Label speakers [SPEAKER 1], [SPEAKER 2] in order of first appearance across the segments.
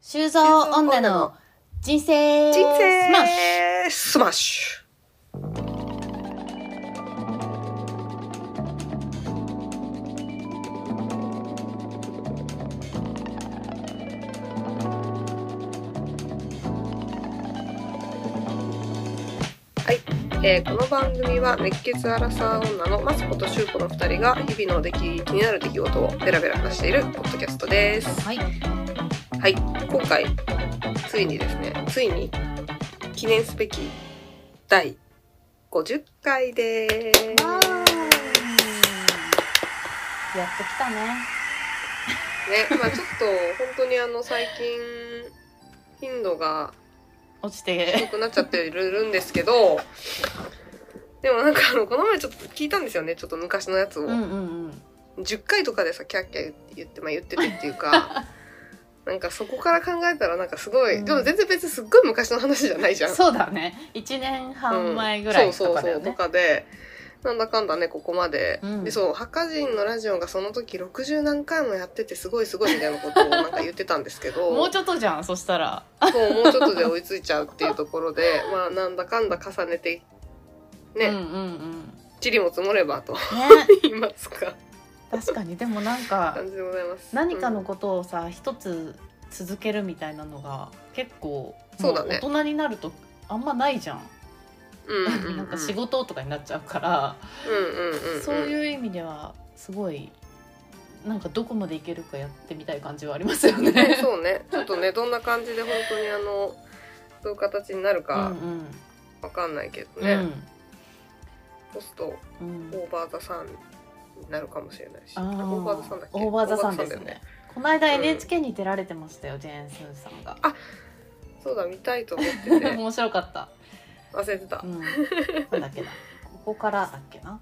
[SPEAKER 1] 修造女の人生
[SPEAKER 2] 人
[SPEAKER 1] スマッシュ
[SPEAKER 2] 生スマッシュはい、えーこの番組は熱血アラサー女のマスコとシュウコの2人が日々の出来気になる出来事をベラベラ話しているポッドキャストです。
[SPEAKER 1] はい。
[SPEAKER 2] はい、今回ついにですね、ついに記念すべき第50回で
[SPEAKER 1] わ
[SPEAKER 2] す。
[SPEAKER 1] ーやってきたね。
[SPEAKER 2] ね、まあちょっと本当にあの最近頻度が
[SPEAKER 1] 落ちて。
[SPEAKER 2] 低くなっちゃってるんですけど、でもなんかあのこの前ちょっと聞いたんですよね、ちょっと昔のやつを。
[SPEAKER 1] うんうん
[SPEAKER 2] 10回とかでさキャッキャ言って、まあ、言っててってい うかなんかそこから考えたらなんかすごい、
[SPEAKER 1] うん
[SPEAKER 2] でも全然別にすっごい昔の話じゃないじ
[SPEAKER 1] う
[SPEAKER 2] ゃん
[SPEAKER 1] ん。。そうだね。一年
[SPEAKER 2] う
[SPEAKER 1] 半
[SPEAKER 2] ん
[SPEAKER 1] 前ぐらい
[SPEAKER 2] そ
[SPEAKER 1] と
[SPEAKER 2] う
[SPEAKER 1] か
[SPEAKER 2] そ
[SPEAKER 1] だ
[SPEAKER 2] うそ
[SPEAKER 1] よ
[SPEAKER 2] うと
[SPEAKER 1] ね。
[SPEAKER 2] かでなんだかんだねここまで、
[SPEAKER 1] うん
[SPEAKER 2] でそう「ハカジンのラジオ」がその時60何回もやっててすごいすごいみたいなことをなんか言ってたんですけど
[SPEAKER 1] もうちょっとじゃん。そしたら。
[SPEAKER 2] そうもうちょっとで追いついちゃうっていうところでまあなんだかんだ重ねて
[SPEAKER 1] うんう
[SPEAKER 2] ね
[SPEAKER 1] ん うん。ね。
[SPEAKER 2] 地理も積もればと言いますか
[SPEAKER 1] 確かにでもなんか
[SPEAKER 2] 感じでございます。
[SPEAKER 1] 何か
[SPEAKER 2] う
[SPEAKER 1] の
[SPEAKER 2] ん
[SPEAKER 1] ことをさ一つ続けるみたいなのが結構
[SPEAKER 2] そうだね
[SPEAKER 1] も大人になるとあんまないじゃん。
[SPEAKER 2] うんうんう ん
[SPEAKER 1] なんか仕事とかになっちゃうから。
[SPEAKER 2] うんうんうんうん
[SPEAKER 1] そういう意味ではすごいなんかどこまでいけるかやってみたい感じはありますよね。
[SPEAKER 2] そうねちょっとねどんな感じで本当にあのどういう形になる
[SPEAKER 1] うんう
[SPEAKER 2] か
[SPEAKER 1] ん
[SPEAKER 2] わかんないけど
[SPEAKER 1] うん
[SPEAKER 2] ね、ポスト
[SPEAKER 1] うん
[SPEAKER 2] オーバーザさんになるかもしれないし
[SPEAKER 1] あ
[SPEAKER 2] オーバーザさんだっけ
[SPEAKER 1] オーバーザさんで
[SPEAKER 2] オーバーザ
[SPEAKER 1] す
[SPEAKER 2] だよ
[SPEAKER 1] ね。この間
[SPEAKER 2] うん
[SPEAKER 1] NHK に出られてましたよ、ジェーン・スーさんが。
[SPEAKER 2] そうだ見たいと思ってて
[SPEAKER 1] 面白かった。
[SPEAKER 2] 忘れてた
[SPEAKER 1] う、ん、なんだっけな。ここからだっけ な。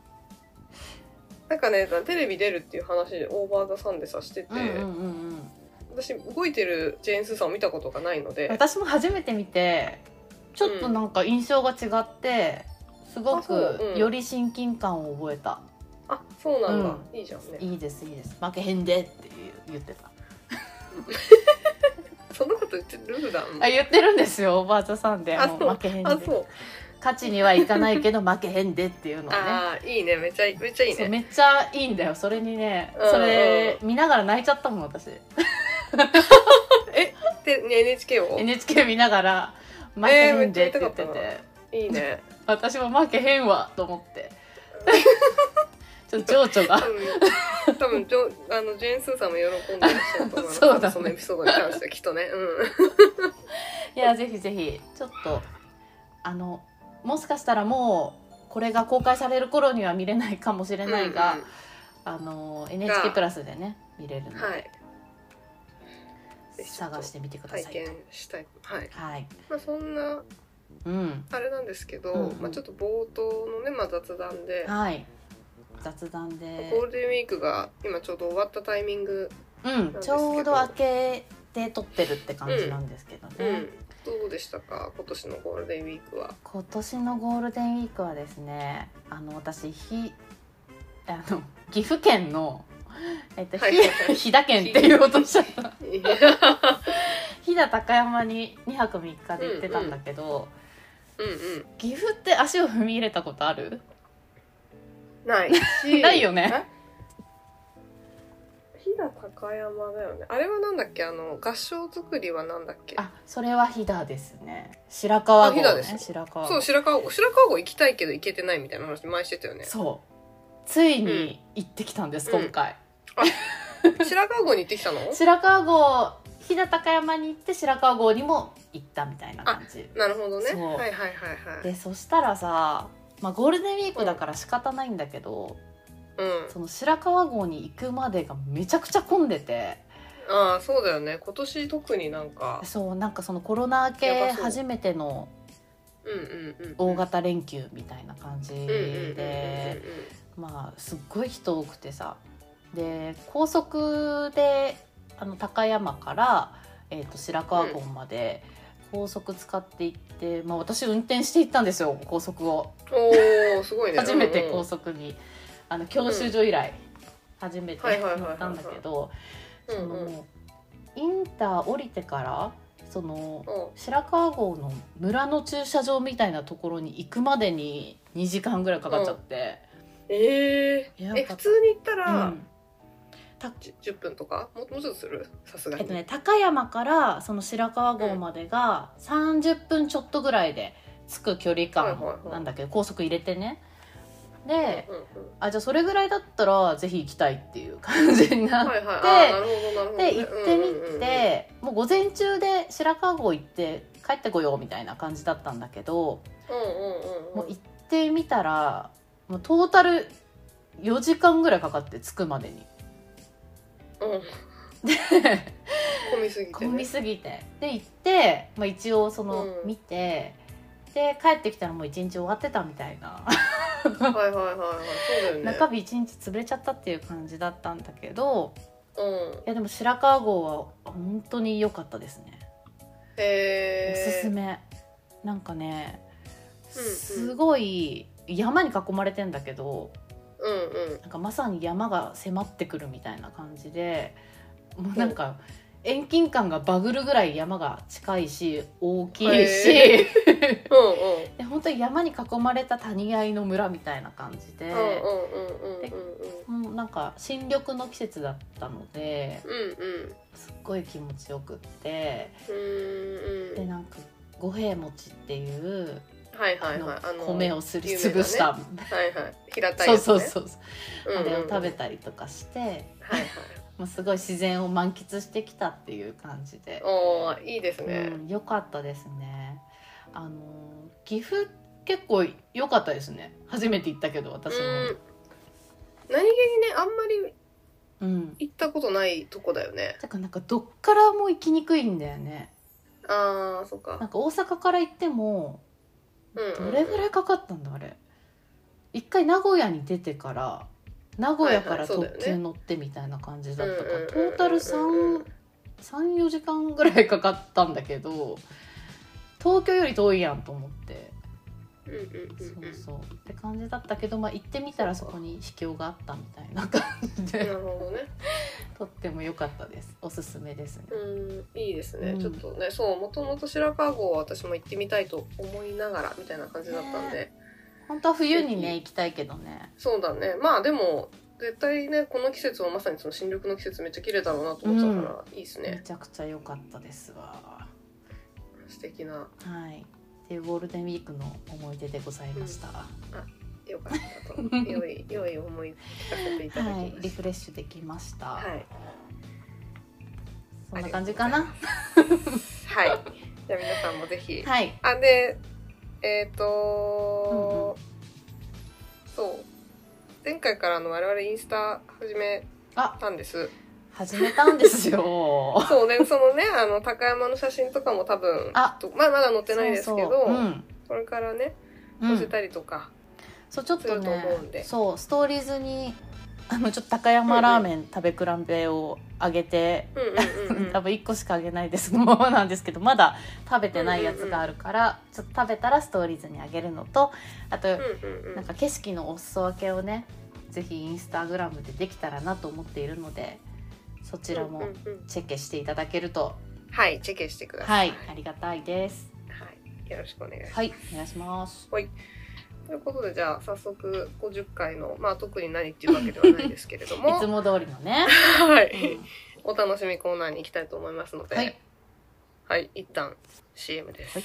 [SPEAKER 2] なんかねテレビ出るっていう話でオーバーザさんでさしてて、
[SPEAKER 1] うんうんうんうん。
[SPEAKER 2] 私動いてるジェーン・スーさんを見たことがないので
[SPEAKER 1] 私も初めて見てちょっとなんか印象が違ってすご
[SPEAKER 2] あそう
[SPEAKER 1] く
[SPEAKER 2] うん
[SPEAKER 1] より親近感を覚えた。
[SPEAKER 2] あそうなんだ、
[SPEAKER 1] う
[SPEAKER 2] いいじゃんね
[SPEAKER 1] いいですいいです負けへんでって言ってた。
[SPEAKER 2] そんなこと言ってる普段
[SPEAKER 1] あ言ってるんですよおばあちゃんさんで
[SPEAKER 2] あ
[SPEAKER 1] もう
[SPEAKER 2] そう
[SPEAKER 1] 負けへんで
[SPEAKER 2] あそう
[SPEAKER 1] 勝ちにはいかないけど負けへんでっていうのをね
[SPEAKER 2] あーいいねめっちゃめっちゃいい
[SPEAKER 1] そう
[SPEAKER 2] ね
[SPEAKER 1] めっちゃいいんだよそれにね
[SPEAKER 2] うん
[SPEAKER 1] それ見ながら泣いちゃったもん私
[SPEAKER 2] で NHK を
[SPEAKER 1] NHK 見ながら「負けへんで」って言って
[SPEAKER 2] めっちゃ痛かった
[SPEAKER 1] て、
[SPEAKER 2] ないいいね
[SPEAKER 1] 私も負けへんわと思 って。ちょっと情緒が
[SPEAKER 2] うん多分ジョあのジェーン・スーさんも喜んでらっしゃると思いま す
[SPEAKER 1] そうだね
[SPEAKER 2] そのエピソードに関してはきっとね、う
[SPEAKER 1] いやぜひぜひちょっとあのもしかしたらもうこれが公開される頃には見れないかもしれ
[SPEAKER 2] ん、
[SPEAKER 1] ないが、
[SPEAKER 2] うん
[SPEAKER 1] あの NHK プラスでね見れるの
[SPEAKER 2] うん
[SPEAKER 1] で、
[SPEAKER 2] はい
[SPEAKER 1] 探してみてください
[SPEAKER 2] 体験したいはい、
[SPEAKER 1] はい
[SPEAKER 2] まあ、そんな
[SPEAKER 1] うん
[SPEAKER 2] あれなんですけど、
[SPEAKER 1] うんうん
[SPEAKER 2] まあ、ちょっと冒頭のね、まあ、雑談で、
[SPEAKER 1] はい雑談
[SPEAKER 2] ゴー
[SPEAKER 1] で
[SPEAKER 2] ルデンウィークが今ちょうど終わったタイミング、
[SPEAKER 1] うんちょうど明けて撮ってるって感じなんですけどね、
[SPEAKER 2] うん、どうでしたか今年のゴールデンウィー クは
[SPEAKER 1] 今年のゴールデンウィークはですねあの私ひあの岐阜県のえっと、
[SPEAKER 2] はい
[SPEAKER 1] ひ
[SPEAKER 2] はいはい
[SPEAKER 1] 飛騨県っていうことしちゃった
[SPEAKER 2] いや
[SPEAKER 1] 飛騨高山に2泊3日で行ってたんだけど、
[SPEAKER 2] うんうん
[SPEAKER 1] 岐阜って足を踏み入れたことある
[SPEAKER 2] ない し
[SPEAKER 1] ないよね
[SPEAKER 2] え飛騨高山だよねあれはなんだっけあの合掌造りはなんだっけ
[SPEAKER 1] あそれは飛騨ですね白川郷、ね、
[SPEAKER 2] あ飛騨です
[SPEAKER 1] 白川
[SPEAKER 2] そう
[SPEAKER 1] 郷
[SPEAKER 2] 白川郷白川郷行きたいけど行けてないみたいな話前してたよね
[SPEAKER 1] そうついに行ってきたんです、
[SPEAKER 2] うん
[SPEAKER 1] 今回
[SPEAKER 2] 白川郷に行ってきたの
[SPEAKER 1] 白川郷飛騨高山に行って白川郷にも行ったみたいな感じ
[SPEAKER 2] なるほどね
[SPEAKER 1] そう
[SPEAKER 2] はいはいはいはい
[SPEAKER 1] でそしたらさ、まあ、ゴールデンウィークだから仕方ないんだけど、
[SPEAKER 2] うん
[SPEAKER 1] その白川郷に行くまでがめちゃくちゃ混んでて
[SPEAKER 2] ああそうだよね今年特になんか
[SPEAKER 1] そうなんかそのコロナ明け
[SPEAKER 2] やばそう
[SPEAKER 1] 初めての
[SPEAKER 2] うんうんうん
[SPEAKER 1] 大型連休みたいな感じ
[SPEAKER 2] うんうんうんうんうん
[SPEAKER 1] でまあすっごい人多くてさで高速であの高山から、えー、と白川郷まで高速使って行って、まあ、私運転して行ったんですよ高速を
[SPEAKER 2] おおすごいね
[SPEAKER 1] 初めて高
[SPEAKER 2] う
[SPEAKER 1] 速にあの教習所以来初めて
[SPEAKER 2] はいはいはいはい
[SPEAKER 1] 乗ったんだけど
[SPEAKER 2] う
[SPEAKER 1] そ
[SPEAKER 2] んうん
[SPEAKER 1] のインタター降りてからその
[SPEAKER 2] お
[SPEAKER 1] 白川郷の村の駐車場みたいなところに行くまでに2時間ぐらいかかっちゃって、
[SPEAKER 2] え
[SPEAKER 1] いや
[SPEAKER 2] ー、え
[SPEAKER 1] よか
[SPEAKER 2] 普
[SPEAKER 1] った
[SPEAKER 2] 通に行った
[SPEAKER 1] う
[SPEAKER 2] ら、
[SPEAKER 1] ん
[SPEAKER 2] じゅ10分とかもうもうちょっとするさすが
[SPEAKER 1] え
[SPEAKER 2] に、
[SPEAKER 1] っとね、高山からその白川郷までが30分ちょっとぐらいで着く距離
[SPEAKER 2] はいはい
[SPEAKER 1] 感
[SPEAKER 2] はい
[SPEAKER 1] なんだけど高速入れてね
[SPEAKER 2] うん
[SPEAKER 1] で
[SPEAKER 2] うん
[SPEAKER 1] あじゃあそれぐらいだったらぜひ行きたいっていう感じに
[SPEAKER 2] うん、
[SPEAKER 1] なっ
[SPEAKER 2] は
[SPEAKER 1] て、
[SPEAKER 2] いはいあーなるほどなるほどね、
[SPEAKER 1] で行ってみ
[SPEAKER 2] うん
[SPEAKER 1] て、もう午前中で白川郷行って帰ってこようみたいな感じだったんだけど、
[SPEAKER 2] うんうんうんうん
[SPEAKER 1] もう行ってみたらもうトータル4時間ぐらいかかって着くまでに。
[SPEAKER 2] うん混みすぎて、
[SPEAKER 1] 混み
[SPEAKER 2] ね、
[SPEAKER 1] すぎてで行って、まあ、一応その
[SPEAKER 2] うん
[SPEAKER 1] 見て、で帰ってきたらもう一日終わってたみたいな、
[SPEAKER 2] はいはいはいはいそうだよね
[SPEAKER 1] 中日一日潰れちゃったっていう感じだったんだけど
[SPEAKER 2] うん
[SPEAKER 1] いやでも白川郷は本当に良かったですね、
[SPEAKER 2] へ
[SPEAKER 1] おすす
[SPEAKER 2] え
[SPEAKER 1] めなんかね
[SPEAKER 2] うんうん
[SPEAKER 1] すごい山に囲まれてんだけど
[SPEAKER 2] うんうん
[SPEAKER 1] なんかまさに山が迫ってくるみたいな感じでもうなんか遠近感がバグるぐらい山が近いし大きいし、
[SPEAKER 2] へうんうん
[SPEAKER 1] で本当に山に囲まれた谷合いの村みたいな感じで、
[SPEAKER 2] うんうんうんうんうん
[SPEAKER 1] うんなんか新緑の季節だったので
[SPEAKER 2] うんうん
[SPEAKER 1] すっごい気持ちよくって
[SPEAKER 2] うんう
[SPEAKER 1] で
[SPEAKER 2] ん
[SPEAKER 1] なんか五平餅っていう
[SPEAKER 2] はいはい
[SPEAKER 1] の
[SPEAKER 2] はいあの
[SPEAKER 1] 米をすりつぶした、
[SPEAKER 2] はいはい平たい
[SPEAKER 1] そう
[SPEAKER 2] やつ
[SPEAKER 1] そう
[SPEAKER 2] ね
[SPEAKER 1] そう、
[SPEAKER 2] うんう
[SPEAKER 1] あ
[SPEAKER 2] んう
[SPEAKER 1] れ
[SPEAKER 2] ん
[SPEAKER 1] を食べたりとかして、
[SPEAKER 2] はいはい
[SPEAKER 1] もうすごい自然を満喫してきたっていう感じで、
[SPEAKER 2] おーいいですね
[SPEAKER 1] うん、よかったですねあの岐阜結構良かったですね初めて行ったけど
[SPEAKER 2] う
[SPEAKER 1] 私も、
[SPEAKER 2] ん何気にねあんまり
[SPEAKER 1] うん、
[SPEAKER 2] 行ったことないとこだよね
[SPEAKER 1] だからなんかどっからも行きにくいんだよね
[SPEAKER 2] あーそっ
[SPEAKER 1] なん
[SPEAKER 2] か
[SPEAKER 1] か大阪から行ってもどれぐら
[SPEAKER 2] い
[SPEAKER 1] いかかったんだあれ一回名古屋に出てから名古屋か
[SPEAKER 2] はいは
[SPEAKER 1] ら
[SPEAKER 2] いそうだよ
[SPEAKER 1] 特
[SPEAKER 2] ね
[SPEAKER 1] 急乗ってみたいな感じだったから、
[SPEAKER 2] うんうん
[SPEAKER 1] ト
[SPEAKER 2] うんうん
[SPEAKER 1] ータル3 34時間ぐらいかかったんだけど東京より遠いやんと思って
[SPEAKER 2] うんうんうんうん
[SPEAKER 1] そうそうって感じだったけど、まあ、行ってみたらそこに秘境があったみたいな感じ
[SPEAKER 2] な
[SPEAKER 1] で
[SPEAKER 2] るほどね
[SPEAKER 1] とっても良かったですおすすめですね。
[SPEAKER 2] うんいいですね、
[SPEAKER 1] うん
[SPEAKER 2] ちょっとねそうもともと白川郷は私も行ってみたいと思いながらみたいな感じだったんで、
[SPEAKER 1] 本当は冬にね行きたいけどね。
[SPEAKER 2] そうだねまあでも絶対ねこの季節はまさにその新緑の季節めっちゃ綺麗だろうなと思ってたから、いいです
[SPEAKER 1] め
[SPEAKER 2] ね
[SPEAKER 1] ちゃくちゃ良かったですわ。
[SPEAKER 2] 素敵な
[SPEAKER 1] はい。っていうゴールデンウィークの思い出でございました。
[SPEAKER 2] よかった と良い良い思い聞かせていただきま
[SPEAKER 1] は
[SPEAKER 2] し
[SPEAKER 1] い、リフレッシュできました。
[SPEAKER 2] たはい
[SPEAKER 1] そんな感じかな。
[SPEAKER 2] はい、じゃあ皆さんもぜひ、
[SPEAKER 1] はい。
[SPEAKER 2] あでえっ、とそう前回からあの我々インスタ始め
[SPEAKER 1] あ、
[SPEAKER 2] たんです
[SPEAKER 1] 始めたんですよ。
[SPEAKER 2] そうね、そのね、 あの、高山の写真とかも多分、
[SPEAKER 1] あ
[SPEAKER 2] とまあ、まだ載ってないですけど、
[SPEAKER 1] そうそううん。
[SPEAKER 2] これからね、
[SPEAKER 1] う
[SPEAKER 2] 載せ
[SPEAKER 1] ん、
[SPEAKER 2] たりとか、
[SPEAKER 1] そうちょっと
[SPEAKER 2] すると
[SPEAKER 1] ね
[SPEAKER 2] 思うんで
[SPEAKER 1] そうストーリーズにあのちょっと高山ラーメン食べ比べをあげて、
[SPEAKER 2] うんうんうんうん
[SPEAKER 1] 多分1個しかあげないですそのままなんですけどまだ食べてないやつがあるから、ちょっと食べたらストーリーズにあげるのとあと、
[SPEAKER 2] うんうんうん
[SPEAKER 1] なんか景色のお裾分けをねぜひインスタグラムでできたらなと思っているのでそちら
[SPEAKER 2] うん
[SPEAKER 1] も
[SPEAKER 2] うんうん
[SPEAKER 1] チェックしていただけると、
[SPEAKER 2] はい、チェックしてください。
[SPEAKER 1] はいありがたいです
[SPEAKER 2] はい、よろしくお願いします。
[SPEAKER 1] はいお願いします
[SPEAKER 2] ということで、じゃあ、早速、50回の、まあ、特に何っていうわけではないですけれど
[SPEAKER 1] い
[SPEAKER 2] も、
[SPEAKER 1] つも通りのね、
[SPEAKER 2] は
[SPEAKER 1] う
[SPEAKER 2] い
[SPEAKER 1] ん、
[SPEAKER 2] お楽しみコーナーに行きたいと思いますので、
[SPEAKER 1] はい、
[SPEAKER 2] はい、一旦 CM です。
[SPEAKER 1] はい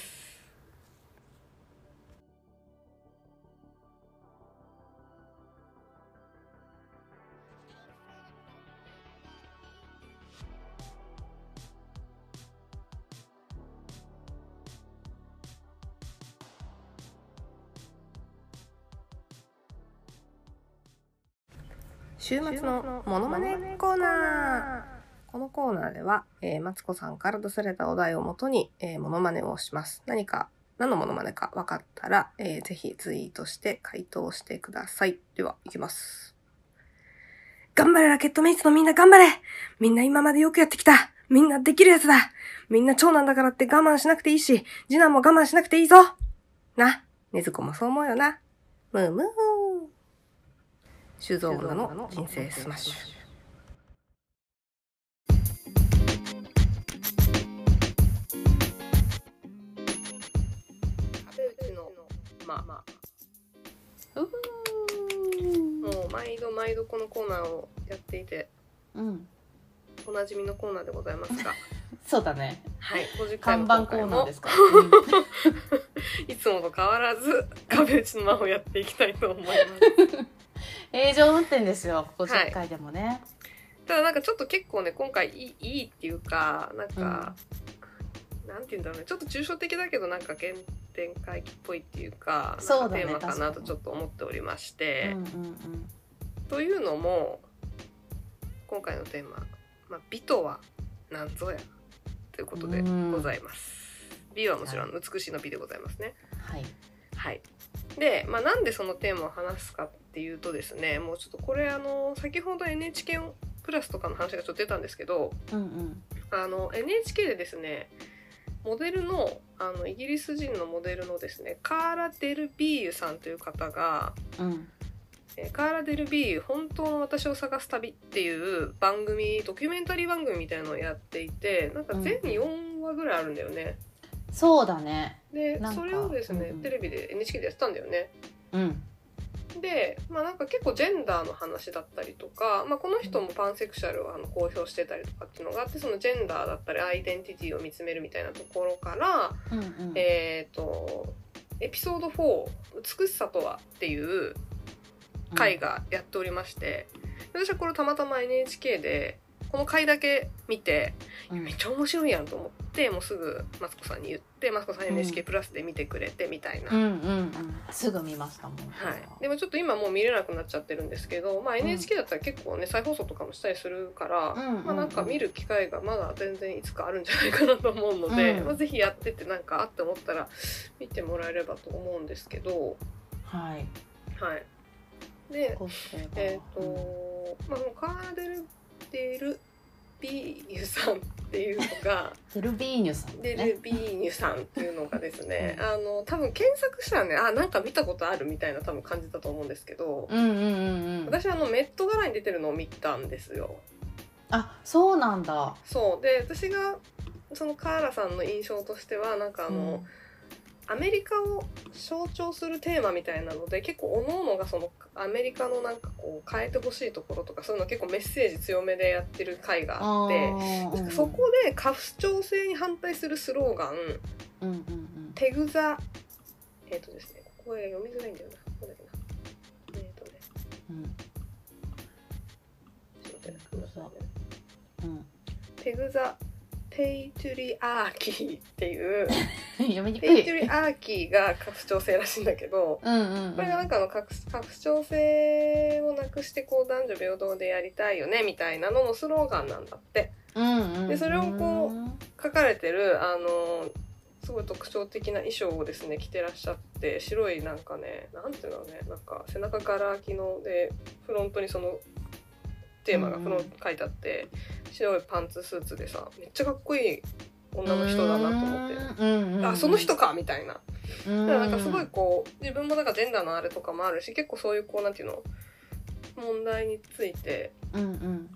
[SPEAKER 2] 週末のモノマネコーナーこのコーナーでは、えーマツコさんから出されたお題をもとに、えーモノマネをします。何か、何のモノマネか分かったら、えーぜひツイートして回答してください。では、いきます。頑張れラケットメイツのみんな頑張れみんな今までよくやってきたみんなできるやつだみんな長男だからって我慢しなくていいし、次男も我慢しなくていいぞな、ねずこもそう思うよな。ムームー。修造女の人生スマッシュ。ま
[SPEAKER 1] う
[SPEAKER 2] あ、
[SPEAKER 1] ーん
[SPEAKER 2] もう毎度毎度このコーナーをやっていて、
[SPEAKER 1] うん
[SPEAKER 2] おなじみのコーナーでございま すが、
[SPEAKER 1] そうだね
[SPEAKER 2] はい、50回
[SPEAKER 1] 看
[SPEAKER 2] も
[SPEAKER 1] 板
[SPEAKER 2] 今
[SPEAKER 1] コ
[SPEAKER 2] 回
[SPEAKER 1] ーナー
[SPEAKER 2] も
[SPEAKER 1] ですから、うん
[SPEAKER 2] いつもと変わらず壁打ちの間をやっていきたい と思います。
[SPEAKER 1] 営業運転ですよここ
[SPEAKER 2] はい
[SPEAKER 1] 10回でもね、
[SPEAKER 2] ただなんかちょっと結構ね今回いいいいっていうかなんか、なんて言うんだろうねちょっと抽象的だけどなんか原点回帰っぽいっていうか
[SPEAKER 1] そうだ
[SPEAKER 2] なんか
[SPEAKER 1] ね
[SPEAKER 2] テーマかな
[SPEAKER 1] 確か
[SPEAKER 2] と
[SPEAKER 1] に
[SPEAKER 2] ちょっと思っておりまし
[SPEAKER 1] うん
[SPEAKER 2] て、
[SPEAKER 1] うんうん
[SPEAKER 2] というのも今回のテーマ「まあ、美とは何ぞや」ということで
[SPEAKER 1] うん
[SPEAKER 2] ございます。美はもちろん美しいの美でございますね。
[SPEAKER 1] はい
[SPEAKER 2] はい、で、まあ、なんでそのテーマを話すかっていうとですねもうちょっとこれあの先ほど NHK プラスとかの話がちょっと出たんですけど、
[SPEAKER 1] うんうん
[SPEAKER 2] あの NHK でですねモデルのあのイギリス人のモデルのですねカーラ・デルビーユさんという方が
[SPEAKER 1] うん
[SPEAKER 2] 「えーカーラ・デルビーユ本当の私を探す旅」っていう番組ドキュメンタリー番組みたいのをやっていてなんか全
[SPEAKER 1] うん
[SPEAKER 2] 4話ぐらいあるんだよね。
[SPEAKER 1] そうだね
[SPEAKER 2] で
[SPEAKER 1] なんか
[SPEAKER 2] それをですね、
[SPEAKER 1] うん
[SPEAKER 2] テレビで NHK でやってたんだよね。
[SPEAKER 1] うん
[SPEAKER 2] で、まあ、なんか結構ジェンダーの話だったりとか、まあ、この人もパンセクシャルをあの公表してたりとかっていうのがあってそのジェンダーだったりアイデンティティを見つめるみたいなところから、
[SPEAKER 1] うんうん
[SPEAKER 2] えっ、とエピソード4「美しさとは」っていう回がやっておりまして、私はこれをたまたま NHK でこの回だけ見て
[SPEAKER 1] うんうん
[SPEAKER 2] めっちゃ面白いやんと思ってもうすぐマツコさんに言ってマツコさん NHK プラスで見てくれてみたいな
[SPEAKER 1] うんうんうんすぐ見ましたもん
[SPEAKER 2] はい、でもちょっと今もう見れなくなっちゃってるんですけど、まあ、NHK だったら結構ね再放送とかもしたりするから、
[SPEAKER 1] うんうんうん
[SPEAKER 2] まあ、なんか見る機会がまだ全然いつかあるんじゃないかなと思うので、
[SPEAKER 1] うん
[SPEAKER 2] まあ、ぜひやっててなんかあって思ったら見てもらえればと思うんですけど、
[SPEAKER 1] はい
[SPEAKER 2] はい、で
[SPEAKER 1] こうすれば
[SPEAKER 2] えっ、と、まあ、もうカーデル・デル・ビーユさんっていうの が。
[SPEAKER 1] デルビーニュさん
[SPEAKER 2] デ
[SPEAKER 1] ね、
[SPEAKER 2] ルビーニュさんっていうのがですねあの多分検索したらねあなんか見たことあるみたいな多分感じたと思うんですけど、
[SPEAKER 1] うんうんうんうん
[SPEAKER 2] 私あのメット柄に出てるのを見たんですよ
[SPEAKER 1] あそうなんだ
[SPEAKER 2] そうで私がそのカーラさんの印象としてはなんかあの、アメリカを象徴するテーマみたいなので結構おのおのがそのアメリカのなんかこう変えてほしいところとかそういうの結構メッセージ強めでやってる回があって確かそこで過不調性に反対するスローガン
[SPEAKER 1] うんうんうん
[SPEAKER 2] 「テグザ」えっ、とですねここが読みづらいんだよなここだけなえっ、とね
[SPEAKER 1] うん
[SPEAKER 2] ちょっと待ってくださいね
[SPEAKER 1] うん
[SPEAKER 2] ペグザ・ペイトゥリアーキーっていう
[SPEAKER 1] 読みにく
[SPEAKER 2] ペイ
[SPEAKER 1] い
[SPEAKER 2] トゥリアーキーが拡張性らしいんだけど
[SPEAKER 1] うんうんうん
[SPEAKER 2] これがなんかあの拡拡張性をなくしてこう男女平等でやりたいよねみたいなののスローガンなんだって
[SPEAKER 1] うんうん
[SPEAKER 2] でそれをこ書かれてるあのすごい特徴的な衣装をですね着てらっしゃって白いなんかねなんていうのねなんか背中から機能でフロントにそのテーマがフロントに書いてあって、白いパンツスーツでさめっちゃかっこいい女の人だなと思って。
[SPEAKER 1] てうんうん
[SPEAKER 2] あその人かみたいな
[SPEAKER 1] うん
[SPEAKER 2] だからなんかすごいこう自分もなんかジェンダーのあれとかもあるし結構そういうこうなんていうの問題について
[SPEAKER 1] うんうん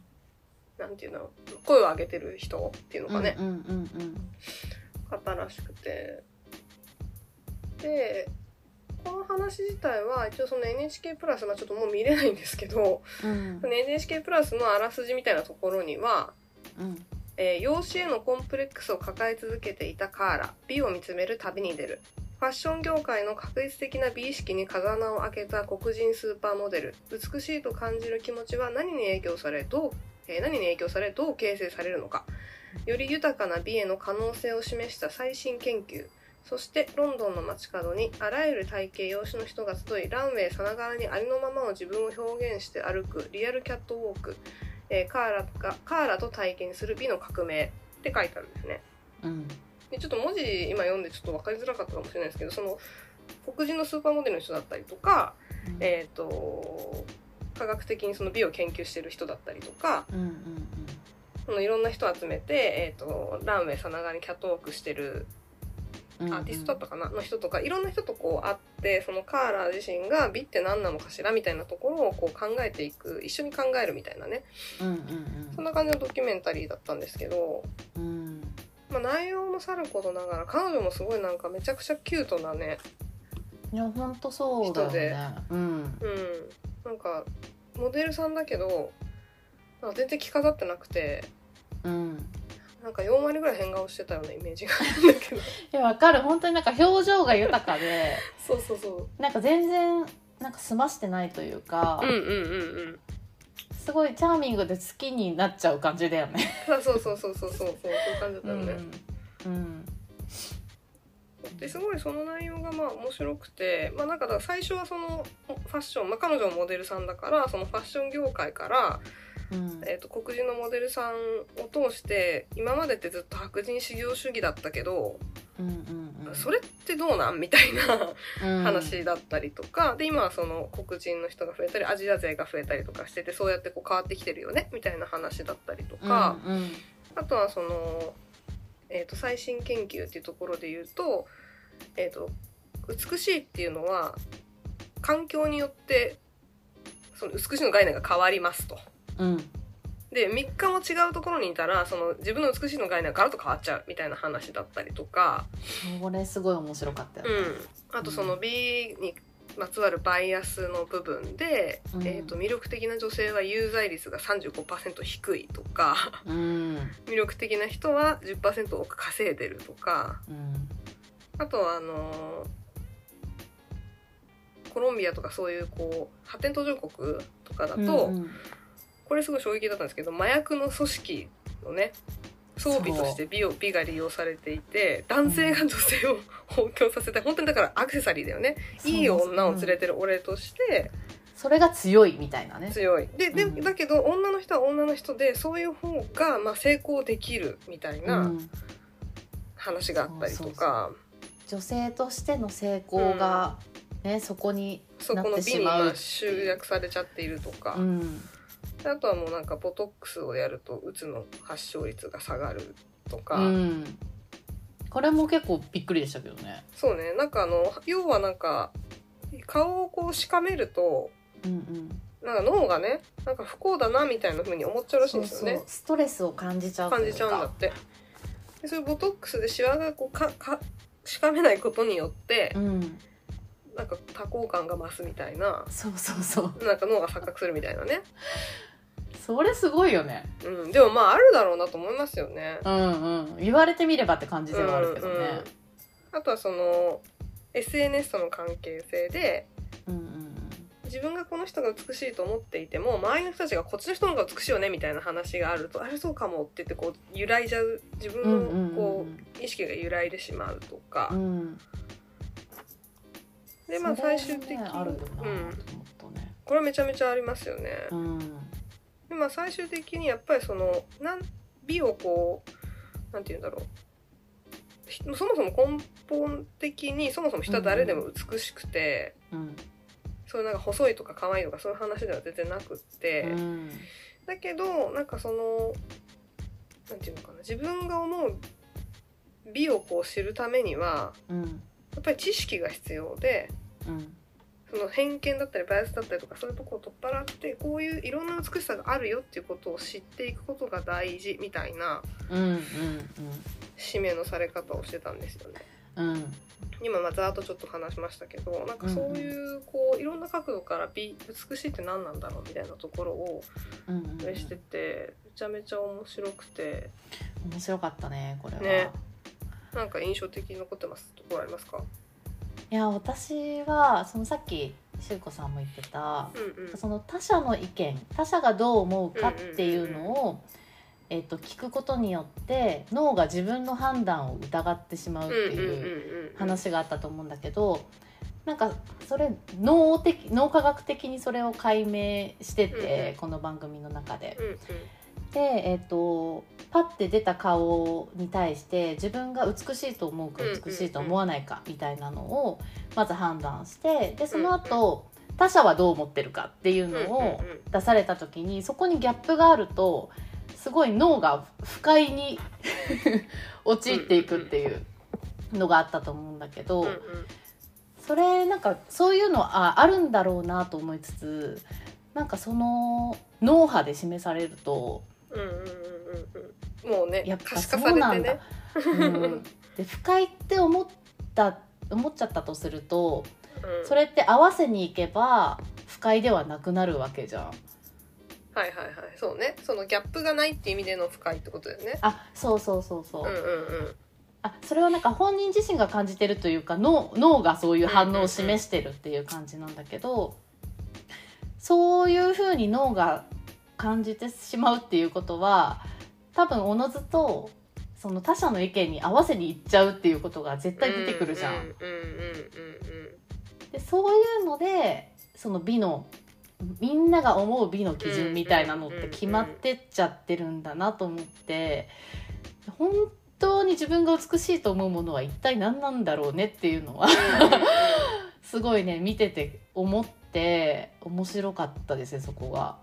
[SPEAKER 2] なんていうの声を上げてる人っていうのかね、
[SPEAKER 1] うんうんうん
[SPEAKER 2] 方らしくてでこの話自体は一応その NHK プラス、まあ、ちょっともう見れないんですけど
[SPEAKER 1] うん
[SPEAKER 2] その NHK プラスのあらすじみたいなところには、
[SPEAKER 1] うん
[SPEAKER 2] えー容姿へのコンプレックスを抱え続けていたカーラ美を見つめる旅に出るファッション業界の確実的な美意識に風穴を開けた黒人スーパーモデル美しいと感じる気持ちは何に影響されどう、えー何に影響されどう形成されるのかより豊かな美への可能性を示した最新研究そしてロンドンの街角にあらゆる体型容姿の人が集いランウェイさながらにありのままの自分を表現して歩くリアルキャットウォーク、えーカーラがカーラと体験する美の革命って書いてあるんですね
[SPEAKER 1] うん
[SPEAKER 2] でちょっと文字今読んでちょっと分かりづらかったかもしれないですけどその黒人のスーパーモデルの人だったりとか、えー、と科学的にその美を研究してる人だったりとか
[SPEAKER 1] うんうん
[SPEAKER 2] そのいろんな人を集めて、えー、とランウェイさながらにキャットウォークしてる
[SPEAKER 1] うん
[SPEAKER 2] アーティストだったかなの人とかいろんな人とこう会ってそのカーラー自身が美って何なのかしらみたいなところをこう考えていく一緒に考えるみたいなね
[SPEAKER 1] うんうん
[SPEAKER 2] そんな感じのドキュメンタリーだったんですけど、
[SPEAKER 1] うんうん
[SPEAKER 2] まあ、内容もさることながら彼女もすごいなんかめちゃくちゃキュートなね
[SPEAKER 1] いや本当そうだよね。うん。
[SPEAKER 2] うん、なんかモデルさんだけどなんか全然着飾ってなくて
[SPEAKER 1] うん。
[SPEAKER 2] なんか4割ぐらい変顔してたようなイメージがあるんだけど
[SPEAKER 1] いやわかる本当になんか表情が豊かで
[SPEAKER 2] そうそうそう
[SPEAKER 1] なんか全然なんか済ましてないというか、
[SPEAKER 2] うんうんうんうん
[SPEAKER 1] すごいチャーミングで好きになっちゃう感じだよね。
[SPEAKER 2] あそうそうそうそうそうそうそういう感じだった
[SPEAKER 1] う
[SPEAKER 2] よね、
[SPEAKER 1] ん。うん。
[SPEAKER 2] ですごいその内容がまあ面白くて、まあ、なんかだから最初はそのファッション、まあ、彼女もモデルさんだからそのファッション業界から、
[SPEAKER 1] うん。
[SPEAKER 2] えー、と黒人のモデルさんを通して今までってずっと白人至上主義だったけど
[SPEAKER 1] うんうんうん。
[SPEAKER 2] それってどうなんみたいな
[SPEAKER 1] うん
[SPEAKER 2] 話だったりとかで今はその黒人の人が増えたりアジア勢が増えたりとかしててそうやってこう変わってきてるよねみたいな話だったりとか。
[SPEAKER 1] うんうん
[SPEAKER 2] あとはその、えー、と最新研究っていうところで言うと,、えー、と美しいっていうのは環境によってその美しいの概念が変わりますと。
[SPEAKER 1] うん
[SPEAKER 2] で3日も違うところにいたらその自分の美しいの概念がガラッと変わっちゃうみたいな話だったりとか、
[SPEAKER 1] これすごい面白かったよ
[SPEAKER 2] う
[SPEAKER 1] ね。
[SPEAKER 2] ん、あとその美にまつわるバイアスの部分で、
[SPEAKER 1] うん
[SPEAKER 2] えー、と魅力的な女性は有罪率が35%低いとか。
[SPEAKER 1] うん
[SPEAKER 2] 魅力的な人は10%多く稼いでるとか
[SPEAKER 1] うん
[SPEAKER 2] あとはあのーコロンビアとかそういうこう発展途上国とかだと、
[SPEAKER 1] うん
[SPEAKER 2] これすごい衝撃だったんですけど麻薬の組織のね装備として美を美が利用されていて男性が女性を放狂させた本当にだからアクセサリーだよねいい女を連れ
[SPEAKER 1] うん
[SPEAKER 2] てる俺として
[SPEAKER 1] それが強いみたいなね。
[SPEAKER 2] 強いでで
[SPEAKER 1] うん
[SPEAKER 2] だけど女の人は女の人でそういう方がまあ成功できるみたいうなん話があったりとか
[SPEAKER 1] 女性としての成功が、ねそこに、
[SPEAKER 2] そ
[SPEAKER 1] なっ
[SPEAKER 2] この
[SPEAKER 1] て
[SPEAKER 2] 美
[SPEAKER 1] し
[SPEAKER 2] に
[SPEAKER 1] まう
[SPEAKER 2] まあ集約されちゃっているとか
[SPEAKER 1] う。ん、
[SPEAKER 2] であとはもうなんかボトックスをやるとうつの発症率が下がるとか、
[SPEAKER 1] うん、これも結構びっくりでしたけどね。
[SPEAKER 2] そうねなんかあの要はなんか顔をこうしかめると
[SPEAKER 1] うんうん、
[SPEAKER 2] なんか脳がねなんか不幸だなみたいな風に思っちゃうらしいんですよね
[SPEAKER 1] そうストレスを感じちゃうと
[SPEAKER 2] 感
[SPEAKER 1] い
[SPEAKER 2] じ
[SPEAKER 1] か
[SPEAKER 2] ちゃうんだってでそういうボトックスでシワがこうかかしかめないことによって
[SPEAKER 1] うん、
[SPEAKER 2] なんか多幸感が増すみたいな
[SPEAKER 1] そうそうそう、
[SPEAKER 2] なんか脳が錯覚するみたいなね、
[SPEAKER 1] それすごいよね。
[SPEAKER 2] うん、でもまああるだろうなと思いますよね
[SPEAKER 1] うんうん、言われてみればって感じではあるけどね。
[SPEAKER 2] あとはその SNS との関係性で
[SPEAKER 1] うんうん
[SPEAKER 2] 自分がこの人が美しいと思っていても周りの人たちがこっちの人の方が美しいよねみたいな話があるとあれそうかもって言ってこう揺らいじゃう自
[SPEAKER 1] うんうん
[SPEAKER 2] 分の
[SPEAKER 1] うん
[SPEAKER 2] こう意識が揺らいでしまうとか、
[SPEAKER 1] うんうん
[SPEAKER 2] でまあ
[SPEAKER 1] それは
[SPEAKER 2] 最
[SPEAKER 1] ね
[SPEAKER 2] 終的
[SPEAKER 1] あ
[SPEAKER 2] に、
[SPEAKER 1] るよな
[SPEAKER 2] う
[SPEAKER 1] と
[SPEAKER 2] ん、
[SPEAKER 1] 思ったね。
[SPEAKER 2] これはめちゃめちゃありますよね。
[SPEAKER 1] うん
[SPEAKER 2] でまあ最終的にやっぱりそのなん美をこうなんて言うんだろうひそもそも根本的にそもそも人は誰でも美しくて。
[SPEAKER 1] うん
[SPEAKER 2] そういうなんか細いとか可愛いとかそういう話では全然なくって、
[SPEAKER 1] うん
[SPEAKER 2] だけどなんかそのなんていうのかな自分が思う美をこう知るためには
[SPEAKER 1] うん
[SPEAKER 2] やっぱり知識が必要で
[SPEAKER 1] うん
[SPEAKER 2] その偏見だったりバイアスだったりとかそういうとこを取っ払ってこういういろんな美しさがあるよっていうことを知っていくことが大事みたいな
[SPEAKER 1] うんうん
[SPEAKER 2] 使命のされ方をしてたんですよね。
[SPEAKER 1] うんうん
[SPEAKER 2] 今まあざーっとちょっと話しましたけどなんかそういうこういろんな角度から美美しいって何なんだろうみたいなところを
[SPEAKER 1] うんうん
[SPEAKER 2] あれしててめちゃめちゃ面白くて
[SPEAKER 1] 面白かったねこれは、
[SPEAKER 2] ねなんか印象的に残ってますところありますか
[SPEAKER 1] いや私はそのさっきしゅうこさんも言ってた
[SPEAKER 2] うんうん
[SPEAKER 1] その他者の意見他者がどう思うかっていうのを、えっと聞くことによって脳が自分の判断を疑ってしまうっていう話があったと思うんだけどなんかそれ脳的脳科学的にそれを解明して
[SPEAKER 2] うんう
[SPEAKER 1] て、
[SPEAKER 2] ん
[SPEAKER 1] この番組の中で。
[SPEAKER 2] うんうん
[SPEAKER 1] で、えっとパッて出た顔に対して自分が美しいと思うか
[SPEAKER 2] うんうんうん
[SPEAKER 1] 美しいと思わないかみたいなのをまず判断してでその後他者はどう思ってるかっていうのを
[SPEAKER 2] うんうんうん
[SPEAKER 1] 出された時にそこにギャップがあるとすごい脳が不快に 陥っていくっていうのがあったと思うんだけど。
[SPEAKER 2] うんうん
[SPEAKER 1] それなんかそういうのああるんだろうなと思いつつなんかその脳波で示されると
[SPEAKER 2] うんうんうんうんもうね
[SPEAKER 1] やっ
[SPEAKER 2] 可
[SPEAKER 1] ぱ
[SPEAKER 2] 視
[SPEAKER 1] そ
[SPEAKER 2] 化さ
[SPEAKER 1] う
[SPEAKER 2] れ
[SPEAKER 1] な
[SPEAKER 2] て
[SPEAKER 1] んだ
[SPEAKER 2] ね。
[SPEAKER 1] うん、で不快って思った思っちゃったとすると
[SPEAKER 2] うん
[SPEAKER 1] それって合わせに行けば不快ではなくなるわけじゃん
[SPEAKER 2] はいはいはいそうねそのギャップがないって意味での深いってことだよね
[SPEAKER 1] あそうそうそうそうう、
[SPEAKER 2] んうんうん
[SPEAKER 1] あそれはなんか本人自身が感じてるというか脳脳がそういう反応を示してるっていう感じなんだけどそういうふうに脳が感じてしまうっていうことは多分おのずとその他者の意見に合わせにいっちゃうっていうことが絶対出てくるじゃん。
[SPEAKER 2] うんうんうん
[SPEAKER 1] でそういうのでその美のみんなが思う美の基準みたいなのって決まってっちゃってるんだなと思って本当に自分が美しいと思うものは一体何なんだろうねっていうのは
[SPEAKER 2] うんうんうん
[SPEAKER 1] すごいね見てて思って面白かったですねそこが。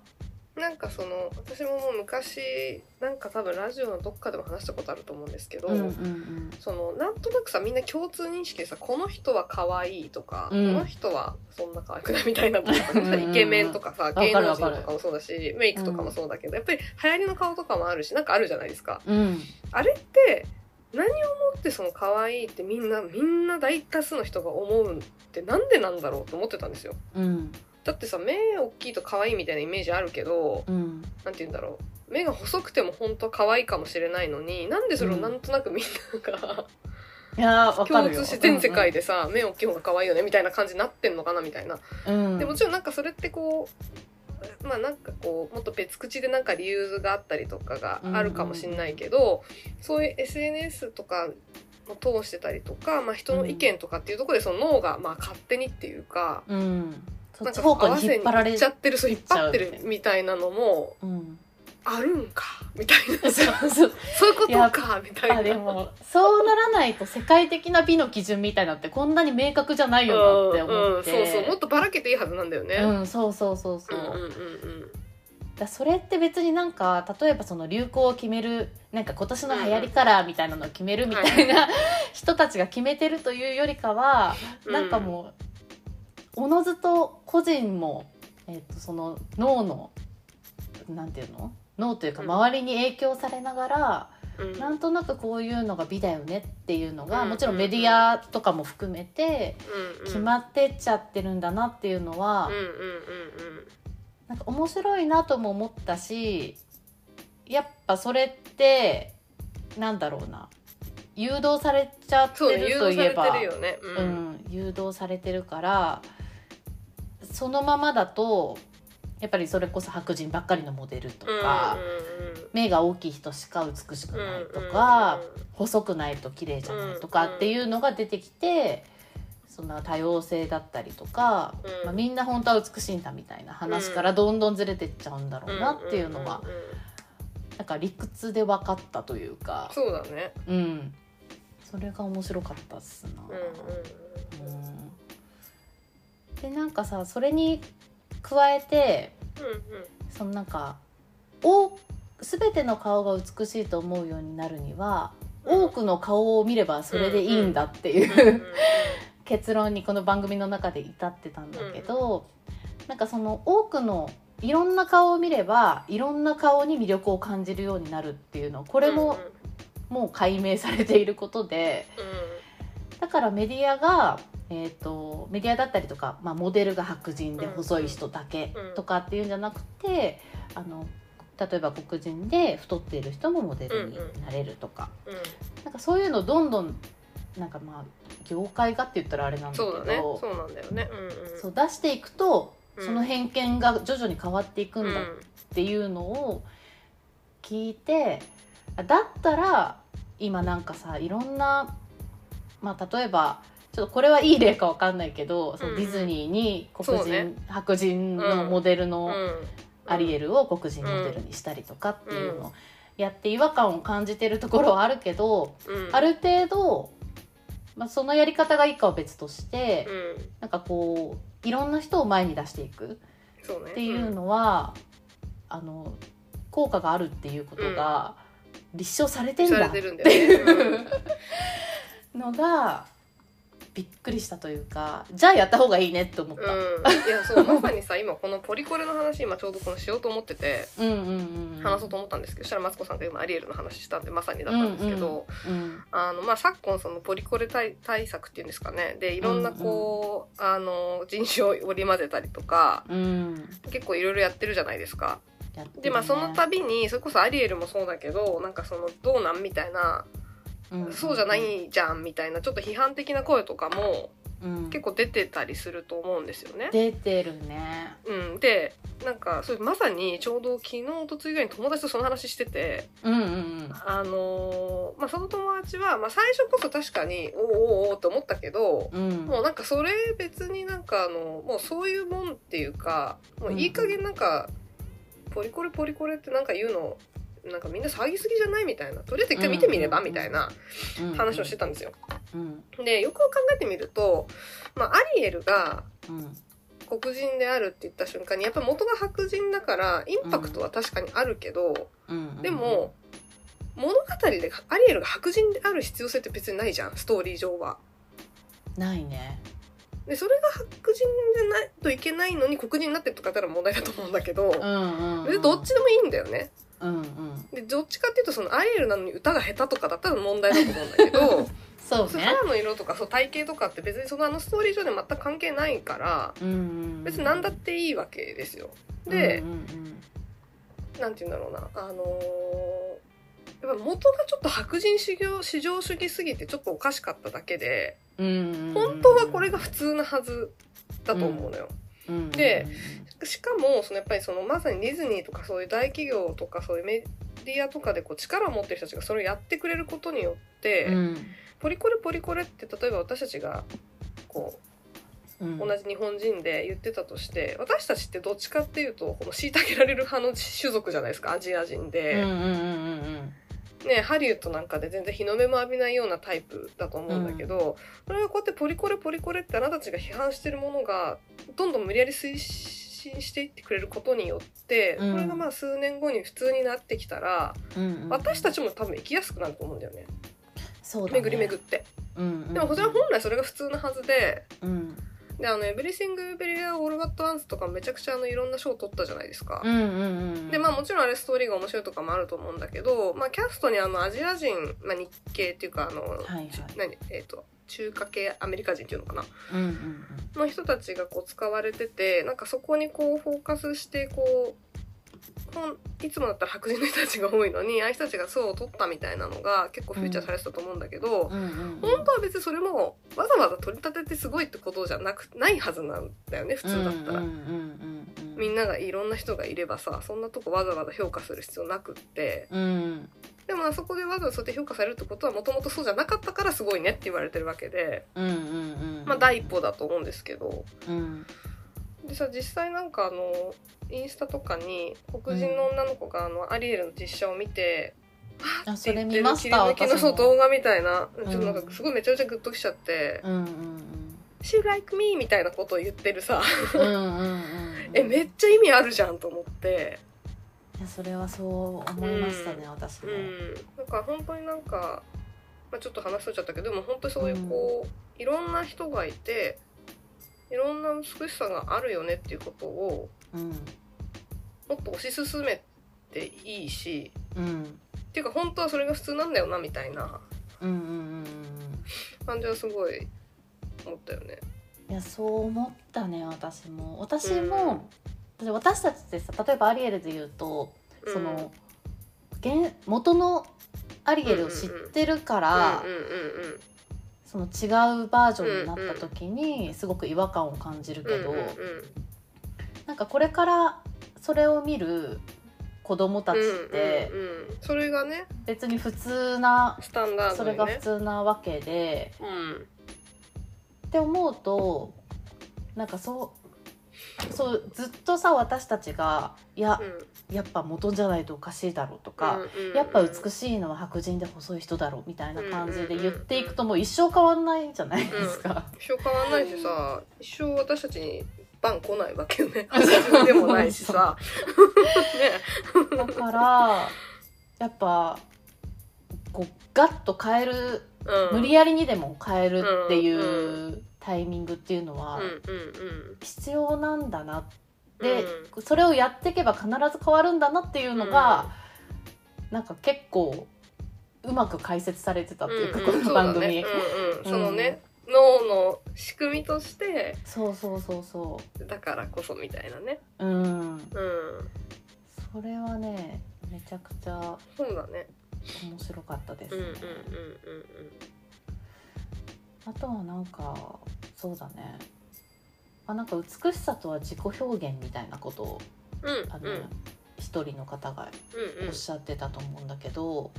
[SPEAKER 2] なんかその私ももう昔なんか多分ラジオのどっかでも話したことあると思うんですけど、
[SPEAKER 1] うんうん
[SPEAKER 2] そのなんとなくさみんな共通認識でさこの人は可愛いとか、
[SPEAKER 1] うん
[SPEAKER 2] この人はそんな可愛くないみたいなとか
[SPEAKER 1] うんうんうん
[SPEAKER 2] イケメンとかさ
[SPEAKER 1] かる
[SPEAKER 2] 芸能人とかもそうだしメイクとかもそうだけど、やっぱり流行りの顔とかもあるしなんかあるじゃないですか。
[SPEAKER 1] うんうん
[SPEAKER 2] あれって何をもってその可愛いってみんなみんな大多数の人が思うんってなんでなんだろうと思ってたんですよ。
[SPEAKER 1] うん
[SPEAKER 2] だってさ目大きいと可愛いみたいなイメージあるけど
[SPEAKER 1] うん
[SPEAKER 2] なんて言うんだろう目が細くても本当は可愛いかもしれないのになんでそれをなんとなくみんなが、
[SPEAKER 1] いやーわか
[SPEAKER 2] 共
[SPEAKER 1] るよ
[SPEAKER 2] 通して全世界でさ、目大きい方が可愛いよねみたいな感じになってんのかなみたいな、
[SPEAKER 1] うんうん
[SPEAKER 2] でもちろんなんかそれってこうまあなんかこうもっと別口でなんか理由があったりとかがあるかもしれないけど、そういう SNS とかも通してたりとか、まあ、人の意見とかっていうところでその脳がまあ勝手にっていうか。
[SPEAKER 1] うんそ
[SPEAKER 2] な
[SPEAKER 1] っ
[SPEAKER 2] ん
[SPEAKER 1] ち
[SPEAKER 2] か
[SPEAKER 1] 方
[SPEAKER 2] 合
[SPEAKER 1] 向
[SPEAKER 2] わ
[SPEAKER 1] に
[SPEAKER 2] せ
[SPEAKER 1] 引っ
[SPEAKER 2] に
[SPEAKER 1] 張ら
[SPEAKER 2] 行
[SPEAKER 1] れ
[SPEAKER 2] っちゃってるそう引っ張って
[SPEAKER 1] 行っちゃ
[SPEAKER 2] る
[SPEAKER 1] う
[SPEAKER 2] みたいなのも
[SPEAKER 1] うん、
[SPEAKER 2] あるんかみたい な
[SPEAKER 1] そうそう
[SPEAKER 2] そういうことかみたいな
[SPEAKER 1] あでもそうならないと世界的な美の基準みたいなのってこんなに明確じゃないよなって思って、
[SPEAKER 2] うんうん、そうそうもっとばらけていいはずなんだよね、
[SPEAKER 1] うんそうそうそうそう、
[SPEAKER 2] うんうんうん
[SPEAKER 1] だそれって別になんか例えばその流行を決めるなんか今年の流行りカラーみたいなのを決めるみたいな、人たちが決めてるというよりかは、
[SPEAKER 2] うん
[SPEAKER 1] なんかもうおのずと個人も、えっとその脳のなんていうの脳というか
[SPEAKER 2] うん
[SPEAKER 1] 周りに影響されながら、
[SPEAKER 2] うん
[SPEAKER 1] なんとなくこういうのが美だよねっていうのが、
[SPEAKER 2] うん
[SPEAKER 1] もちろんメディアとかも含めて
[SPEAKER 2] うん
[SPEAKER 1] 決まってっちゃってるんだなっていうのは、
[SPEAKER 2] うんうんうん
[SPEAKER 1] なんか面白いなとも思ったしやっぱそれってなんだろうな誘導されちゃっ
[SPEAKER 2] そう
[SPEAKER 1] て
[SPEAKER 2] ね
[SPEAKER 1] る
[SPEAKER 2] 誘
[SPEAKER 1] といえ
[SPEAKER 2] 導さ
[SPEAKER 1] ば
[SPEAKER 2] れてるよねうん
[SPEAKER 1] う、ん、誘導されてるからそのままだとやっぱりそれこそ白人ばっかりのモデルとか、目が大きい人しか美しく
[SPEAKER 2] うんうんうん
[SPEAKER 1] ないとか。細くないと綺麗じゃないとかっていうのが出てきて、そんな多様性だったりとか、
[SPEAKER 2] うん
[SPEAKER 1] まあ、みんな本当は美しいんだみたいな話からどんどんずれてっちゃうんだろうなっていうのは
[SPEAKER 2] うんうんうんうん
[SPEAKER 1] なんか理屈で分かったというか、
[SPEAKER 2] そうだね
[SPEAKER 1] うん、それが面白かったっすな。
[SPEAKER 2] うんうんうん
[SPEAKER 1] うんでなんかさそれに加えて
[SPEAKER 2] うんうん
[SPEAKER 1] そのなんかお全ての顔が美しいと思うようになるには多くの顔を見ればそれでいいんだっていう
[SPEAKER 2] うんうんうん
[SPEAKER 1] 結論にこの番組の中で至ってたんだけど、なんかその多くのいろんな顔を見ればいろんな顔に魅力を感じるようになるっていうのこれももう解明されていることで
[SPEAKER 2] うんうん
[SPEAKER 1] だからメディアが、えー、とメディアだったりとか、まあ、モデルが白人で細い人だけ
[SPEAKER 2] うん
[SPEAKER 1] とかっていうんじゃなくてあの例えば黒人で太っている人もモデルになれるとか、
[SPEAKER 2] うん
[SPEAKER 1] なんかそういうのをどんどんなんかまあ業界がって言ったらあれなんだけ
[SPEAKER 2] そ
[SPEAKER 1] ど
[SPEAKER 2] うだねそうなんだよねうんうん
[SPEAKER 1] そう出していくと、
[SPEAKER 2] うん
[SPEAKER 1] その偏見が徐々に変わっていくんだ
[SPEAKER 2] う
[SPEAKER 1] っ
[SPEAKER 2] ん
[SPEAKER 1] ていうのを聞いて、あだったら今なんかさいろんな、まあ、例えばちょっとこれはいい例かわかんないけど、その
[SPEAKER 2] うん
[SPEAKER 1] ディズニーに黒人、
[SPEAKER 2] そうね
[SPEAKER 1] 白人のモデルの
[SPEAKER 2] うん
[SPEAKER 1] アリエルを黒人モデルにしたりとかっていうのをやって違和感を感じてるところはあるけど、
[SPEAKER 2] うん
[SPEAKER 1] ある程度、まあ、そのやり方がいいかは別として。
[SPEAKER 2] うん
[SPEAKER 1] なんかこういろんな人を前に出していく
[SPEAKER 2] そうね
[SPEAKER 1] っていうのは、あの効果があるっていうことが立証されてん
[SPEAKER 2] さ
[SPEAKER 1] だ
[SPEAKER 2] れ
[SPEAKER 1] ってて
[SPEAKER 2] るんだよね
[SPEAKER 1] いうのがびっくりしたというかじゃあやった方がいいねって思っ
[SPEAKER 2] う
[SPEAKER 1] た、
[SPEAKER 2] ん、いやそうまさにさ今このポリコレの話今ちょうどこのしようと思ってて
[SPEAKER 1] うん、うんうんうん
[SPEAKER 2] 話そうと思ったんですけどそしたらマツコさんが今アリエルの話したんでまさにだったんですけど、
[SPEAKER 1] うんうん
[SPEAKER 2] あのまあ、昨今そのポリコレ対対策っていうんですかねでいろんなこう、あの人種を織り交ぜたりとか
[SPEAKER 1] うん
[SPEAKER 2] 結構いろいろやってるじゃないですか。
[SPEAKER 1] やってるね
[SPEAKER 2] でまあその度にそれこそアリエルもそうだけどなんかそのどうなんみたいな、
[SPEAKER 1] うん
[SPEAKER 2] そうじゃないじゃんみたいなちょっと批判的な声とかも
[SPEAKER 1] うん
[SPEAKER 2] 結構出てたりすると思うんですよね。
[SPEAKER 1] 出てるね
[SPEAKER 2] うん、でなんかそれまさにちょうど昨日おとついぐらいに友達とその話してて
[SPEAKER 1] うんうんうん
[SPEAKER 2] あのーまあ、その友達は、まあ、最初こそ確かにおおおおって思ったけど、
[SPEAKER 1] うん
[SPEAKER 2] もうなんかそれ別になんかあのもうそういうもんっていうかもういい加減なんか、ポリコレポリコレってなんか言うのなんかみんな騒ぎすぎじゃないみたいなとりあえず一回見てみれば
[SPEAKER 1] うんうんう
[SPEAKER 2] み
[SPEAKER 1] ん
[SPEAKER 2] たいな
[SPEAKER 1] うん
[SPEAKER 2] 話をしてたんですよ。
[SPEAKER 1] うん
[SPEAKER 2] でよくよく考えてみると、まあ、アリエルが
[SPEAKER 1] うん
[SPEAKER 2] 黒人であるって言った瞬間にやっぱり元が白人だからインパクトは確かにあるけど、
[SPEAKER 1] うん
[SPEAKER 2] でも物語でアリエルが白人である必要性って別にないじゃんストーリー上は。
[SPEAKER 1] ないね
[SPEAKER 2] でそれが白人でないといけないのに黒人になってるとかだったら問題だと思うんだけど、
[SPEAKER 1] うんうんう
[SPEAKER 2] で
[SPEAKER 1] ん
[SPEAKER 2] どっちでもいいんだよね。
[SPEAKER 1] うんうん
[SPEAKER 2] でどっちかっていうとそのアリエルなのに歌が下手とかだったら問題だと思うんだけど
[SPEAKER 1] そう
[SPEAKER 2] そ
[SPEAKER 1] ね
[SPEAKER 2] う肌の色とかそう体型とかって別にそのあのストーリー上で全く関係ないから
[SPEAKER 1] うんうん
[SPEAKER 2] 別に何だっていいわけですよ。で
[SPEAKER 1] うんうん
[SPEAKER 2] なんて言うんだろうなあのーやっぱ元がちょっと白人至上至上主義すぎてちょっとおかしかっただけで
[SPEAKER 1] うんうんうん
[SPEAKER 2] 本当はこれが普通なはずだと思うのよ。
[SPEAKER 1] うんうんうん
[SPEAKER 2] でしかもそのやっぱりそのまさにディズニーとかそういう大企業とかそういうメディアとかでこう力を持ってる人たちがそれをやってくれることによって、
[SPEAKER 1] うん
[SPEAKER 2] ポリコレポリコレって例えば私たちがこ
[SPEAKER 1] うん
[SPEAKER 2] う同じ日本人で言ってたとして、私たちってどっちかっていうとこの虐げられる派の種族じゃないですかアジア人
[SPEAKER 1] う
[SPEAKER 2] で、
[SPEAKER 1] んうんうんうん
[SPEAKER 2] ね、ハリウッドなんかで全然日の目も浴びないようなタイプだと思うんだけど、それがこうやってポリコレポリコレってあなたたちが批判してるものがどんどん無理やり推進していってくれることによって、
[SPEAKER 1] うん
[SPEAKER 2] これがまあ数年後に普通になってきたら、
[SPEAKER 1] うんうん
[SPEAKER 2] 私たちも多分生きやすくなると思うんだよね
[SPEAKER 1] そうだね
[SPEAKER 2] 巡り巡って。
[SPEAKER 1] うんうん
[SPEAKER 2] でもこちら本来それが普通なはずで。
[SPEAKER 1] うん
[SPEAKER 2] であの「エブリシング・エブリア・オール・バット・ワンス」とかめちゃくちゃあのいろんな賞を取ったじゃないですか。
[SPEAKER 1] うんうんうん
[SPEAKER 2] でまあもちろんあれストーリーが面白いとかもあると思うんだけど、まあ、キャストにあのアジア人、まあ、日系っていうかあの、
[SPEAKER 1] はいはい
[SPEAKER 2] 何えっ、と中華系アメリカ人っていうのかな
[SPEAKER 1] うんうん
[SPEAKER 2] の人たちがこう使われててなんかそこにこうフォーカスしてこうほんいつもだったら白人の人たちが多いのにああいう人たちが層を取ったみたいなのが結構フューチャーされてたと思うんだけど、
[SPEAKER 1] うんうんうん
[SPEAKER 2] 本当は別にそれもわざわざ取り立ててすごいってことじゃなくないはずなんだよね普通だった
[SPEAKER 1] うんうんう
[SPEAKER 2] ら。
[SPEAKER 1] んうん
[SPEAKER 2] みんながいろんな人がいればさそんなとこわざわざ評価する必要なくって
[SPEAKER 1] うん
[SPEAKER 2] でもあそこでわざわざそうやって評価されるってことはもともとそうじゃなかったからすごいねって言われてるわけで、
[SPEAKER 1] うんうんうん
[SPEAKER 2] まあ、第一歩だと思うんですけど
[SPEAKER 1] うん
[SPEAKER 2] でさ実際なんかあのインスタとかに黒人の女の子があのアリエルの実写を見て「
[SPEAKER 1] あ
[SPEAKER 2] わっ!」
[SPEAKER 1] そ
[SPEAKER 2] て
[SPEAKER 1] れ
[SPEAKER 2] 言っ
[SPEAKER 1] 見
[SPEAKER 2] てる
[SPEAKER 1] ま
[SPEAKER 2] 切
[SPEAKER 1] し
[SPEAKER 2] り
[SPEAKER 1] た
[SPEAKER 2] 抜きのそう
[SPEAKER 1] 私も
[SPEAKER 2] 動画みたいなちょっとなん
[SPEAKER 1] うん
[SPEAKER 2] かすごいめちゃめちゃグッときちゃって
[SPEAKER 1] うんうん
[SPEAKER 2] 「She like me」みたいなことを言ってるさ
[SPEAKER 1] うんうんうんうん
[SPEAKER 2] えめっちゃ意味あるじゃんと思って。
[SPEAKER 1] いやそれはそう思いましたね私
[SPEAKER 2] う
[SPEAKER 1] も
[SPEAKER 2] ん、なんか本当になんか、まあ、ちょっと話しとっちゃったけどでも本当にそういうこう、いろんな人がいていろんな美しさがあるよねっていうことを
[SPEAKER 1] うん
[SPEAKER 2] もっと推し進めていいし
[SPEAKER 1] うん
[SPEAKER 2] っていうか本当はそれが普通なんだよなみたいな
[SPEAKER 1] うんうんうんうん
[SPEAKER 2] 感じはすごい思ったよね。
[SPEAKER 1] いやそう思ったね私も私も、私たちってさ例えばアリエルで言うと、
[SPEAKER 2] うん
[SPEAKER 1] その現元のアリエルを知ってるから、
[SPEAKER 2] うんうんうんうん
[SPEAKER 1] その違うバージョンになった時にすごく違和感を感じるけど、
[SPEAKER 2] うんうん
[SPEAKER 1] なんかこれからそれを見る子供たちっ
[SPEAKER 2] う
[SPEAKER 1] て
[SPEAKER 2] んうんうんそれがね
[SPEAKER 1] 別に普通な、
[SPEAKER 2] スタンダード
[SPEAKER 1] そ
[SPEAKER 2] で
[SPEAKER 1] れが
[SPEAKER 2] ね
[SPEAKER 1] 普通なわけで
[SPEAKER 2] うん
[SPEAKER 1] って思うとなんかそうそうずっとさ私たちがいや
[SPEAKER 2] うん
[SPEAKER 1] やっぱ元じゃないとおかしいだろうとか、
[SPEAKER 2] うんうん
[SPEAKER 1] やっぱ美しいのは白人で細い人だろうみたいな感じで言っていくともう一生変わんないじゃないですか。
[SPEAKER 2] 一生変わんないしさ一生私たちにバン来ないわけ よね私でもないしさね
[SPEAKER 1] だからやっぱこうガッと変える
[SPEAKER 2] うん、
[SPEAKER 1] 無理
[SPEAKER 2] や
[SPEAKER 1] やりにでも変えるっていううタイミングっていうのは
[SPEAKER 2] うんうん
[SPEAKER 1] 必要なんだなっ
[SPEAKER 2] うん
[SPEAKER 1] て、それをやっていけば必ず変わるんだなっていうのが、なんか結構うまく解説されてたっていうか、この番組、
[SPEAKER 2] うんうんそうだねうんうん、そのね、脳の仕組みとして
[SPEAKER 1] そうそうそうそ
[SPEAKER 2] だからこそみたいなね
[SPEAKER 1] ううん
[SPEAKER 2] うん
[SPEAKER 1] それはねめちゃくちゃ
[SPEAKER 2] そうだね
[SPEAKER 1] 面白かったです、
[SPEAKER 2] うんうんうんうん
[SPEAKER 1] あとはなんかそうだねあなんか美しさとは自己表現みたいなことを
[SPEAKER 2] うんうん
[SPEAKER 1] あの、
[SPEAKER 2] うんうん
[SPEAKER 1] 一人の方が
[SPEAKER 2] うん
[SPEAKER 1] おっしゃってたと思うんだけど、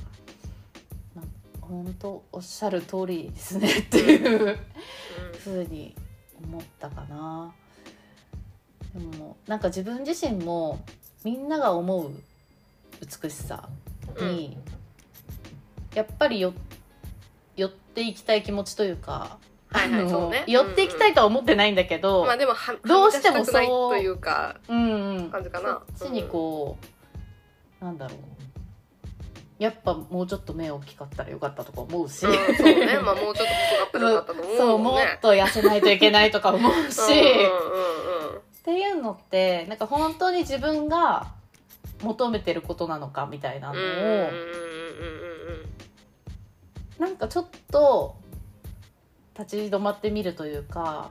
[SPEAKER 1] なん本当おっしゃる通りですねっていうふうに思ったかな。でもなんか自分自身もみんなが思う美しさ
[SPEAKER 2] うん
[SPEAKER 1] に、やっぱりよ寄っていきたい気持ちというか、
[SPEAKER 2] はいはい
[SPEAKER 1] あの
[SPEAKER 2] そうね
[SPEAKER 1] 寄っていきたい
[SPEAKER 2] と
[SPEAKER 1] とは思ってないんだけど、
[SPEAKER 2] まあでもは
[SPEAKER 1] どうしても
[SPEAKER 2] はみ出したくないというか
[SPEAKER 1] うんうん、
[SPEAKER 2] 感じかな
[SPEAKER 1] そっちにこう、なんだろうやっぱもうちょっと目大きかったらよかったとか思うし、
[SPEAKER 2] うんそうねまあもうちょっと細かったらよかったと思う
[SPEAKER 1] そう
[SPEAKER 2] もん
[SPEAKER 1] も
[SPEAKER 2] ね
[SPEAKER 1] っと痩せないといけないとか思うし、っ
[SPEAKER 2] うんうんうんうん
[SPEAKER 1] ていうのってなんか本当に自分が求めてることなのかみたいなのを、なんかちょっと立ち止まってみるというか、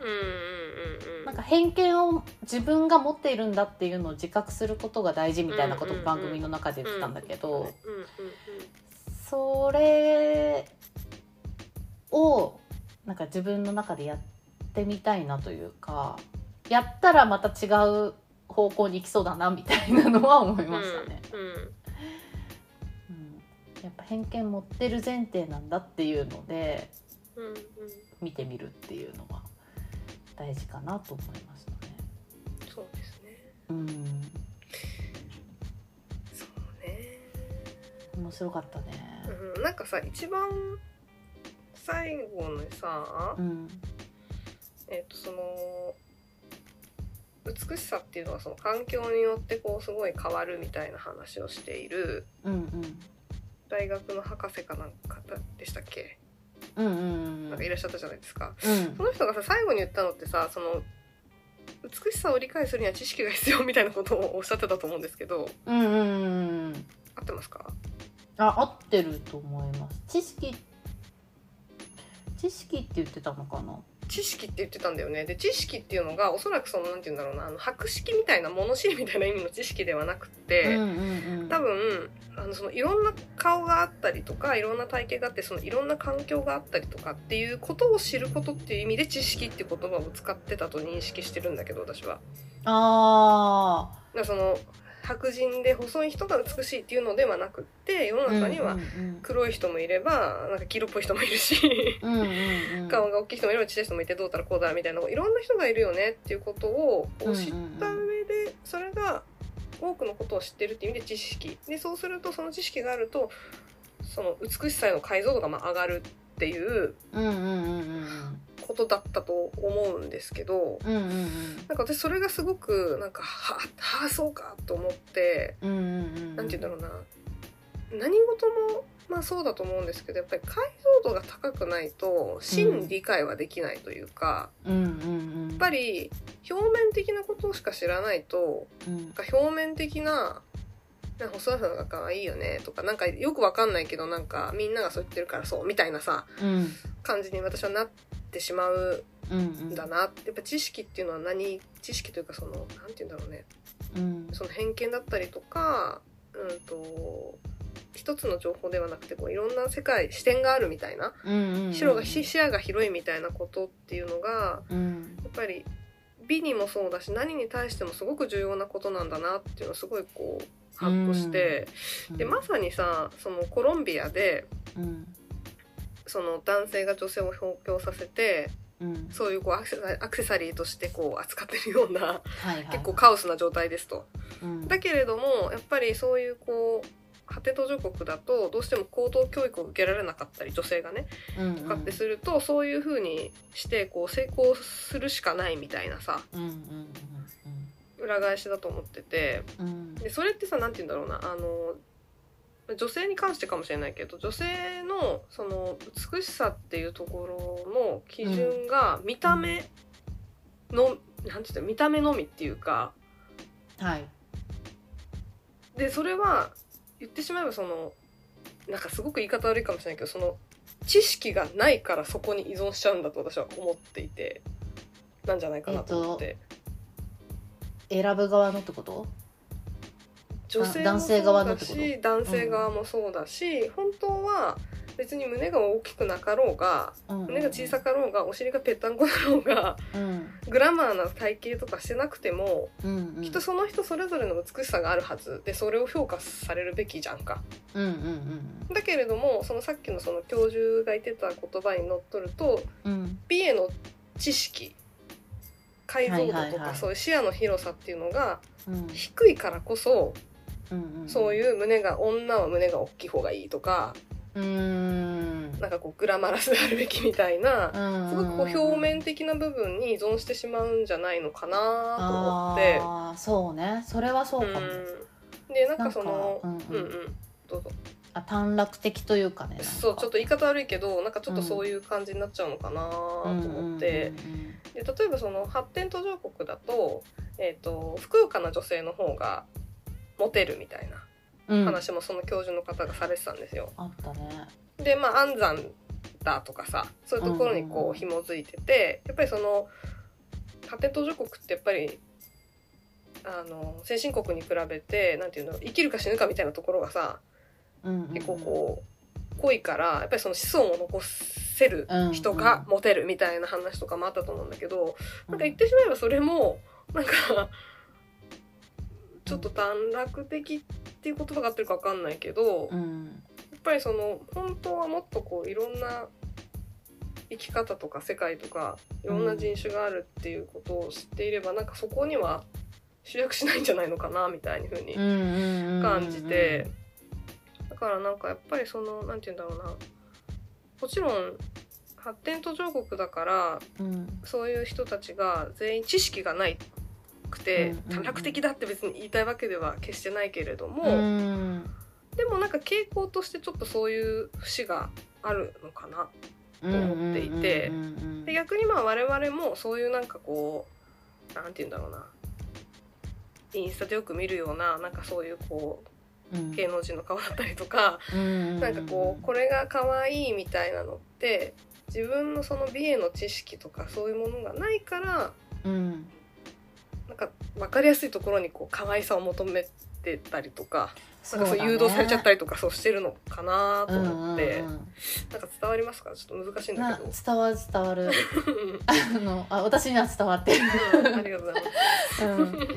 [SPEAKER 1] なんか偏見を自分が持っているんだっていうのを自覚することが大事みたいなことを番組の中で言ってたんだけど、それをなんか自分の中でやってみたいなというかやったらまた違う方向に行きそうだなみたいなのは思いましたね、うんやっぱ偏見持ってる前提なんだっていうので見てみるっていうのは大事かなと思いましたね。
[SPEAKER 2] そうですね
[SPEAKER 1] うん
[SPEAKER 2] そうね、
[SPEAKER 1] 面白かったね。
[SPEAKER 2] うん、なんかさ一番最後のさ、
[SPEAKER 1] うん、
[SPEAKER 2] えっ、とその美しさっていうのはその環境によってこうすごい変わるみたいな話をしている
[SPEAKER 1] うん、うん、
[SPEAKER 2] 大学の博士かなんかでしたっけ、
[SPEAKER 1] うん、うん、うん
[SPEAKER 2] なんかいらっしゃったじゃないですか
[SPEAKER 1] うん
[SPEAKER 2] そ、の人がさ最後に言ったのってさその美しさを理解するには知識が必要みたいなことをおっしゃってたと思うんですけど
[SPEAKER 1] うん、うん、うん。
[SPEAKER 2] 合ってますか
[SPEAKER 1] あ合ってると思います知識知識って言ってたのかな
[SPEAKER 2] 知識って言ってたんだよねで知識っていうのがおそらくそのなんて言うんだろうなあの博識みたいな物知りみたいな意味の知識ではなくって、
[SPEAKER 1] うんうんうん
[SPEAKER 2] 多分あのそのいろんな顔があったりとかいろんな体型があってそのいろんな環境があったりとかっていうことを知ることっていう意味で知識っていう言葉を使ってたと認識してるんだけど私は。
[SPEAKER 1] ああ
[SPEAKER 2] だからその白人で細い人が美しいっていうのではなくって世の中には
[SPEAKER 1] うん
[SPEAKER 2] 黒い人もいればなんか黄色っぽい人もいるし
[SPEAKER 1] うんうんうんうん
[SPEAKER 2] 顔が大きい人もいれば小さい人もいてどうたらこうだらみたいないろんな人がいるよねっていうことを
[SPEAKER 1] うんうんうん
[SPEAKER 2] 知った上でそれが多くのことを知ってるっていう意味で知識でそうするとその知識があるとその美しさへの解像度がまあ上がるっていう
[SPEAKER 1] うんうんうん
[SPEAKER 2] ことだったと思うんですけど
[SPEAKER 1] うんうんうん
[SPEAKER 2] なんか私それがすごくなんかははあそうかと思って
[SPEAKER 1] うんうんうん
[SPEAKER 2] なんて言うんだろうな何事もまあそうだと思うんですけどやっぱり解像度が高くないと真理解はできないというか、
[SPEAKER 1] うんうんうん
[SPEAKER 2] やっぱり表面的なことしか知らないと
[SPEAKER 1] うん
[SPEAKER 2] なんか表面的な「なんか細田さんが可愛いよね」とかなんかよくわかんないけどなんかみんながそう言ってるからそうみたいなさ
[SPEAKER 1] うん
[SPEAKER 2] 感じに私はなってしまう
[SPEAKER 1] うん
[SPEAKER 2] んだ
[SPEAKER 1] な
[SPEAKER 2] なってやっぱ知識っていうのは何知識というかそのなんて言うんだろうね
[SPEAKER 1] うん
[SPEAKER 2] その偏見だったりとか、うん、と一つの情報ではなくてこういろんな世界視点があるみたいな
[SPEAKER 1] うんうん
[SPEAKER 2] 白が視視野が広いみたいなことっていうのが
[SPEAKER 1] うん
[SPEAKER 2] やっぱり美にもそうだし何に対してもすごく重要なことなんだなっていうのをすごいこうハッとして、でまさにさそのコロンビアで
[SPEAKER 1] うん
[SPEAKER 2] その男性が女性を表境させて
[SPEAKER 1] うん
[SPEAKER 2] そういうこうアクセサアクセサリーとしてこう扱ってるような
[SPEAKER 1] はいはい
[SPEAKER 2] 結構カオスな状態ですと。
[SPEAKER 1] うん
[SPEAKER 2] だけれどもやっぱりそういうこう果て途上国だとどうしても高等教育を受けられなかったり女性がね
[SPEAKER 1] うん
[SPEAKER 2] とかってすると、そういう風にしてこう成功するしかないみたいなさ
[SPEAKER 1] うんうん
[SPEAKER 2] 裏返しだと思ってて
[SPEAKER 1] うんうんうん
[SPEAKER 2] でそれってさ何て言うんだろうなあの女性に関してかもしれないけど女性のその美しさっていうところの基準が見た目の、なんて言うの見た目のみっていうか
[SPEAKER 1] はい
[SPEAKER 2] でそれは言ってしまえばそのなんかすごく言い方悪いかもしれないけどその知識がないからそこに依存しちゃうんだと私は思っていてなんじゃないかなと思って、
[SPEAKER 1] 選ぶ側のってこと
[SPEAKER 2] 女性
[SPEAKER 1] 男性側の
[SPEAKER 2] も
[SPEAKER 1] ってこ
[SPEAKER 2] そ
[SPEAKER 1] と
[SPEAKER 2] うだし男性側もそうだし、本当は別に胸が大きくなかろうが胸が小さ
[SPEAKER 1] く
[SPEAKER 2] かろうがお尻がぺったんこだろうが
[SPEAKER 1] うん
[SPEAKER 2] グラマーな体型とかしてなくても、
[SPEAKER 1] うんうん
[SPEAKER 2] きっとその人それぞれの美しさがあるはずでそれを評価されるべきじゃんか。
[SPEAKER 1] うんうん
[SPEAKER 2] だけれどもそのさっきのその教授が言ってた言葉にのっとると
[SPEAKER 1] うんうん
[SPEAKER 2] 美への知識解
[SPEAKER 1] は
[SPEAKER 2] 像度
[SPEAKER 1] い
[SPEAKER 2] と
[SPEAKER 1] はいは
[SPEAKER 2] か
[SPEAKER 1] い
[SPEAKER 2] そういう視野の広さっていうのが
[SPEAKER 1] うん
[SPEAKER 2] 低いからこそ
[SPEAKER 1] うんうん
[SPEAKER 2] そう
[SPEAKER 1] う
[SPEAKER 2] いう胸が女は胸が大きい方がいいとか
[SPEAKER 1] うーん
[SPEAKER 2] なんかこうグラマラスであるべきみたいなす
[SPEAKER 1] す
[SPEAKER 2] ごくこう表面的な部分に依存してしまうんじゃないのかなと思って
[SPEAKER 1] ああそうねそれはそうかも、
[SPEAKER 2] うんでなんかその
[SPEAKER 1] なんか
[SPEAKER 2] う
[SPEAKER 1] うん
[SPEAKER 2] ん
[SPEAKER 1] う
[SPEAKER 2] うんんどうぞ
[SPEAKER 1] あ短絡的というかねなんか
[SPEAKER 2] そうちょっと言い方悪いけどなんかちょっとそういう感じになっちゃうのかなと思って。で例えばその発展途上国だと,、えー、とふくよかな女性の方がモテるみたい
[SPEAKER 1] うんうんうんう
[SPEAKER 2] なん話もその教授の方がされてたんですよ。
[SPEAKER 1] あったね
[SPEAKER 2] でまあ安産だとかさそういうところに
[SPEAKER 1] うんうん
[SPEAKER 2] こ
[SPEAKER 1] う
[SPEAKER 2] うん紐づいててやっぱりその発展途上国ってやっぱりあの先進国に比べてなんていうの生きるか死ぬかみたいなところがさ
[SPEAKER 1] うんうんうん
[SPEAKER 2] 結構こう濃いからやっぱりその子孫を残せる人がモテるみたいな話とかもあったと思うんだけどなんか言ってしまえばそれもなんかちょっと短絡的っていう言葉が合ってるか分かんないけど
[SPEAKER 1] う
[SPEAKER 2] やっ
[SPEAKER 1] ん
[SPEAKER 2] ぱりその本当はもっとこういろんな生き方とか世界とかいろんな人種があるっていうことを知っていればなんかそこには集約しないんじゃないのかなみたいなふうに
[SPEAKER 1] うんうんうんうんうん
[SPEAKER 2] 感じてだからなんかやっぱりそのなんて言うんだろうなもちろん発展途上国だから
[SPEAKER 1] うん
[SPEAKER 2] そういう人たちが全員知識がないくて
[SPEAKER 1] うんうんう
[SPEAKER 2] 短
[SPEAKER 1] ん
[SPEAKER 2] 絡的だって別に言いたいわけでは決してないけれども、
[SPEAKER 1] うん
[SPEAKER 2] でもなんか傾向としてちょっとそういう節があるのかな。思っていて
[SPEAKER 1] うんうんうんうん
[SPEAKER 2] で逆にまあ我々もそういうなんかこうなんて言うんだろうなインスタでよく見るようななんかそういうこ
[SPEAKER 1] うん
[SPEAKER 2] う芸能人の顔だったりとか、なんかこうこれが可愛いみたいなのって自分のその美への知識とかそういうものがないから
[SPEAKER 1] うん
[SPEAKER 2] なんか分かりやすいところにこう可愛さを求めてたりとか
[SPEAKER 1] そ
[SPEAKER 2] な
[SPEAKER 1] うん
[SPEAKER 2] かそう誘導されちゃった
[SPEAKER 1] り
[SPEAKER 2] りとかそうしてるのかなと思って、
[SPEAKER 1] うんうんうん
[SPEAKER 2] なんか伝わりますかちょっと難しいんだ
[SPEAKER 1] な
[SPEAKER 2] けど。
[SPEAKER 1] 伝わる伝わ る
[SPEAKER 2] うん
[SPEAKER 1] あのあ私には伝わってる、
[SPEAKER 2] うんありがとうございます。
[SPEAKER 1] うん、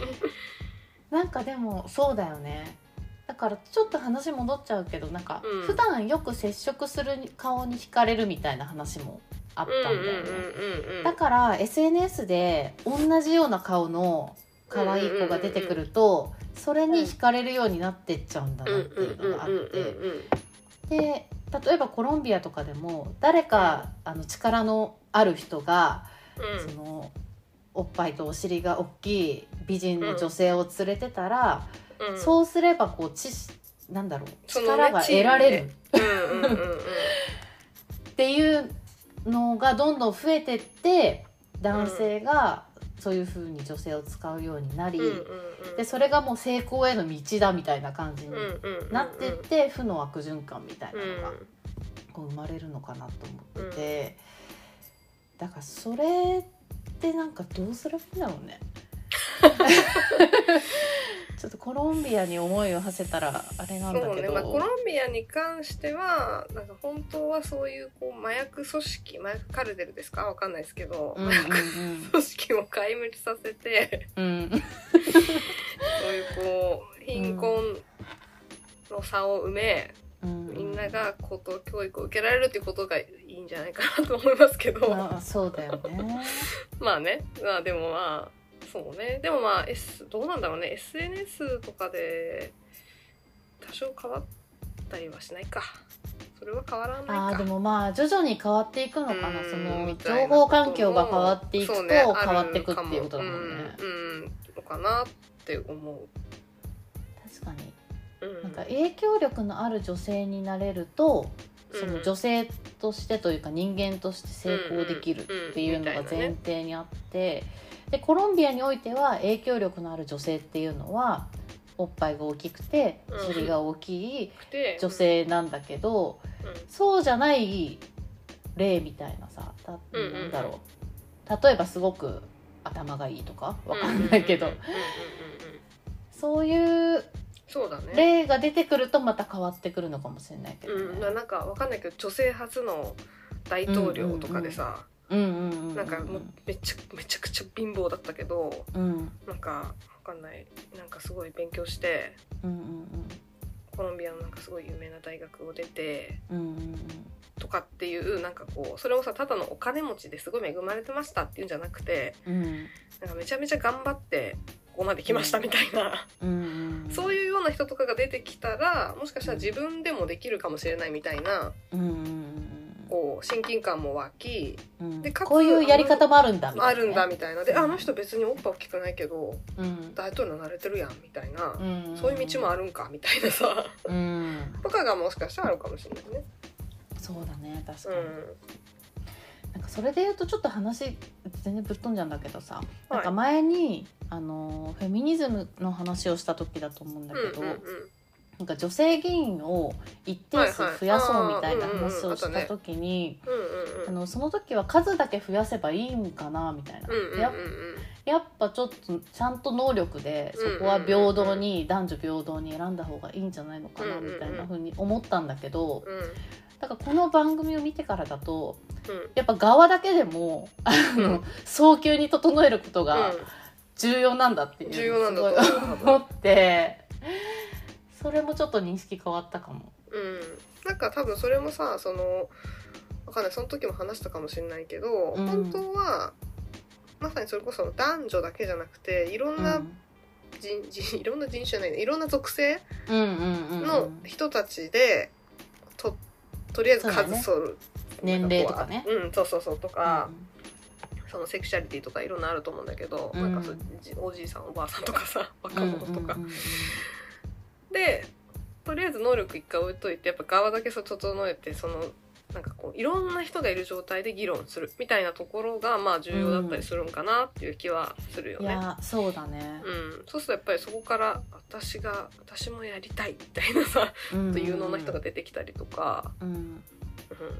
[SPEAKER 1] なんかでもそうだよねだからちょっと話戻っちゃうけどなんか、
[SPEAKER 2] うん
[SPEAKER 1] 普段よく接触する顔に惹かれるみたいな話もあったんだよね、だ
[SPEAKER 2] う
[SPEAKER 1] から SNS で同じような顔の可愛い子が出てくると、それに惹かれるようになってっちゃうんだなっていうのがあってで例えばコロンビアとかでも誰かあの力のある人が、そのおっぱいとお尻が大きい美人の女性を連れてたら、
[SPEAKER 2] んう
[SPEAKER 1] そうすればこう知識なんだろう
[SPEAKER 2] そのね
[SPEAKER 1] 力が得られる
[SPEAKER 2] んうんうんう
[SPEAKER 1] っ
[SPEAKER 2] ん
[SPEAKER 1] ていうのがどんどん増えてって男性がそういう風に女性を使うようになり、
[SPEAKER 2] うんうんうん
[SPEAKER 1] でそれがもう成功への道だみたいな感じに
[SPEAKER 2] うんうん
[SPEAKER 1] なってって負の悪循環みたいな
[SPEAKER 2] う
[SPEAKER 1] のが
[SPEAKER 2] ん
[SPEAKER 1] こう生まれるのかなと思っててだからそれってなんかどうすればいいんだろう ね。ちょっとコロンビアに思いを馳せたらあれなんだ
[SPEAKER 2] そう
[SPEAKER 1] け
[SPEAKER 2] ね、
[SPEAKER 1] ど、
[SPEAKER 2] まあ、コロンビアに関してはなんか本当はそういうこう麻薬組織麻薬カルテルですかわかんないですけど、
[SPEAKER 1] うんうんうん
[SPEAKER 2] 組織を壊滅させて
[SPEAKER 1] うん
[SPEAKER 2] そういうこう貧困の差を埋め、
[SPEAKER 1] うん
[SPEAKER 2] みんなが高等教育を受けられるっていうことがいいんじゃないかなと思いますけど、
[SPEAKER 1] まあそうだよ ね。
[SPEAKER 2] まあねまあでもまあそうねでもまあ、S、どうなんだろうね SNS とかで多少変わったりはしないかそれは変わらないか
[SPEAKER 1] あーでもまあ徐々に変わっていくのかな
[SPEAKER 2] うん
[SPEAKER 1] そ
[SPEAKER 2] み
[SPEAKER 1] の
[SPEAKER 2] たい
[SPEAKER 1] 情
[SPEAKER 2] な
[SPEAKER 1] 報環境が変わっていく
[SPEAKER 2] そ
[SPEAKER 1] と
[SPEAKER 2] うね
[SPEAKER 1] 変わっていくっていうことだもんね
[SPEAKER 2] あるかもうん、うんのかなって思う。
[SPEAKER 1] 確かに
[SPEAKER 2] ううん
[SPEAKER 1] なんか影響力のある女性になれると
[SPEAKER 2] うん
[SPEAKER 1] その女性としてというか人間として成功できるっていうのが前提にあってでコロンビアにおいては影響力のある女性っていうのはおっぱいが大きくて
[SPEAKER 2] うん
[SPEAKER 1] 尻が大きい
[SPEAKER 2] で
[SPEAKER 1] 女性なんだけど
[SPEAKER 2] うん
[SPEAKER 1] そうじゃない例みたいなさた
[SPEAKER 2] うんうんうん
[SPEAKER 1] なんだろう例えばすごく頭がいいとかわかんないけど
[SPEAKER 2] うんうんうんうんうん
[SPEAKER 1] そういう
[SPEAKER 2] そうだね
[SPEAKER 1] 例が出てくるとまた変わってくるのかもしれないけどね。
[SPEAKER 2] うん、なんかわかんないけど女性初の大統領とかでさ、
[SPEAKER 1] うんうんうんうん、
[SPEAKER 2] なんかもうめちゃめちゃくちゃ貧乏だったけど
[SPEAKER 1] うんうん
[SPEAKER 2] なんかわかんないなんかすごい勉強して
[SPEAKER 1] うんうん
[SPEAKER 2] コロンビアのなんかすごい有名な大学を出て
[SPEAKER 1] うんうん
[SPEAKER 2] とかっていうなんかこうそれをさただのお金持ちですごい恵まれてましたっていうんじゃなくて
[SPEAKER 1] うんうん
[SPEAKER 2] なんかめちゃめちゃ頑張ってここまで来ましたみたい な、
[SPEAKER 1] うんうん
[SPEAKER 2] そういうような人とかが出てきたらもしかしたら自分でもできるかもしれないみたいな
[SPEAKER 1] うんうん
[SPEAKER 2] こう親近感も湧き
[SPEAKER 1] うんうん
[SPEAKER 2] でかつ
[SPEAKER 1] こういうやり方もあるんだみた
[SPEAKER 2] あ
[SPEAKER 1] いなね、
[SPEAKER 2] るんだみたいなでああの人別におっぱい大きくないけど
[SPEAKER 1] うん
[SPEAKER 2] 大統領なれてるやんみたいな、
[SPEAKER 1] うんうん、
[SPEAKER 2] そういう道も
[SPEAKER 1] あ
[SPEAKER 2] あるんかみたいなさ
[SPEAKER 1] る、うん、
[SPEAKER 2] とかがもしかしたらあるかもしれないね。
[SPEAKER 1] そうだね確か
[SPEAKER 2] う
[SPEAKER 1] に、
[SPEAKER 2] ん
[SPEAKER 1] なんかそれで言うとちょっと話全然ぶっ飛んじゃうんだけどさ、
[SPEAKER 2] はい
[SPEAKER 1] なんか前にあのフェミニズムの話をした時だと思うんだ
[SPEAKER 2] うん
[SPEAKER 1] けど、
[SPEAKER 2] うんうん
[SPEAKER 1] なんか女性議員を一定数増やそうみたいな
[SPEAKER 2] はいはいあー
[SPEAKER 1] 話をした時に、
[SPEAKER 2] うん
[SPEAKER 1] あ
[SPEAKER 2] うんうん
[SPEAKER 1] のその時は数だけ増やせばいいんかなみたいな、
[SPEAKER 2] うんうんうん
[SPEAKER 1] やっやっぱちょっとちゃんと能力でそこは平等に男女平等に選んだ方がいいんじゃないのかな
[SPEAKER 2] うんうんう
[SPEAKER 1] み
[SPEAKER 2] ん
[SPEAKER 1] たいな風に思ったんだけど
[SPEAKER 2] うんうん
[SPEAKER 1] だからこの番組を見てからだとやっぱ側だけでもあの早急に整えることが重要なんだっていう
[SPEAKER 2] 重要なんだ
[SPEAKER 1] すごい
[SPEAKER 2] と思う多分
[SPEAKER 1] 思ってそれもちょっと認識変わったかも。
[SPEAKER 2] うんなんか多分それもさそのわかんないその時も話したかもしれないけど、
[SPEAKER 1] うん
[SPEAKER 2] 本当はまさにそれこそ男女だけじゃなくていろんな人,、人い ろんな人種じゃないねいろんな属性
[SPEAKER 1] うんうんうんうん
[SPEAKER 2] の人たちでととりあえず数
[SPEAKER 1] そ
[SPEAKER 2] そる、
[SPEAKER 1] ね
[SPEAKER 2] なん
[SPEAKER 1] 年齢
[SPEAKER 2] ことう
[SPEAKER 1] かね
[SPEAKER 2] うんそうそうそうとか、そのセクシャリティとかいろんなあると思うんだけど、
[SPEAKER 1] うん
[SPEAKER 2] なんかそうじおじいさんおばあさんとかさ若
[SPEAKER 1] うん
[SPEAKER 2] 者とか、
[SPEAKER 1] うんうんうん
[SPEAKER 2] でとりあえず能力一回置いといてやっぱ側だけそう整えてそのなんかこういろんな人がいる状態で議論するみたいなところがまあ重要だったりするんかなっていう気はするよ
[SPEAKER 1] い
[SPEAKER 2] ね。
[SPEAKER 1] やそうだね
[SPEAKER 2] う、ん、そうするとやっぱりそこから私が私もやりたいみたいなさ、
[SPEAKER 1] うん
[SPEAKER 2] と有能な人が出てきたりとか、
[SPEAKER 1] うん確
[SPEAKER 2] う
[SPEAKER 1] かに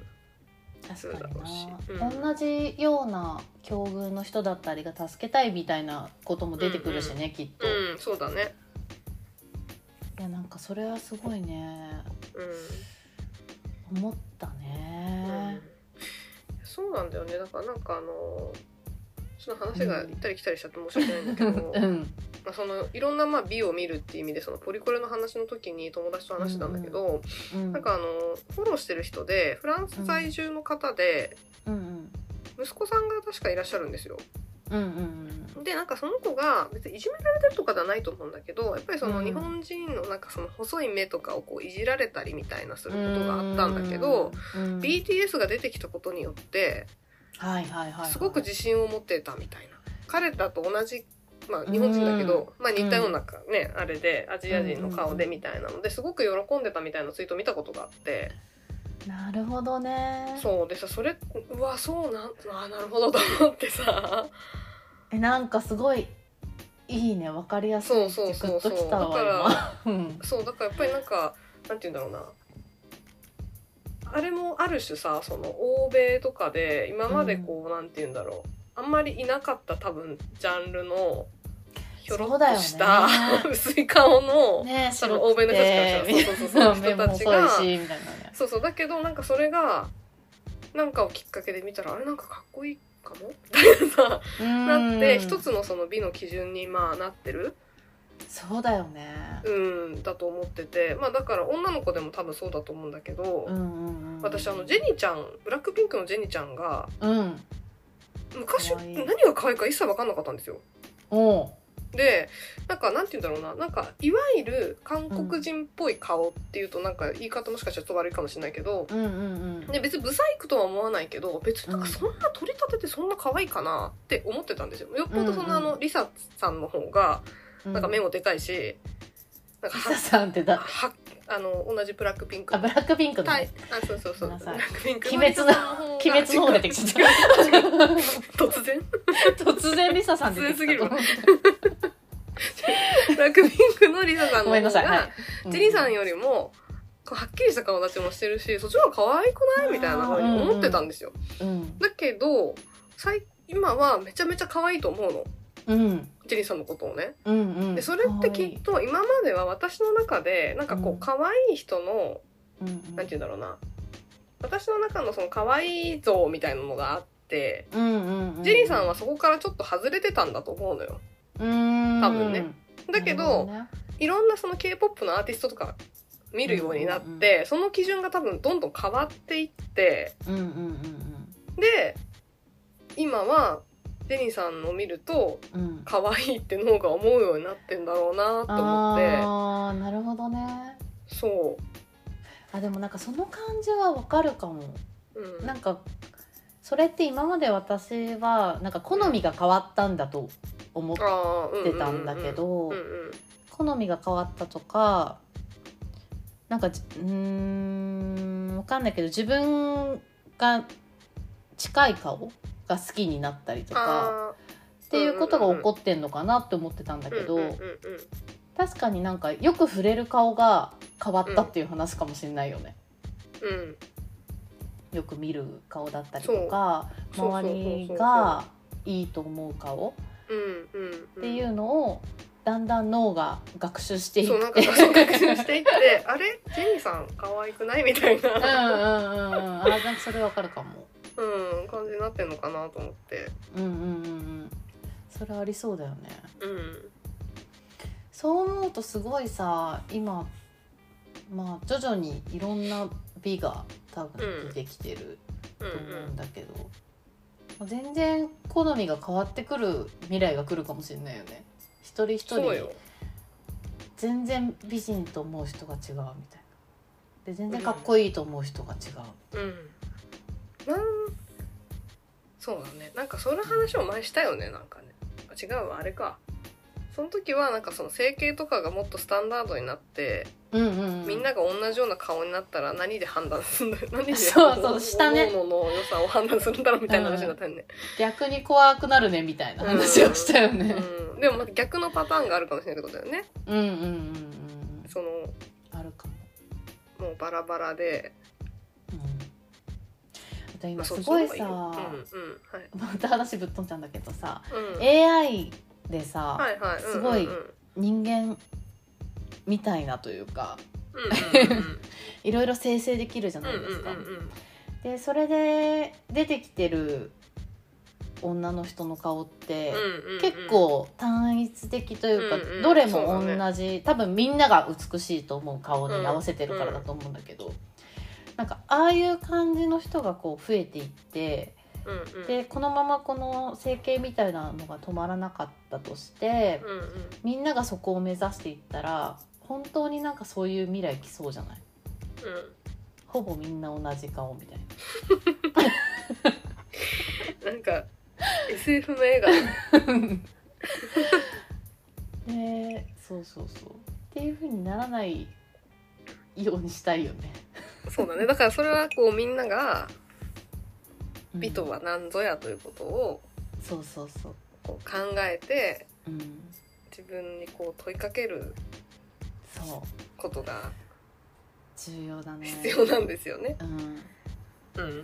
[SPEAKER 1] な
[SPEAKER 2] そうだろうしうん
[SPEAKER 1] 同じような境遇の人だったりが助けたいみたいなことも出てくるしね、きっと、
[SPEAKER 2] ん
[SPEAKER 1] い
[SPEAKER 2] うん、そうだね、
[SPEAKER 1] やなんかそれはすごいね
[SPEAKER 2] う
[SPEAKER 1] 思った
[SPEAKER 2] んうん
[SPEAKER 1] ね、
[SPEAKER 2] そうなんだよねだからなんかあのその話が行ったり来たりしちゃって申し訳ないんだけ ど、
[SPEAKER 1] うん
[SPEAKER 2] まあ、そのいろんなまあ美を見るっていう意味でそのポリコレの話の時に友達と話してたんだけど、
[SPEAKER 1] うん
[SPEAKER 2] なんかあのフォローしてる人でフランス在住の方で、
[SPEAKER 1] うんうん
[SPEAKER 2] 息子さんが確かいらっしゃるんですよ
[SPEAKER 1] うんうん
[SPEAKER 2] でなんかその子が別にいじめられてるとかじゃないと思うんだけどやっぱりその
[SPEAKER 1] うん
[SPEAKER 2] 日本人のなんかその細い目とかをこういじられたりみたいなす
[SPEAKER 1] う
[SPEAKER 2] る
[SPEAKER 1] ん
[SPEAKER 2] ことがあったんだけど、、
[SPEAKER 1] うん、
[SPEAKER 2] BTS が出てきたことによって
[SPEAKER 1] はいはいはい
[SPEAKER 2] すごく
[SPEAKER 1] じ
[SPEAKER 2] 自信を持ってたみたいな彼らと同じ、まあ、日本人だけど、まあ、似たようなか、ねあれでアジア人の顔でみたいなのですごく喜んでたみたいなツイート見たことがあって
[SPEAKER 1] なるほどね
[SPEAKER 2] そうでさそれうわそうなんあなるほどと思ってさ
[SPEAKER 1] えなんかすごいいいねわかりやすい
[SPEAKER 2] そうそうそうそう
[SPEAKER 1] グッときた
[SPEAKER 2] だか
[SPEAKER 1] わ今うん
[SPEAKER 2] そうだからやっぱりなんかなんて言うんだろうなあれもある種さその欧米とかで今までこう、なんて言うんだろうあんまりいなかった多分ジャンルのひょろ
[SPEAKER 1] そう
[SPEAKER 2] っ
[SPEAKER 1] だよ
[SPEAKER 2] と
[SPEAKER 1] ね
[SPEAKER 2] した、 薄い顔の、
[SPEAKER 1] ね
[SPEAKER 2] その欧米の人たちからしたらそうそうそうそう
[SPEAKER 1] 目
[SPEAKER 2] 人
[SPEAKER 1] も
[SPEAKER 2] たち
[SPEAKER 1] 細
[SPEAKER 2] が
[SPEAKER 1] いしみたいなね
[SPEAKER 2] そうそうだけどなんかそれがなんかをきっかけで見たらあれなんかかっこいいかもみたいなさなって一つのその美の基準にまあなってる
[SPEAKER 1] そうだよね
[SPEAKER 2] うんだと思っててまあだから女の子でも多分そうだと思うんだけど、
[SPEAKER 1] うんうんうん
[SPEAKER 2] 私あのジェニーちゃんブラックピンクのジェニーちゃんが
[SPEAKER 1] うん
[SPEAKER 2] 昔
[SPEAKER 1] 可愛い
[SPEAKER 2] 何が可愛いか一切分かんなかったんですよ。
[SPEAKER 1] おう
[SPEAKER 2] でなんかなんて言うんだろうななんかいわゆる韓国人っぽい顔っていうとなんか言い方もしかしたらちょっと悪いかもしれないけど、
[SPEAKER 1] うんうんうん
[SPEAKER 2] で別にブサイクとは思わないけど別になんかそんな取り立ててそんな可愛いかなって思ってたんですよ。よっぽどそんなあ
[SPEAKER 1] うん
[SPEAKER 2] の、リサさんの方がなんか目もでかいし、なんか
[SPEAKER 1] カ
[SPEAKER 2] は
[SPEAKER 1] サさんってだ
[SPEAKER 2] はあの同じブラックピンク
[SPEAKER 1] あブラックピンクの、
[SPEAKER 2] はいあそうそうそう
[SPEAKER 1] ごめん
[SPEAKER 2] ブ
[SPEAKER 1] な
[SPEAKER 2] ラ
[SPEAKER 1] さい
[SPEAKER 2] ックピンク
[SPEAKER 1] 鬼滅の
[SPEAKER 2] 鬼
[SPEAKER 1] 鬼滅の方出てきちゃ
[SPEAKER 2] 違う違う 突然
[SPEAKER 1] 突然リサさん出てきた
[SPEAKER 2] 突然すぎるわ
[SPEAKER 1] ごめん
[SPEAKER 2] ブラックピンクのリサさん の
[SPEAKER 1] ごめんな
[SPEAKER 2] 方
[SPEAKER 1] さい、は
[SPEAKER 2] が
[SPEAKER 1] い、
[SPEAKER 2] ジェリーさん
[SPEAKER 1] よ
[SPEAKER 2] よりもこうはっきりした顔立ちもしてるしそっちの方が可愛くないみたいなふうに思ってたんですよ
[SPEAKER 1] うん
[SPEAKER 2] だけど最今はめちゃめちゃ可愛いと思うの
[SPEAKER 1] うん
[SPEAKER 2] ジェリーさんのことをね
[SPEAKER 1] うんうん
[SPEAKER 2] でそれってきっと今までは私の中でなんかこ
[SPEAKER 1] う
[SPEAKER 2] うん可愛い人の
[SPEAKER 1] うんうん
[SPEAKER 2] なんて言うんだろうな私の中のその可愛い像みたいなのがあって
[SPEAKER 1] うんうんうん
[SPEAKER 2] ジェリーさんはそこからちょっと外れてたんだと思うのよ
[SPEAKER 1] うーん
[SPEAKER 2] 多分ねだけ
[SPEAKER 1] なるほ
[SPEAKER 2] ど
[SPEAKER 1] ね
[SPEAKER 2] いろんなその K-POP のアーティストとか見るようになって、その基準が多分どんどん変わっていって
[SPEAKER 1] うんうんうん
[SPEAKER 2] で今はジェニーさんを見ると
[SPEAKER 1] うんうん
[SPEAKER 2] 可愛いって脳が思うようになってんだろうなと思っ
[SPEAKER 1] ああなるほどね
[SPEAKER 2] てそ
[SPEAKER 1] あでもなんかその感じはわかるかも
[SPEAKER 2] う、うん、
[SPEAKER 1] なんかそれって今まで私はなんか好みが変わったんだと思っ
[SPEAKER 2] あーうううう
[SPEAKER 1] てたんだけど、
[SPEAKER 2] うんうん
[SPEAKER 1] 好みが変わったとかなんかじうーんわかんないけど自分が近い顔が好きになったりとか
[SPEAKER 2] あ
[SPEAKER 1] っていうことが起こってんのかなって思ってたんだ
[SPEAKER 2] ー
[SPEAKER 1] けど、
[SPEAKER 2] うんうんうんうん
[SPEAKER 1] 確かになんかよく触れる顔が変わったっていう話かもしれないよね。
[SPEAKER 2] うん
[SPEAKER 1] よく見る顔だったりとか
[SPEAKER 2] そう
[SPEAKER 1] 周りがいいと思う顔
[SPEAKER 2] うんうんうん
[SPEAKER 1] っていうのをだんだん脳が学習していって
[SPEAKER 2] そうなんかそう確認していって あれジェニーさん可愛くないみたいな、
[SPEAKER 1] うんうんうんうんあなんかそれわかるかも
[SPEAKER 2] うん、感じになってんのかなと思って。
[SPEAKER 1] うんうんうんうんそれありそうだよね
[SPEAKER 2] うん。
[SPEAKER 1] そう思うとすごいさ今まあ徐々にいろんな美が多分出てきてる
[SPEAKER 2] うんう
[SPEAKER 1] と思うん
[SPEAKER 2] ん。
[SPEAKER 1] だけど、まあ全然好みが変わってくる未来が来るかもしれないよね一人一人
[SPEAKER 2] そうよ。
[SPEAKER 1] 全然美人と思う人が違うみたいなで全然かっこいいと思う人が違う、
[SPEAKER 2] うん。なん、そうだね。なんかその話を前したよね、なんかね。あ違うわ、あれか。その時はなんかその整形とかがもっとスタンダードになって、
[SPEAKER 1] うん、うんうん
[SPEAKER 2] みんなが同じような顔になったら何で判断するんだよ。何で
[SPEAKER 1] そうそうしたね
[SPEAKER 2] 各々の良さを判断するんだろうみたいな話になったよね。
[SPEAKER 1] 逆に怖くなるねみたいな話をしたよね、
[SPEAKER 2] うん。でもまた逆のパターンがあるかもしれないってことだよね。
[SPEAKER 1] うん、うんうんうん
[SPEAKER 2] その、
[SPEAKER 1] あるかも、
[SPEAKER 2] もうバラバラで。
[SPEAKER 1] うん、あと
[SPEAKER 2] ま
[SPEAKER 1] 今
[SPEAKER 2] あ
[SPEAKER 1] すごい
[SPEAKER 2] そ
[SPEAKER 1] さ
[SPEAKER 2] っちの方がいいようんうん。はい。
[SPEAKER 1] また話ぶっ飛んじゃうんだけどさ、
[SPEAKER 2] うん
[SPEAKER 1] AI でさ、
[SPEAKER 2] はいはい、
[SPEAKER 1] すごい
[SPEAKER 2] うんうんうん
[SPEAKER 1] 人間みたいなというか
[SPEAKER 2] うんうんうん
[SPEAKER 1] いろいろ生成できるじゃないですか、
[SPEAKER 2] うんうんうんうん
[SPEAKER 1] でそれで出てきてる女の人の顔って、
[SPEAKER 2] うんうんうん
[SPEAKER 1] 結構単一的というか、
[SPEAKER 2] うんうん
[SPEAKER 1] どれも
[SPEAKER 2] そうだ
[SPEAKER 1] 同じ、多分みんなが美しいと思う顔に合わせてるからだと思うんだけど、なんかああいう感じの人がこう増えていって
[SPEAKER 2] うんうん
[SPEAKER 1] でこのままこの整形みたいなのが止まらなかったとして
[SPEAKER 2] うんうん
[SPEAKER 1] みんながそこを目指していったら本当になんかそういう未来来そうじゃないほぼみんな同じ顔みたいな。
[SPEAKER 2] うんなんか SF の映画だね
[SPEAKER 1] ねそうそうそうっていう風にならないようにしたいよね。
[SPEAKER 2] そうだねだからそれはこうみんなが
[SPEAKER 1] うん
[SPEAKER 2] 美とは何ぞやということを
[SPEAKER 1] そうそうそう。
[SPEAKER 2] こう考えて
[SPEAKER 1] うん、
[SPEAKER 2] 自分にこう問いかける
[SPEAKER 1] そう
[SPEAKER 2] ことが
[SPEAKER 1] 重要だね。
[SPEAKER 2] 必要なんですよね。
[SPEAKER 1] うん、
[SPEAKER 2] うん、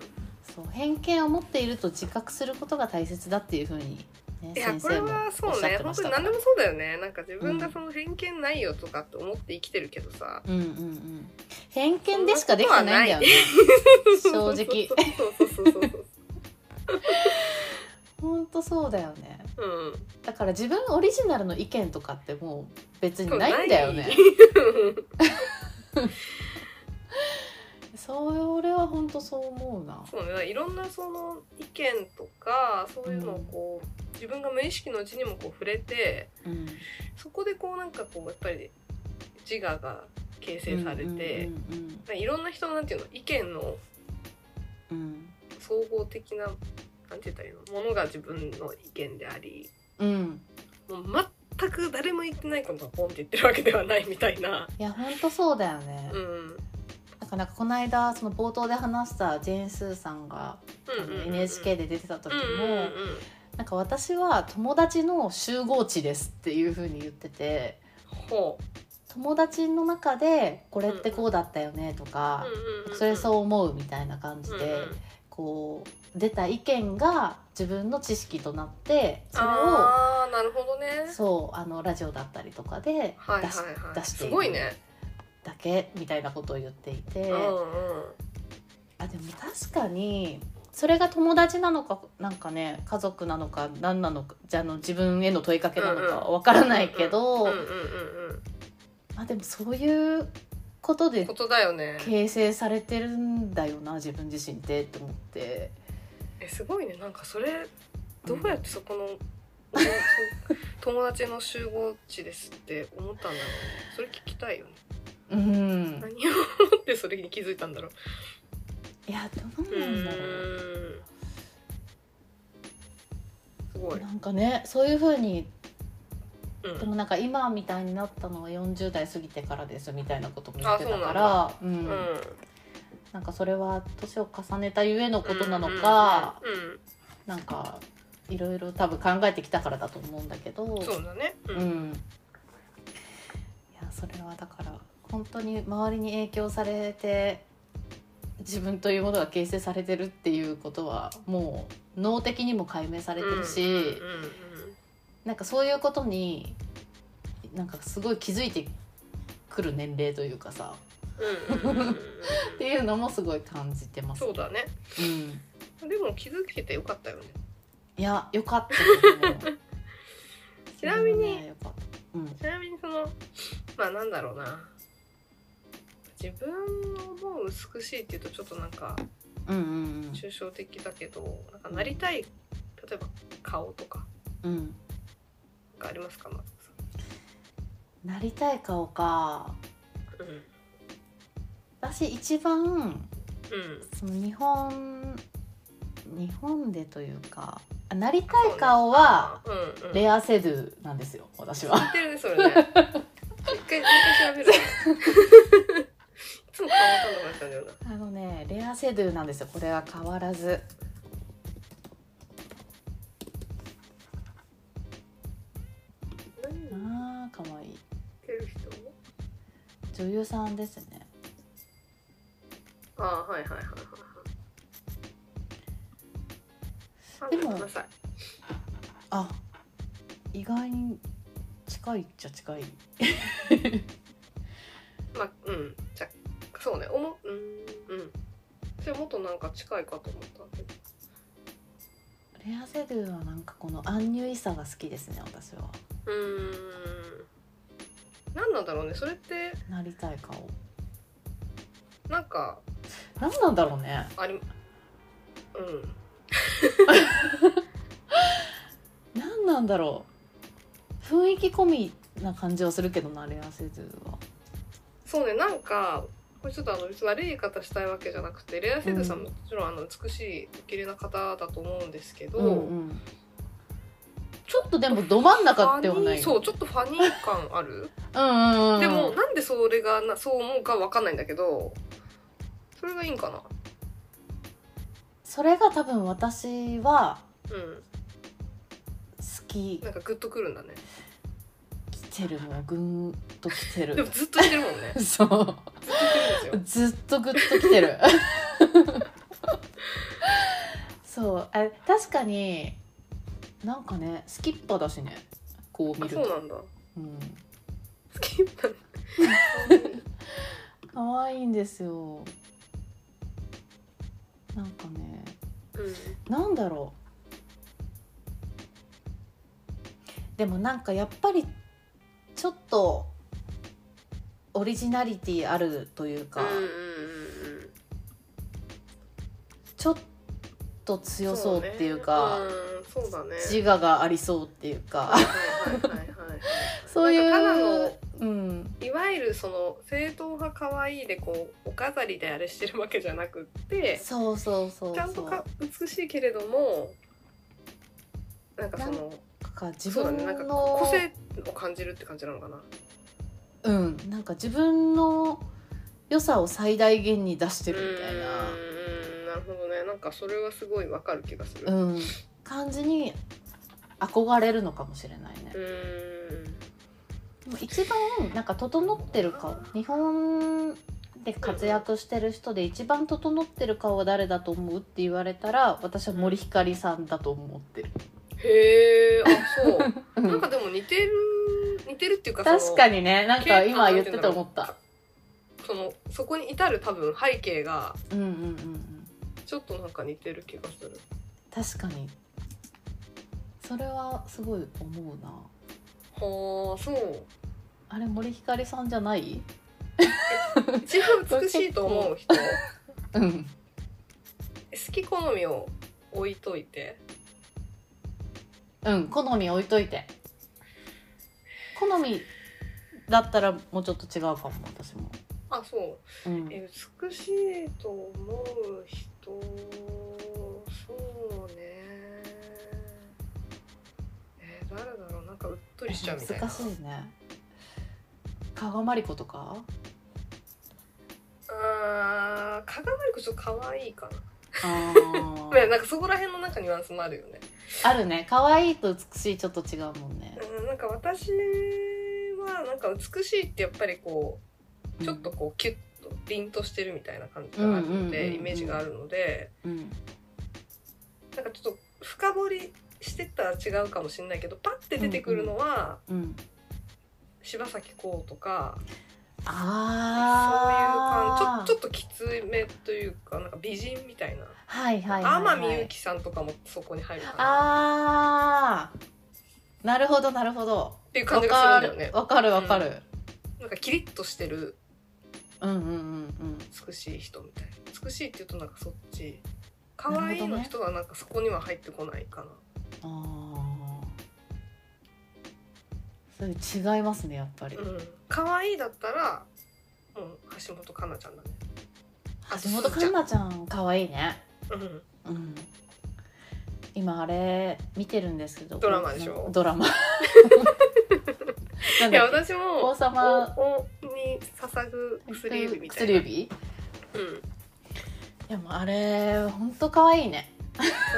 [SPEAKER 1] そう偏見を持っていると自覚することが大切だっていう風に、ね、
[SPEAKER 2] いや
[SPEAKER 1] 先
[SPEAKER 2] これ
[SPEAKER 1] 生も
[SPEAKER 2] は
[SPEAKER 1] お
[SPEAKER 2] そ
[SPEAKER 1] っ
[SPEAKER 2] う
[SPEAKER 1] しゃ
[SPEAKER 2] ね
[SPEAKER 1] ってま
[SPEAKER 2] 本
[SPEAKER 1] し
[SPEAKER 2] 当
[SPEAKER 1] た
[SPEAKER 2] に
[SPEAKER 1] か
[SPEAKER 2] 何で
[SPEAKER 1] ら
[SPEAKER 2] も。そうだよねなんか自分がその偏見ないよとかって思って生きてるけどさ、
[SPEAKER 1] うんうんうん。偏見でしかできてないんだよね。正 直
[SPEAKER 2] そうそうそうそうそう
[SPEAKER 1] 本当そうだよね。
[SPEAKER 2] うん
[SPEAKER 1] だから自分オリジナルの意見とかってもう別にないんだよね。それは本当そう思うな。
[SPEAKER 2] そうね、いろんなその意見とかそういうのをこう、自分が無意識のうちにもこう触れて
[SPEAKER 1] うん、
[SPEAKER 2] そこでこうなんかこうやっぱり自我が形成されて、
[SPEAKER 1] うんうん
[SPEAKER 2] なんかいろんな人のなんていうの意見の
[SPEAKER 1] うんうん
[SPEAKER 2] 総合的ななんて言ったらいいのものが自分の意見であり
[SPEAKER 1] うん、
[SPEAKER 2] もう全く誰も言ってないことをポンって言ってるわけではないみた いな。
[SPEAKER 1] いや本当そうだよね、
[SPEAKER 2] うん
[SPEAKER 1] なんかなんかこの間その冒頭で話したジェーン・スーさんがあの NHK
[SPEAKER 2] で
[SPEAKER 1] で出てた時
[SPEAKER 2] うん
[SPEAKER 1] も、
[SPEAKER 2] うんうん
[SPEAKER 1] なんか私は友達の集合地ですっていう風に言ってて
[SPEAKER 2] ほ
[SPEAKER 1] 友達の中でこれってこうだったよねと
[SPEAKER 2] う
[SPEAKER 1] か、
[SPEAKER 2] うんうんうん
[SPEAKER 1] それそう思うみたいな感じで、
[SPEAKER 2] うんうん
[SPEAKER 1] こう出た意見が自分の知識となってそれを
[SPEAKER 2] あーなるほどね
[SPEAKER 1] そうあのラジオだったりとかで
[SPEAKER 2] はいはい
[SPEAKER 1] 出し,、
[SPEAKER 2] はい
[SPEAKER 1] 出してい
[SPEAKER 2] す
[SPEAKER 1] る
[SPEAKER 2] ごいね、
[SPEAKER 1] だけみたいなことを言っていて、
[SPEAKER 2] うんうん
[SPEAKER 1] あでも確かにそれが友達なのかなんかね家族なのか何なのかじゃああの自分への問いかけなのか
[SPEAKER 2] うん
[SPEAKER 1] は
[SPEAKER 2] うん
[SPEAKER 1] わからないけど、
[SPEAKER 2] うんうんうんうん
[SPEAKER 1] まあでもそういうことで
[SPEAKER 2] ことだよね
[SPEAKER 1] 形成されてるんだよな自分自身ってと思って
[SPEAKER 2] えすごいねなんかそれどうやってそこの、俺のそう 友達の集合地ですって思ったんだろうねそれ聞きたいよね
[SPEAKER 1] うん
[SPEAKER 2] 何を思ってそれに気づいたんだろう
[SPEAKER 1] いやど
[SPEAKER 2] う
[SPEAKER 1] うなんだろう
[SPEAKER 2] ーんすごい、
[SPEAKER 1] なんかねそういうふうに
[SPEAKER 2] うん
[SPEAKER 1] でもなんか今みたいになったのは40代過ぎてからですみたいなことも言ってたからうん
[SPEAKER 2] うん
[SPEAKER 1] なんかそれは年を重ねたゆえのことなのか、
[SPEAKER 2] うんうん
[SPEAKER 1] なんかいろいろ多分考えてきたからだと思うんだけど
[SPEAKER 2] うんそうだねう
[SPEAKER 1] うん、いやそれはだから本当に周りに影響されて自分というものが形成されてるっていうことはもう脳的にも解明されてるし、
[SPEAKER 2] うんうんうん
[SPEAKER 1] なんかそういうことになんかすごい気づいてくる年齢というかさ
[SPEAKER 2] うんうんうんうん
[SPEAKER 1] っていうのもすごい感じてます。
[SPEAKER 2] そうだね
[SPEAKER 1] うん
[SPEAKER 2] でも気づけてよかったよね
[SPEAKER 1] いや、よかったと思う
[SPEAKER 2] ちなみに
[SPEAKER 1] それもねよかったうん
[SPEAKER 2] ちなみにそのまあなんだろうな自分をもう美しいっていうとちょっとなんか
[SPEAKER 1] うんうん
[SPEAKER 2] 抽象的だけどなんかなりたい例えば顔とか
[SPEAKER 1] うんうん
[SPEAKER 2] なんかありますかマツコ
[SPEAKER 1] なりたい顔か
[SPEAKER 2] さんうん
[SPEAKER 1] 私一番
[SPEAKER 2] うん
[SPEAKER 1] その日本日本でというかあなりたい顔は
[SPEAKER 2] うんうん
[SPEAKER 1] レアセドゥなんですよ私は
[SPEAKER 2] 似てるねそれね一回一回調べるいつも顔わかんなかったんだよな
[SPEAKER 1] あのねレアセドゥなんですよこれは変わらず
[SPEAKER 2] 何似
[SPEAKER 1] あーかわいい
[SPEAKER 2] てる人
[SPEAKER 1] 女優さんですね
[SPEAKER 2] ああはいはいはいはいは
[SPEAKER 1] で
[SPEAKER 2] い
[SPEAKER 1] も
[SPEAKER 2] あごめんなさい
[SPEAKER 1] あ意外に近いっちゃ近い
[SPEAKER 2] まあうんじゃそうねおもうんうんそれもっとなんか近いかと思ったんだけど
[SPEAKER 1] レアセドゥはなんかこの安入イさが好きですね私は
[SPEAKER 2] うーん何なんだろうねそれって
[SPEAKER 1] なりたい顔
[SPEAKER 2] なんか
[SPEAKER 1] 何なんだろうね
[SPEAKER 2] ありうん
[SPEAKER 1] 何なんだろう雰囲気込みな感じはするけどなレアセドゥは
[SPEAKER 2] そうねなんかこれちょっとあの別に悪い言い方したいわけじゃなくてレアセドゥさんももちろんあの美しいお綺麗な方だと思うんですけど、
[SPEAKER 1] うんうんちょっとでもど真ん中では
[SPEAKER 2] ファ
[SPEAKER 1] な
[SPEAKER 2] ニ
[SPEAKER 1] い
[SPEAKER 2] ーそうちょっとファニー感ある
[SPEAKER 1] うんうんうん
[SPEAKER 2] でもなんでそれがなそう思うかわかんないんだけどそれがいいんかな
[SPEAKER 1] それが多分私は
[SPEAKER 2] うん
[SPEAKER 1] 好き
[SPEAKER 2] なんかグッとくるんだね
[SPEAKER 1] きてるもうぐんときて
[SPEAKER 2] でも
[SPEAKER 1] る
[SPEAKER 2] ずっとしてるもんね
[SPEAKER 1] そ
[SPEAKER 2] ずっとしてる
[SPEAKER 1] うん
[SPEAKER 2] で
[SPEAKER 1] ずっとぐっときてる そうあ確かになんかねスキッパだしねこう見
[SPEAKER 2] す
[SPEAKER 1] る
[SPEAKER 2] よあそ
[SPEAKER 1] と
[SPEAKER 2] うなんだ
[SPEAKER 1] うん
[SPEAKER 2] 好きだね
[SPEAKER 1] 可愛いんですよなんかね
[SPEAKER 2] うん
[SPEAKER 1] なんだろうでもなんかやっぱりちょっとオリジナリティあるというか、
[SPEAKER 2] うんうんうん
[SPEAKER 1] ちょっと強そうっていうか
[SPEAKER 2] そうねうんそうだね
[SPEAKER 1] 自我がありそうっていうか
[SPEAKER 2] はいはいはいはいはい
[SPEAKER 1] そういう
[SPEAKER 2] なんかただの
[SPEAKER 1] うん
[SPEAKER 2] いわゆるその正統派可愛いでこうお飾りであれしてるわけじゃなくって
[SPEAKER 1] そうそうそうそう
[SPEAKER 2] ちゃんとか美しいけれどもなんかその
[SPEAKER 1] かか自
[SPEAKER 2] そうだ
[SPEAKER 1] 分
[SPEAKER 2] ねなんか
[SPEAKER 1] の
[SPEAKER 2] 個性を感じるって感じなのかな
[SPEAKER 1] うんなんか自分の良さを最大限に出してるみたいな。
[SPEAKER 2] うんなるほどねなんかそれはすごいわかる気がするう
[SPEAKER 1] うん、感じに憧れるのかもしれないね。
[SPEAKER 2] ーん
[SPEAKER 1] でも一番なんか整ってる顔日本で活躍してる人で一番整ってる顔は誰だと思うって言われたら私は森ひかりさんだと思ってる。
[SPEAKER 2] へえあそ
[SPEAKER 1] う
[SPEAKER 2] うなん
[SPEAKER 1] ん
[SPEAKER 2] かでも似てる似てるっていうか
[SPEAKER 1] 確か
[SPEAKER 2] に
[SPEAKER 1] にねなんか今言ってて思った。
[SPEAKER 2] そのそこに至る多分背景が
[SPEAKER 1] うんうんうんうん
[SPEAKER 2] ちょっとなんか似てる気がする
[SPEAKER 1] 確かにそれはすごい思うな。
[SPEAKER 2] はあそう
[SPEAKER 1] あれ森ひかりさんじゃない？
[SPEAKER 2] 一番美しいと思 う人好
[SPEAKER 1] うん
[SPEAKER 2] き好みを置いといて
[SPEAKER 1] うん好み置いといて好みだったらもうちょっと違うかも私も、
[SPEAKER 2] あそう
[SPEAKER 1] うん、
[SPEAKER 2] え美しいと思う人そうねえー誰だろうなんかうっとりしちゃうみたいな
[SPEAKER 1] 難しいね加賀まりことか
[SPEAKER 2] あー加賀まりこちょっと可愛いかな
[SPEAKER 1] あ
[SPEAKER 2] ごめん
[SPEAKER 1] ー
[SPEAKER 2] なんかそこら辺のなんかニュアンスもあるよね
[SPEAKER 1] あるね可愛いと美しいちょっと違うもんね
[SPEAKER 2] うんなんか私はなんか美しいってやっぱりこうちょっとこうキュッと凛としてるみたいな感じがある
[SPEAKER 1] うんうん
[SPEAKER 2] の
[SPEAKER 1] うんう
[SPEAKER 2] で
[SPEAKER 1] ん
[SPEAKER 2] イメージがあるので
[SPEAKER 1] うん
[SPEAKER 2] なんかちょっと深掘りしてったら違うかもしれないけどパッて出てくるのは
[SPEAKER 1] うん
[SPEAKER 2] 柴咲コウとかそういう
[SPEAKER 1] ああ
[SPEAKER 2] 感じち
[SPEAKER 1] ょ
[SPEAKER 2] ょちょっときつめというかなんか美人みたいな
[SPEAKER 1] はいはいはい、
[SPEAKER 2] 天
[SPEAKER 1] はい、
[SPEAKER 2] 海祐希さんとかもそこに入るかな
[SPEAKER 1] あーなるほどなるほど
[SPEAKER 2] っていう感
[SPEAKER 1] わ
[SPEAKER 2] じが
[SPEAKER 1] か
[SPEAKER 2] する
[SPEAKER 1] る
[SPEAKER 2] んだよね
[SPEAKER 1] わかるわかる、
[SPEAKER 2] なんかキリッとしてる
[SPEAKER 1] うん、うんうんうん
[SPEAKER 2] 美しい人みたいな美しいって言うとなんかそっち可愛いの人はなんかそこには入ってこないかな
[SPEAKER 1] ああそれ違いますねやっぱり、
[SPEAKER 2] うん可愛いだったらもう橋本環奈ちゃんだね
[SPEAKER 1] 橋本環奈ちゃん可愛いね
[SPEAKER 2] うん
[SPEAKER 1] うん今あれ見てるんですけど
[SPEAKER 2] ドラマでしょ
[SPEAKER 1] ド ラマなん
[SPEAKER 2] いや
[SPEAKER 1] だっけ
[SPEAKER 2] 私も
[SPEAKER 1] 王様
[SPEAKER 2] おおに捧ぐ薬指みた
[SPEAKER 1] 薬
[SPEAKER 2] いな、うん、
[SPEAKER 1] 指いやもうあれ本当可愛いね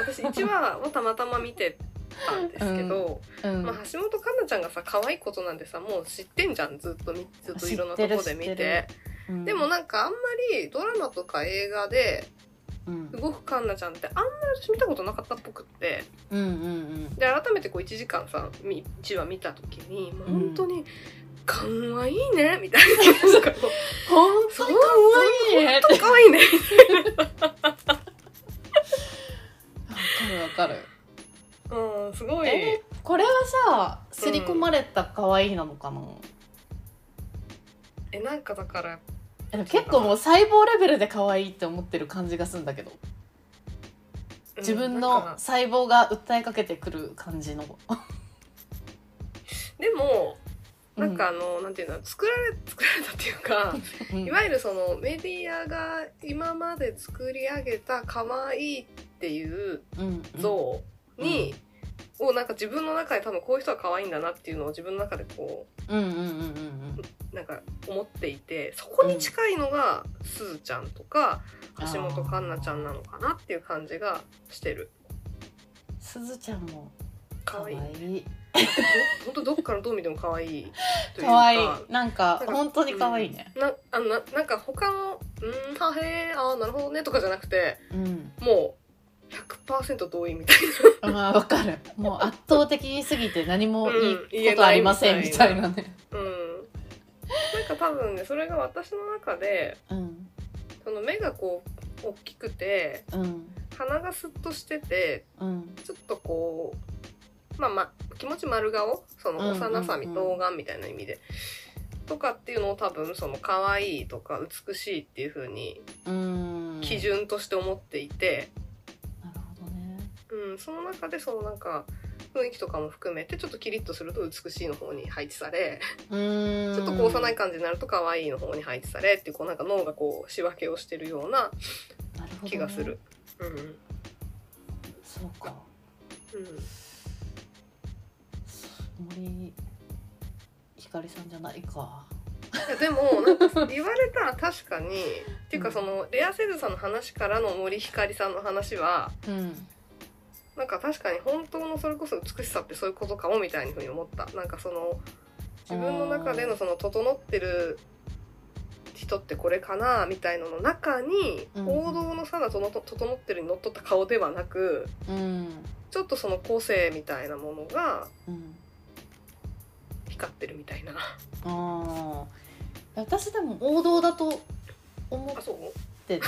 [SPEAKER 2] 私1話をたまたま見てたんですけど、
[SPEAKER 1] うん、
[SPEAKER 2] まあ、橋本環奈ちゃんがさ可愛いことなんてさもう知ってんじゃんずっとみずっといろんなところで見
[SPEAKER 1] 知っててるうん
[SPEAKER 2] でもなんかあんまりドラマとか映画で
[SPEAKER 1] うん、
[SPEAKER 2] 動く環奈ちゃんってあんまり私見たことなかったっぽくって
[SPEAKER 1] うんうん
[SPEAKER 2] で改めてこう1時間さ1話見た時にもう本当に「かわいいね」みたいななんかこう
[SPEAKER 1] 本
[SPEAKER 2] そ
[SPEAKER 1] 当
[SPEAKER 2] う
[SPEAKER 1] に可愛いね
[SPEAKER 2] 「かわいいね」
[SPEAKER 1] わかるわかる
[SPEAKER 2] うんすごい、
[SPEAKER 1] えこれはさ刷り込まれた可愛いなのかな、
[SPEAKER 2] えなんかだから
[SPEAKER 1] でも結構もう細胞レベルで可愛いって思ってる感じがするんだけど
[SPEAKER 2] うん
[SPEAKER 1] 自分
[SPEAKER 2] なん
[SPEAKER 1] の
[SPEAKER 2] か
[SPEAKER 1] 細胞が訴えかけてくる感じの
[SPEAKER 2] でも
[SPEAKER 1] う
[SPEAKER 2] なんかあの、なんていうんだろう作られ 作られたっていうか
[SPEAKER 1] うん
[SPEAKER 2] いわゆるそのメディアが今まで作り上げた可愛いっていう
[SPEAKER 1] うん
[SPEAKER 2] 像に、をなんか自分の中で多分こういう人は可愛いんだなっていうのを自分の中でこ
[SPEAKER 1] うんうんうんうん
[SPEAKER 2] うなんか思っていてそこに近いのがすずちゃんとか橋本環奈ちゃんなのかなっていう感じがしてる
[SPEAKER 1] すずちゃんも
[SPEAKER 2] 可
[SPEAKER 1] 可
[SPEAKER 2] 愛
[SPEAKER 1] 愛
[SPEAKER 2] い
[SPEAKER 1] い
[SPEAKER 2] 本当どっからどう見ても可愛いというか
[SPEAKER 1] 可愛いなんか
[SPEAKER 2] なんか
[SPEAKER 1] 本当に可愛いね
[SPEAKER 2] なあななんか他の「うんはへーあーなるほどね」とかじゃなくて
[SPEAKER 1] うん
[SPEAKER 2] もう100%同意みたい
[SPEAKER 1] まあわかるもう圧倒的すぎて何も
[SPEAKER 2] うん
[SPEAKER 1] い
[SPEAKER 2] 言
[SPEAKER 1] い
[SPEAKER 2] え
[SPEAKER 1] こと
[SPEAKER 2] な
[SPEAKER 1] あ
[SPEAKER 2] い
[SPEAKER 1] り
[SPEAKER 2] み
[SPEAKER 1] ま
[SPEAKER 2] たい
[SPEAKER 1] せ
[SPEAKER 2] なん
[SPEAKER 1] みたいなね
[SPEAKER 2] なうんなんか多分ねそれが私の中で
[SPEAKER 1] うん
[SPEAKER 2] その目がこう大きくて
[SPEAKER 1] うん
[SPEAKER 2] 鼻がスッとしてて
[SPEAKER 1] うん
[SPEAKER 2] ちょっとこうまあ、ま、気持ち丸顔その幼さみ
[SPEAKER 1] うんうんうん
[SPEAKER 2] 童顔みたいな意味で。とかっていうのを多分その可愛いとか美しいっていう風に
[SPEAKER 1] うん
[SPEAKER 2] 基準として思っていて、
[SPEAKER 1] なるほどね
[SPEAKER 2] うん、その中でそのなんか雰囲気とかも含めてちょっとキリッとすると美しいの方に配置され、
[SPEAKER 1] うーん
[SPEAKER 2] ちょっとこう幼い感じになると可愛いの方に配置されっていうこうなんか脳がこう仕分けをしてるような
[SPEAKER 1] なるほどね
[SPEAKER 2] 気がする。うん、うん
[SPEAKER 1] そうか森ひかりさんじゃないか
[SPEAKER 2] いやでもなんか言われたら確 かにっていうかそのレアセズさんの話からの森ひかりさんの話は
[SPEAKER 1] うん
[SPEAKER 2] なんか確かに本当のそれこそ美しさってそういうことかもみたいなふうに思ったなんかその自分の中でのその整ってる人ってこれかなみたいのの中に
[SPEAKER 1] うん
[SPEAKER 2] 王道のさだとのと整ってるにのっとった顔ではなく
[SPEAKER 1] うん
[SPEAKER 2] ちょっとその個性みたいなものが
[SPEAKER 1] うん
[SPEAKER 2] 光ってるみたいな
[SPEAKER 1] あー私でも王道だと思っ
[SPEAKER 2] あそう
[SPEAKER 1] た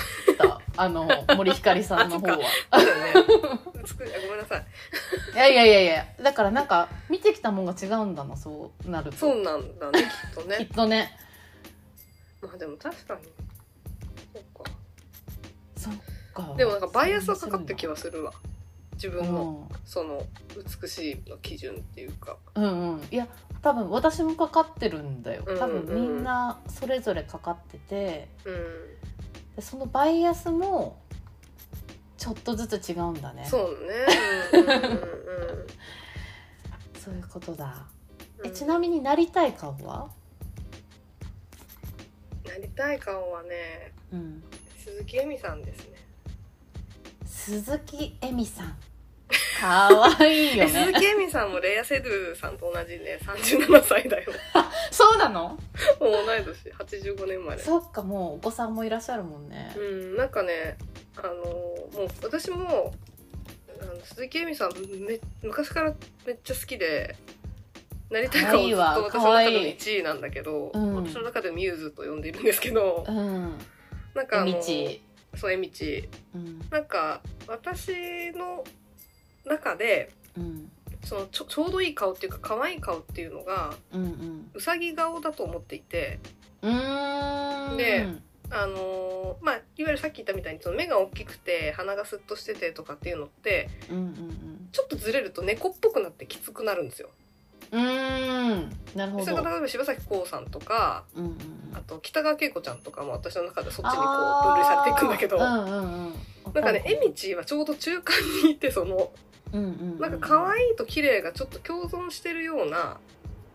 [SPEAKER 1] あの森ひかりさんの方は
[SPEAKER 2] あ。そうだ よね美しいあごめんなさい
[SPEAKER 1] いやいやいやいやだからなんか見てきたもんが違うんだなそうなると
[SPEAKER 2] そうなんだねきっと
[SPEAKER 1] き
[SPEAKER 2] ね
[SPEAKER 1] っとね
[SPEAKER 2] まあでも確かにそうか
[SPEAKER 1] そっか
[SPEAKER 2] でもなんかバイアスはかかってる気はするわ自分の
[SPEAKER 1] うん
[SPEAKER 2] その美しいの基準っていうか
[SPEAKER 1] うんうんいや多分私もかかってるんだよ
[SPEAKER 2] うん
[SPEAKER 1] 多分みんなそれぞれかかってて
[SPEAKER 2] うん
[SPEAKER 1] でそのバイアスもちょっとずつ違うんだね
[SPEAKER 2] そう ねうんうんうんうん
[SPEAKER 1] そういうことだ
[SPEAKER 2] う
[SPEAKER 1] え
[SPEAKER 2] ん
[SPEAKER 1] ちなみになりたい顔は
[SPEAKER 2] なりたい顔はね
[SPEAKER 1] うん
[SPEAKER 2] 鈴木恵美さんですね
[SPEAKER 1] 鈴木恵美さ んかわいいよ
[SPEAKER 2] え
[SPEAKER 1] ね
[SPEAKER 2] 鈴木恵美さんもレイヤセドゥさんと同じね37歳だよ
[SPEAKER 1] そうなの
[SPEAKER 2] もう同い年85年生まれ
[SPEAKER 1] そっかもうお子さんもいらっしゃるもんね
[SPEAKER 2] うんなんかねあのもう私もあの鈴木恵美さんめ昔からめっちゃ好きでなりたい顔
[SPEAKER 1] 可愛いわ
[SPEAKER 2] ずっと私
[SPEAKER 1] 可
[SPEAKER 2] の中
[SPEAKER 1] 愛い
[SPEAKER 2] での1位なんだけど、
[SPEAKER 1] うん
[SPEAKER 2] 私の中でミューズと呼んでるんですけど、
[SPEAKER 1] うん
[SPEAKER 2] なんかあの
[SPEAKER 1] みち
[SPEAKER 2] そうえみち
[SPEAKER 1] うん
[SPEAKER 2] なんか私の中で
[SPEAKER 1] うん
[SPEAKER 2] そのちょちょうどいい顔っていうか可愛い顔っていうのが
[SPEAKER 1] うんうん
[SPEAKER 2] うさぎ顔だと思っていて
[SPEAKER 1] うーん
[SPEAKER 2] であのーまあいわゆるさっき言ったみたいにその目が大きくて鼻がスッとしててとかっていうのって
[SPEAKER 1] うんうん
[SPEAKER 2] ちょっとずれると猫っぽくなってきつくなるんですよ。
[SPEAKER 1] うんうーんなるほ
[SPEAKER 2] そ
[SPEAKER 1] ど
[SPEAKER 2] れが例えば柴咲コウさんとか
[SPEAKER 1] うんうん
[SPEAKER 2] あと北川景子ちゃんとかも私の中でそっちにこう分類されていくんだけど、
[SPEAKER 1] あーうんうんうん、
[SPEAKER 2] なんかねえみ
[SPEAKER 1] ち、
[SPEAKER 2] ちはちょうど中間にいてその
[SPEAKER 1] うんうんうん、
[SPEAKER 2] なんか可
[SPEAKER 1] い
[SPEAKER 2] 愛いと綺麗がちょっと共存してるような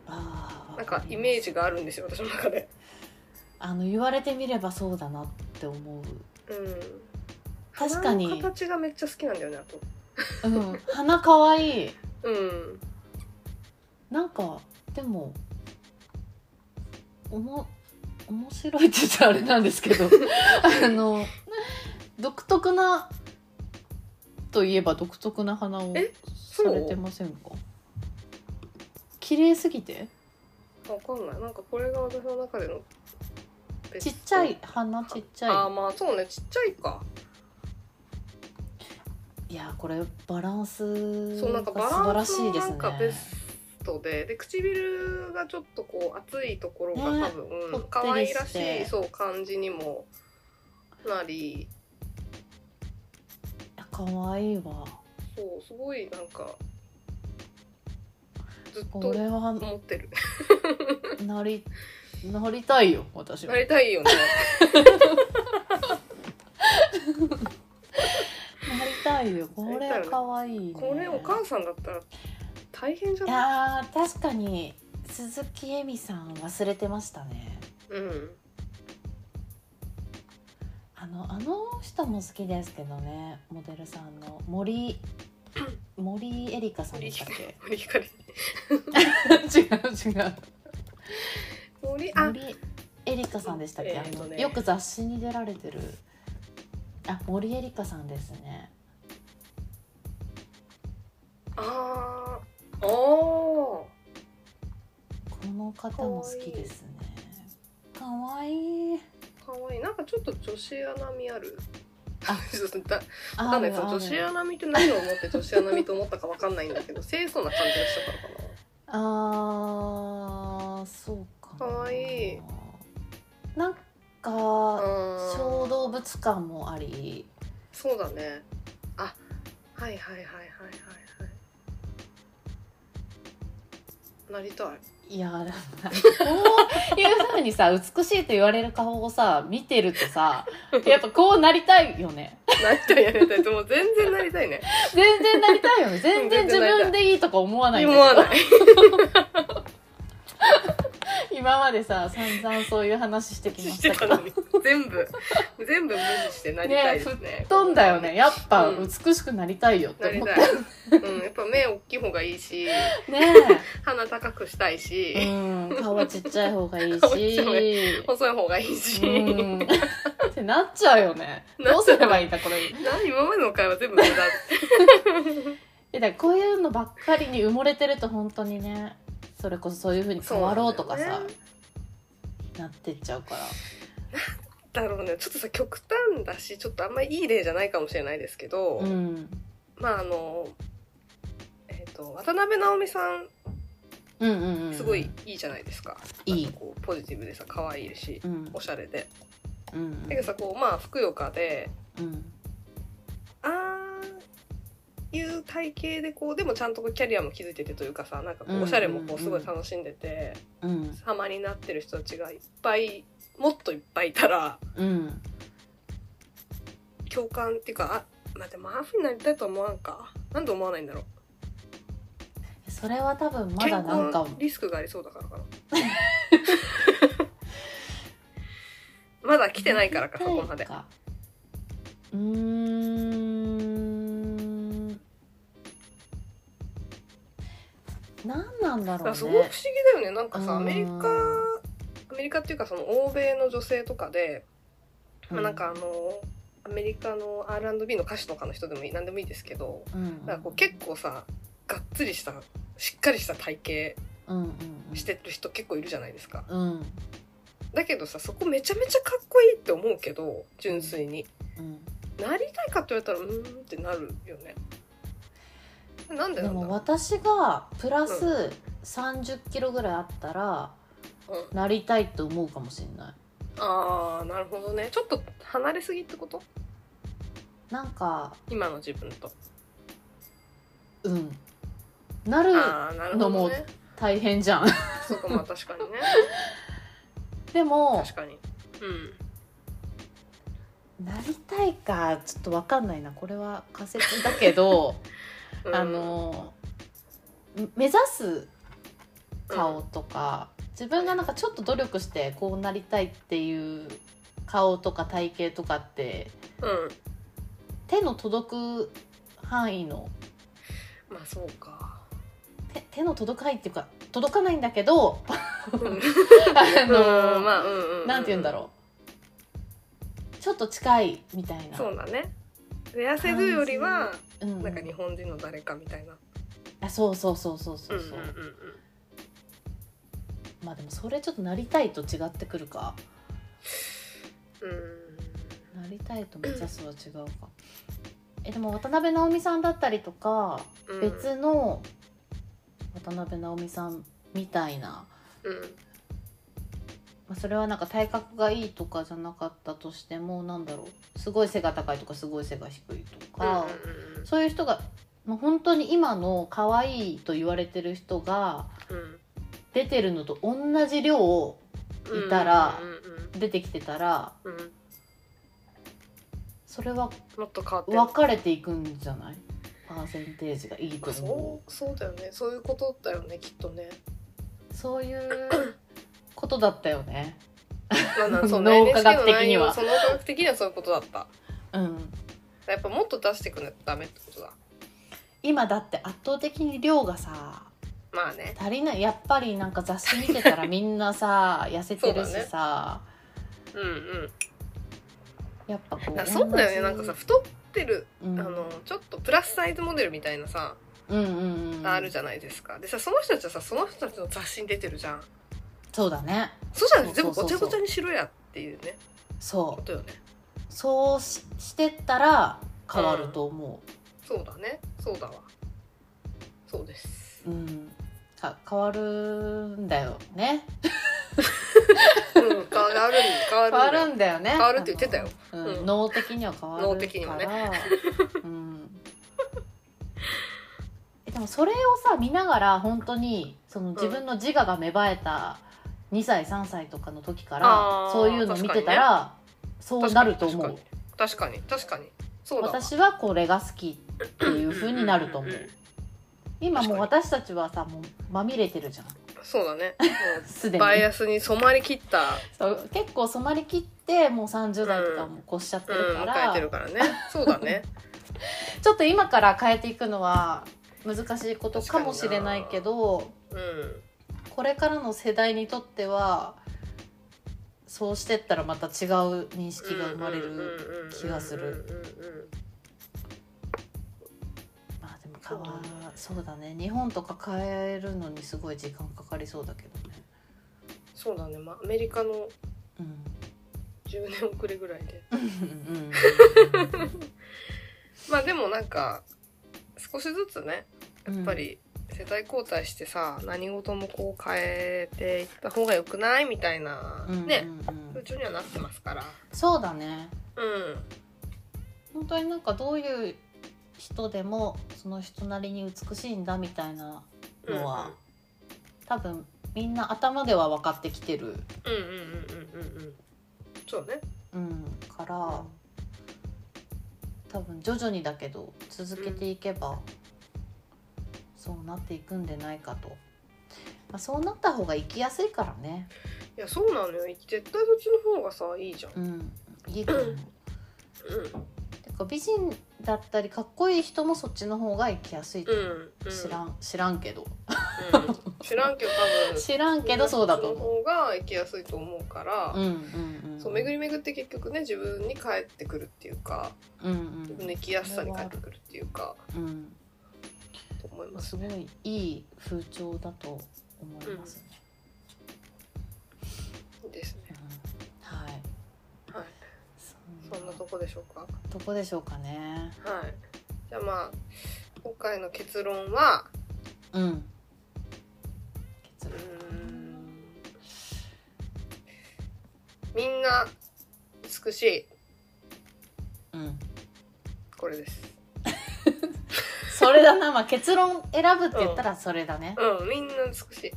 [SPEAKER 2] なんかイメージがあるんですよ私の中で。
[SPEAKER 1] あの言われてみればそうだなって思う、
[SPEAKER 2] うん
[SPEAKER 1] 確かに
[SPEAKER 2] 鼻の形がめっちゃ好きなんだよねあと。
[SPEAKER 1] うん、鼻可愛い
[SPEAKER 2] うん
[SPEAKER 1] なんかでもおも面白いって言ったらあれなんですけ どあの独特なといえば独特な鼻を
[SPEAKER 2] え
[SPEAKER 1] さ
[SPEAKER 2] そう
[SPEAKER 1] れてませんか綺麗すぎて
[SPEAKER 2] わかんないなんかこれが私の中でのベス
[SPEAKER 1] ち
[SPEAKER 2] ト
[SPEAKER 1] っちゃい鼻ちっち
[SPEAKER 2] あー
[SPEAKER 1] ゃ
[SPEAKER 2] まあそうねちっちゃいか
[SPEAKER 1] いいやこれバランス
[SPEAKER 2] そうなん
[SPEAKER 1] が素
[SPEAKER 2] かバ
[SPEAKER 1] 晴
[SPEAKER 2] ラン
[SPEAKER 1] ら
[SPEAKER 2] ス
[SPEAKER 1] しい
[SPEAKER 2] も
[SPEAKER 1] で
[SPEAKER 2] な
[SPEAKER 1] すね
[SPEAKER 2] んかベストでで唇がちょっとこう厚いところが多分、
[SPEAKER 1] ぽ
[SPEAKER 2] うん
[SPEAKER 1] っ
[SPEAKER 2] 可
[SPEAKER 1] てり
[SPEAKER 2] 愛
[SPEAKER 1] して
[SPEAKER 2] らしいそう感じにもなり
[SPEAKER 1] いや可愛いわ
[SPEAKER 2] そうすごいなんかずっ
[SPEAKER 1] ことれは
[SPEAKER 2] 思ってる
[SPEAKER 1] なりなりたいよ私は
[SPEAKER 2] なりたいよね
[SPEAKER 1] なりたいよこれは可愛い、ね、
[SPEAKER 2] これお母さんだったら大変じゃ
[SPEAKER 1] い
[SPEAKER 2] ない
[SPEAKER 1] やー確かに鈴木恵美さん忘れてましたね
[SPEAKER 2] うん
[SPEAKER 1] あのあの人も好きですけどねモデルさんの 森森エリカさんで
[SPEAKER 2] 森
[SPEAKER 1] したっけ
[SPEAKER 2] 森ひかり
[SPEAKER 1] 違 う違う
[SPEAKER 2] 森あ
[SPEAKER 1] 森エリカさんでしたっけ、
[SPEAKER 2] え
[SPEAKER 1] あ
[SPEAKER 2] ーと
[SPEAKER 1] の
[SPEAKER 2] ね
[SPEAKER 1] よく雑誌に出られてるあ森エリカさんですね
[SPEAKER 2] あーお
[SPEAKER 1] この方も好きですね可愛いい
[SPEAKER 2] ーかわいいなんかちょっと女子アナみある
[SPEAKER 1] あ
[SPEAKER 2] ちょっとだ
[SPEAKER 1] あ
[SPEAKER 2] わかんないその女子アナみって何を思って女子アナみと思ったかわかんないんだけど清楚な感じがしたからか
[SPEAKER 1] あーそうかな
[SPEAKER 2] かわいい
[SPEAKER 1] なんか
[SPEAKER 2] なあー
[SPEAKER 1] 小動物感もあり
[SPEAKER 2] そうだねあはいはいはいはいはいはいなりたい
[SPEAKER 1] いや ーでもこういうふうにさ美しいと言われる顔をさ見てるとさやっぱこうなりたいよね
[SPEAKER 2] なりたいなりたいもう全然なりたいね
[SPEAKER 1] 全然なりたいよね全然自分でいいとか思わないんだけ
[SPEAKER 2] 思
[SPEAKER 1] ど
[SPEAKER 2] わない
[SPEAKER 1] 今までさ散々そういう話してきま
[SPEAKER 2] し
[SPEAKER 1] してたけ
[SPEAKER 2] た
[SPEAKER 1] ど
[SPEAKER 2] のに全部全部無視してなりたい
[SPEAKER 1] ね
[SPEAKER 2] です
[SPEAKER 1] 吹
[SPEAKER 2] ね
[SPEAKER 1] っ飛んだよねやっぱ
[SPEAKER 2] うん
[SPEAKER 1] 美しくなりたいよっ
[SPEAKER 2] な
[SPEAKER 1] て
[SPEAKER 2] り
[SPEAKER 1] 思ったた
[SPEAKER 2] い、うん、やっぱ目大きい方がいいし
[SPEAKER 1] ね
[SPEAKER 2] 鼻高くしたいし、
[SPEAKER 1] えうん顔ちっちゃい方がいい
[SPEAKER 2] 顔ちっちゃい方が
[SPEAKER 1] し
[SPEAKER 2] 細い方がいいし、
[SPEAKER 1] うんってなっちゃうよね
[SPEAKER 2] なっちゃう
[SPEAKER 1] どうすればいいんだこれ
[SPEAKER 2] 何今までの会話全部無駄
[SPEAKER 1] えだからこういうのばっかりに埋もれてると本当にねそれこそそういうふうに変わろうとか
[SPEAKER 2] そうな
[SPEAKER 1] さ
[SPEAKER 2] んだよね
[SPEAKER 1] なってっちゃうから
[SPEAKER 2] だろうねちょっとさ極端だしちょっとあんまりいい例じゃないかもしれないですけど、
[SPEAKER 1] うん
[SPEAKER 2] まああのえっ、と渡辺直美さん
[SPEAKER 1] うんうんうん
[SPEAKER 2] すごいいいじゃないですか、
[SPEAKER 1] いい
[SPEAKER 2] なんかこうポジティブでさ可愛いし
[SPEAKER 1] うん
[SPEAKER 2] おしゃれで、
[SPEAKER 1] うん
[SPEAKER 2] だけどさこうまあふくよかで
[SPEAKER 1] うん
[SPEAKER 2] ああいう体型でこうでもちゃんとこうキャリアも築いててというかさなんかこ
[SPEAKER 1] うん
[SPEAKER 2] うおしゃれもこ
[SPEAKER 1] うん
[SPEAKER 2] うすごい楽しんでて、
[SPEAKER 1] うん
[SPEAKER 2] 様になってる人たちがいっぱいもっといっぱいいたら
[SPEAKER 1] うん
[SPEAKER 2] 共感っていうかあ待ってマーフになりたいとは思わんかなんで思わないんだろう
[SPEAKER 1] それは多分ま
[SPEAKER 2] 健
[SPEAKER 1] だなんか
[SPEAKER 2] 康リスクがありそうだからか なまだ来てないからかそこまで
[SPEAKER 1] うーん何なんだろう
[SPEAKER 2] だから
[SPEAKER 1] ね
[SPEAKER 2] すごく不思議だよねなんかさ
[SPEAKER 1] うん
[SPEAKER 2] アメリカアメリカっていうかその欧米の女性とかで、まあ、なんかあのアメリカの R&B の歌手とかの人でもいい何でもいいですけど
[SPEAKER 1] うん
[SPEAKER 2] なんかこう結構さがっつりしたしっかりした体
[SPEAKER 1] うんうんうん
[SPEAKER 2] 型してる人結構いるじゃないですか
[SPEAKER 1] うん
[SPEAKER 2] だけどさそこめちゃめちゃかっこいいって思うけど純粋に
[SPEAKER 1] うん
[SPEAKER 2] なりたいかって言われたらうーんってなるよねなんで
[SPEAKER 1] で
[SPEAKER 2] なんだ
[SPEAKER 1] も
[SPEAKER 2] ろう
[SPEAKER 1] 私がプラス3 0キロぐらいあったら
[SPEAKER 2] うん
[SPEAKER 1] なりたいと思うかもしれな
[SPEAKER 2] ああなるほどねちょっと離れすぎってこと
[SPEAKER 1] いなんか
[SPEAKER 2] 今の自分と
[SPEAKER 1] うんなる
[SPEAKER 2] ああなるほどね
[SPEAKER 1] 大変じゃん
[SPEAKER 2] そこも確か にね
[SPEAKER 1] でも
[SPEAKER 2] 確かにうん
[SPEAKER 1] なりたいかちょっとわかんないなこれは仮説だけど、
[SPEAKER 2] うん
[SPEAKER 1] あの目指す顔とか、自分がなんかちょっと努力してこうなりたいっていう顔とか体型とかって
[SPEAKER 2] うん
[SPEAKER 1] 手の届く範囲の
[SPEAKER 2] まあそうか
[SPEAKER 1] 手手の届かないっていうか届かないんだけどあ
[SPEAKER 2] うん
[SPEAKER 1] の、
[SPEAKER 2] うんまあうんうんうん
[SPEAKER 1] なんて言うんだろうちょっと近いみたいな
[SPEAKER 2] そうだねレアセドゥよりは
[SPEAKER 1] うん
[SPEAKER 2] なんか日本人の誰かみたいな
[SPEAKER 1] あそうそうそうそうそうそう、
[SPEAKER 2] うんうんうんうん
[SPEAKER 1] まあでもそれちょっとなりたいと違ってくるか
[SPEAKER 2] うー
[SPEAKER 1] なりたいと目指すは違うかえでも渡辺直美さんだったりとか、
[SPEAKER 2] んうん
[SPEAKER 1] 別の渡辺直美さんみたいな、
[SPEAKER 2] うん
[SPEAKER 1] まあ、それはなんか体格がいいとかじゃなかったとしてもなんだろうすごい背が高いとかすごい背が低いとか、
[SPEAKER 2] うんうんうん
[SPEAKER 1] そういう人が、まあ、本当に今の可愛いと言われてる人が出てるのと同じ量を
[SPEAKER 2] うん
[SPEAKER 1] いたら
[SPEAKER 2] うんうん
[SPEAKER 1] 出てきてたら
[SPEAKER 2] うんうん
[SPEAKER 1] それは
[SPEAKER 2] もっと変わってる
[SPEAKER 1] 分かれていくんじゃないパーセンテージがいいと思
[SPEAKER 2] そうそうだよねそういうことだよねきっとね
[SPEAKER 1] うそういうことだったよね
[SPEAKER 2] まあなそう
[SPEAKER 1] 脳科学的
[SPEAKER 2] NHK の内
[SPEAKER 1] に
[SPEAKER 2] 容
[SPEAKER 1] は
[SPEAKER 2] その科学的にはそういうことだった
[SPEAKER 1] うん
[SPEAKER 2] やっぱもっと出してくのダメってことだ
[SPEAKER 1] 今だって圧倒的に量がさ
[SPEAKER 2] まあね
[SPEAKER 1] 足りないやっぱりなんか雑誌見てたらみんなさ痩せてるしさ、
[SPEAKER 2] うんうん
[SPEAKER 1] やっぱこ
[SPEAKER 2] だ
[SPEAKER 1] う
[SPEAKER 2] そうだよねなんかさ、太ってる、
[SPEAKER 1] 同じ
[SPEAKER 2] あのちょっとプラスサイズモデルみたいなさ、
[SPEAKER 1] うんうんうんうん
[SPEAKER 2] あるじゃないですかでさその人たちはさその人たちの雑誌に出てるじゃん
[SPEAKER 1] そうだね
[SPEAKER 2] そしたら全部
[SPEAKER 1] そうそ
[SPEAKER 2] ごちゃ
[SPEAKER 1] うそう
[SPEAKER 2] ごちゃにしろやっていうね
[SPEAKER 1] そ
[SPEAKER 2] こ
[SPEAKER 1] う
[SPEAKER 2] とよね
[SPEAKER 1] そうししてったら変わると思
[SPEAKER 2] そうだねそうだわそうです
[SPEAKER 1] う、うんか変わるんだよね
[SPEAKER 2] うん変わる変わる
[SPEAKER 1] 変わるんだよね
[SPEAKER 2] 変わるって言ってたよ
[SPEAKER 1] あの、
[SPEAKER 2] うん
[SPEAKER 1] うん脳的には変わるから
[SPEAKER 2] 脳的にはね
[SPEAKER 1] うん えでもそれをさ見ながら本当にその自分の自我が芽生えた2歳3歳とかの時から、
[SPEAKER 2] あー
[SPEAKER 1] そういうの見てたら、そうなると思う
[SPEAKER 2] 確かに確かに確かにそうだわ
[SPEAKER 1] 私はこれが好きっていう風になると思う。
[SPEAKER 2] んんん
[SPEAKER 1] 今もう私たちはさもうまみれてるじゃん
[SPEAKER 2] そう だね。
[SPEAKER 1] すで
[SPEAKER 2] もう
[SPEAKER 1] に
[SPEAKER 2] バイアスに染まりきった、
[SPEAKER 1] そう結構染まりきってもう30代とかも越しちゃって
[SPEAKER 2] う
[SPEAKER 1] る
[SPEAKER 2] ん、
[SPEAKER 1] から、
[SPEAKER 2] 迎えてるからね。そう だね。
[SPEAKER 1] ちょっと今から変えていくのは難しいことかもしれないけど
[SPEAKER 2] うん。
[SPEAKER 1] これからの世代にとってはそうしてったらまた違う認識が生まれる、気がする
[SPEAKER 2] うんうんうんうん。
[SPEAKER 1] まあでも変わそうだね日本とか変えるのにすごい時間かかりそうだけどね、
[SPEAKER 2] そうだね。まアメリカの
[SPEAKER 1] うん、
[SPEAKER 2] 10年遅れぐらいで。
[SPEAKER 1] うんうん
[SPEAKER 2] まあでもなんか少しずつね、
[SPEAKER 1] うん
[SPEAKER 2] やっぱり世代交代してさ、何事もこう変えていった方が良くないみたいな
[SPEAKER 1] うん
[SPEAKER 2] ね、
[SPEAKER 1] うんう
[SPEAKER 2] 風
[SPEAKER 1] ん
[SPEAKER 2] 潮にはなってますから。
[SPEAKER 1] そうだね
[SPEAKER 2] うん。
[SPEAKER 1] 本当になんかどういう人でもその人なりに美しいんだみたいな
[SPEAKER 2] うん
[SPEAKER 1] のは多分みんな頭では分かってきてる、
[SPEAKER 2] うんうんうんうんうんうん。そうね。
[SPEAKER 1] うん、から多分徐々にだけど続けていけば、そうなっていくんでないかと、まあ、そうなった方が生きやすいからね、
[SPEAKER 2] いやそうなのよ。絶対そっちの方がさいいじゃん。う
[SPEAKER 1] うん、いいと思う。
[SPEAKER 2] ん
[SPEAKER 1] てか美人だったりかっこいい人もそっちの方が生きやすいと
[SPEAKER 2] う
[SPEAKER 1] 思
[SPEAKER 2] んうん。
[SPEAKER 1] う知らん知らんけど
[SPEAKER 2] うん。知らんけど多分。
[SPEAKER 1] 知らんけどそうだと
[SPEAKER 2] そ
[SPEAKER 1] 思う。
[SPEAKER 2] の方が行きやすいと思うから。
[SPEAKER 1] うんうんうん、
[SPEAKER 2] そう巡り巡って結局ね自分に返ってくるっていうか
[SPEAKER 1] うん
[SPEAKER 2] 自分の生きやすさに返ってくるっていうか
[SPEAKER 1] うんうん
[SPEAKER 2] と思い
[SPEAKER 1] ま
[SPEAKER 2] ま
[SPEAKER 1] あ
[SPEAKER 2] す
[SPEAKER 1] すごいいい風潮だと思いますね、
[SPEAKER 2] ですね
[SPEAKER 1] うんはい
[SPEAKER 2] はい
[SPEAKER 1] そ
[SPEAKER 2] そんなとこでしょうか
[SPEAKER 1] とこでしょうかね
[SPEAKER 2] はいじゃあまあ今回の結論は
[SPEAKER 1] うん
[SPEAKER 2] う
[SPEAKER 1] 結
[SPEAKER 2] ー
[SPEAKER 1] 論
[SPEAKER 2] んみんな美しい
[SPEAKER 1] うん
[SPEAKER 2] これです
[SPEAKER 1] それだなまあ結論選ぶって言ったらそれだ ね、
[SPEAKER 2] うんみんな美しい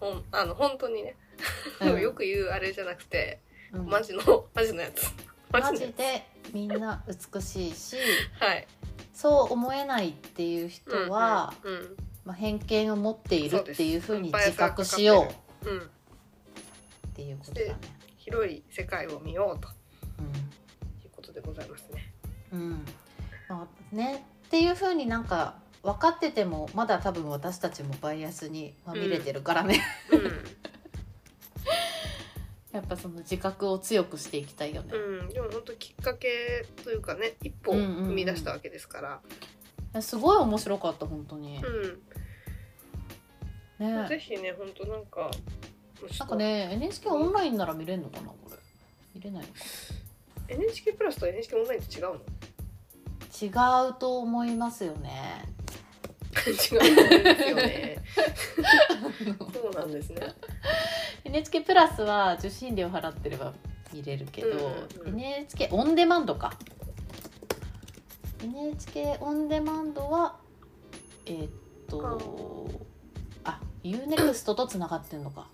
[SPEAKER 2] ほんあの本当にね、
[SPEAKER 1] うん
[SPEAKER 2] よく言うあれじゃなくて
[SPEAKER 1] うん
[SPEAKER 2] マジのマジのやつ
[SPEAKER 1] マ
[SPEAKER 2] のや
[SPEAKER 1] ジでみんな美しいし
[SPEAKER 2] つはい
[SPEAKER 1] そう思えないっていう人は、
[SPEAKER 2] うんうん
[SPEAKER 1] まあ、偏見を持っているっていうふうに
[SPEAKER 2] そうです
[SPEAKER 1] 自覚しよう
[SPEAKER 2] うん、うん
[SPEAKER 1] っていうことだね。
[SPEAKER 2] 広い世界を見ようと
[SPEAKER 1] うん
[SPEAKER 2] いうことでございますね。
[SPEAKER 1] うんまあね、っていうふうになんか分かっててもまだ多分私たちもバイアスにまみれてるからね、
[SPEAKER 2] う
[SPEAKER 1] やっぱその自覚を強くしていきたいよね、
[SPEAKER 2] ん、うん、でも本当きっかけというかね、一歩
[SPEAKER 1] うんうんうん
[SPEAKER 2] 踏み出したわけですから。
[SPEAKER 1] すごい面白かった本当に、
[SPEAKER 2] うん、ぜ
[SPEAKER 1] ね
[SPEAKER 2] ひね、本当なんか。
[SPEAKER 1] なんかね NHK オンラインなら見れるのかなこれ見れないのか
[SPEAKER 2] NHK プラスと NHK オンラインって違うの
[SPEAKER 1] 違うと思いますよ ね
[SPEAKER 2] 違うんですよね。そうなんですね。
[SPEAKER 1] NHK プラスは受信料払ってれば見れるけど、
[SPEAKER 2] うんうんうん
[SPEAKER 1] NHK オンデマンドか NHK オンデマンドはえーっとあ UNEXT とつながってるのか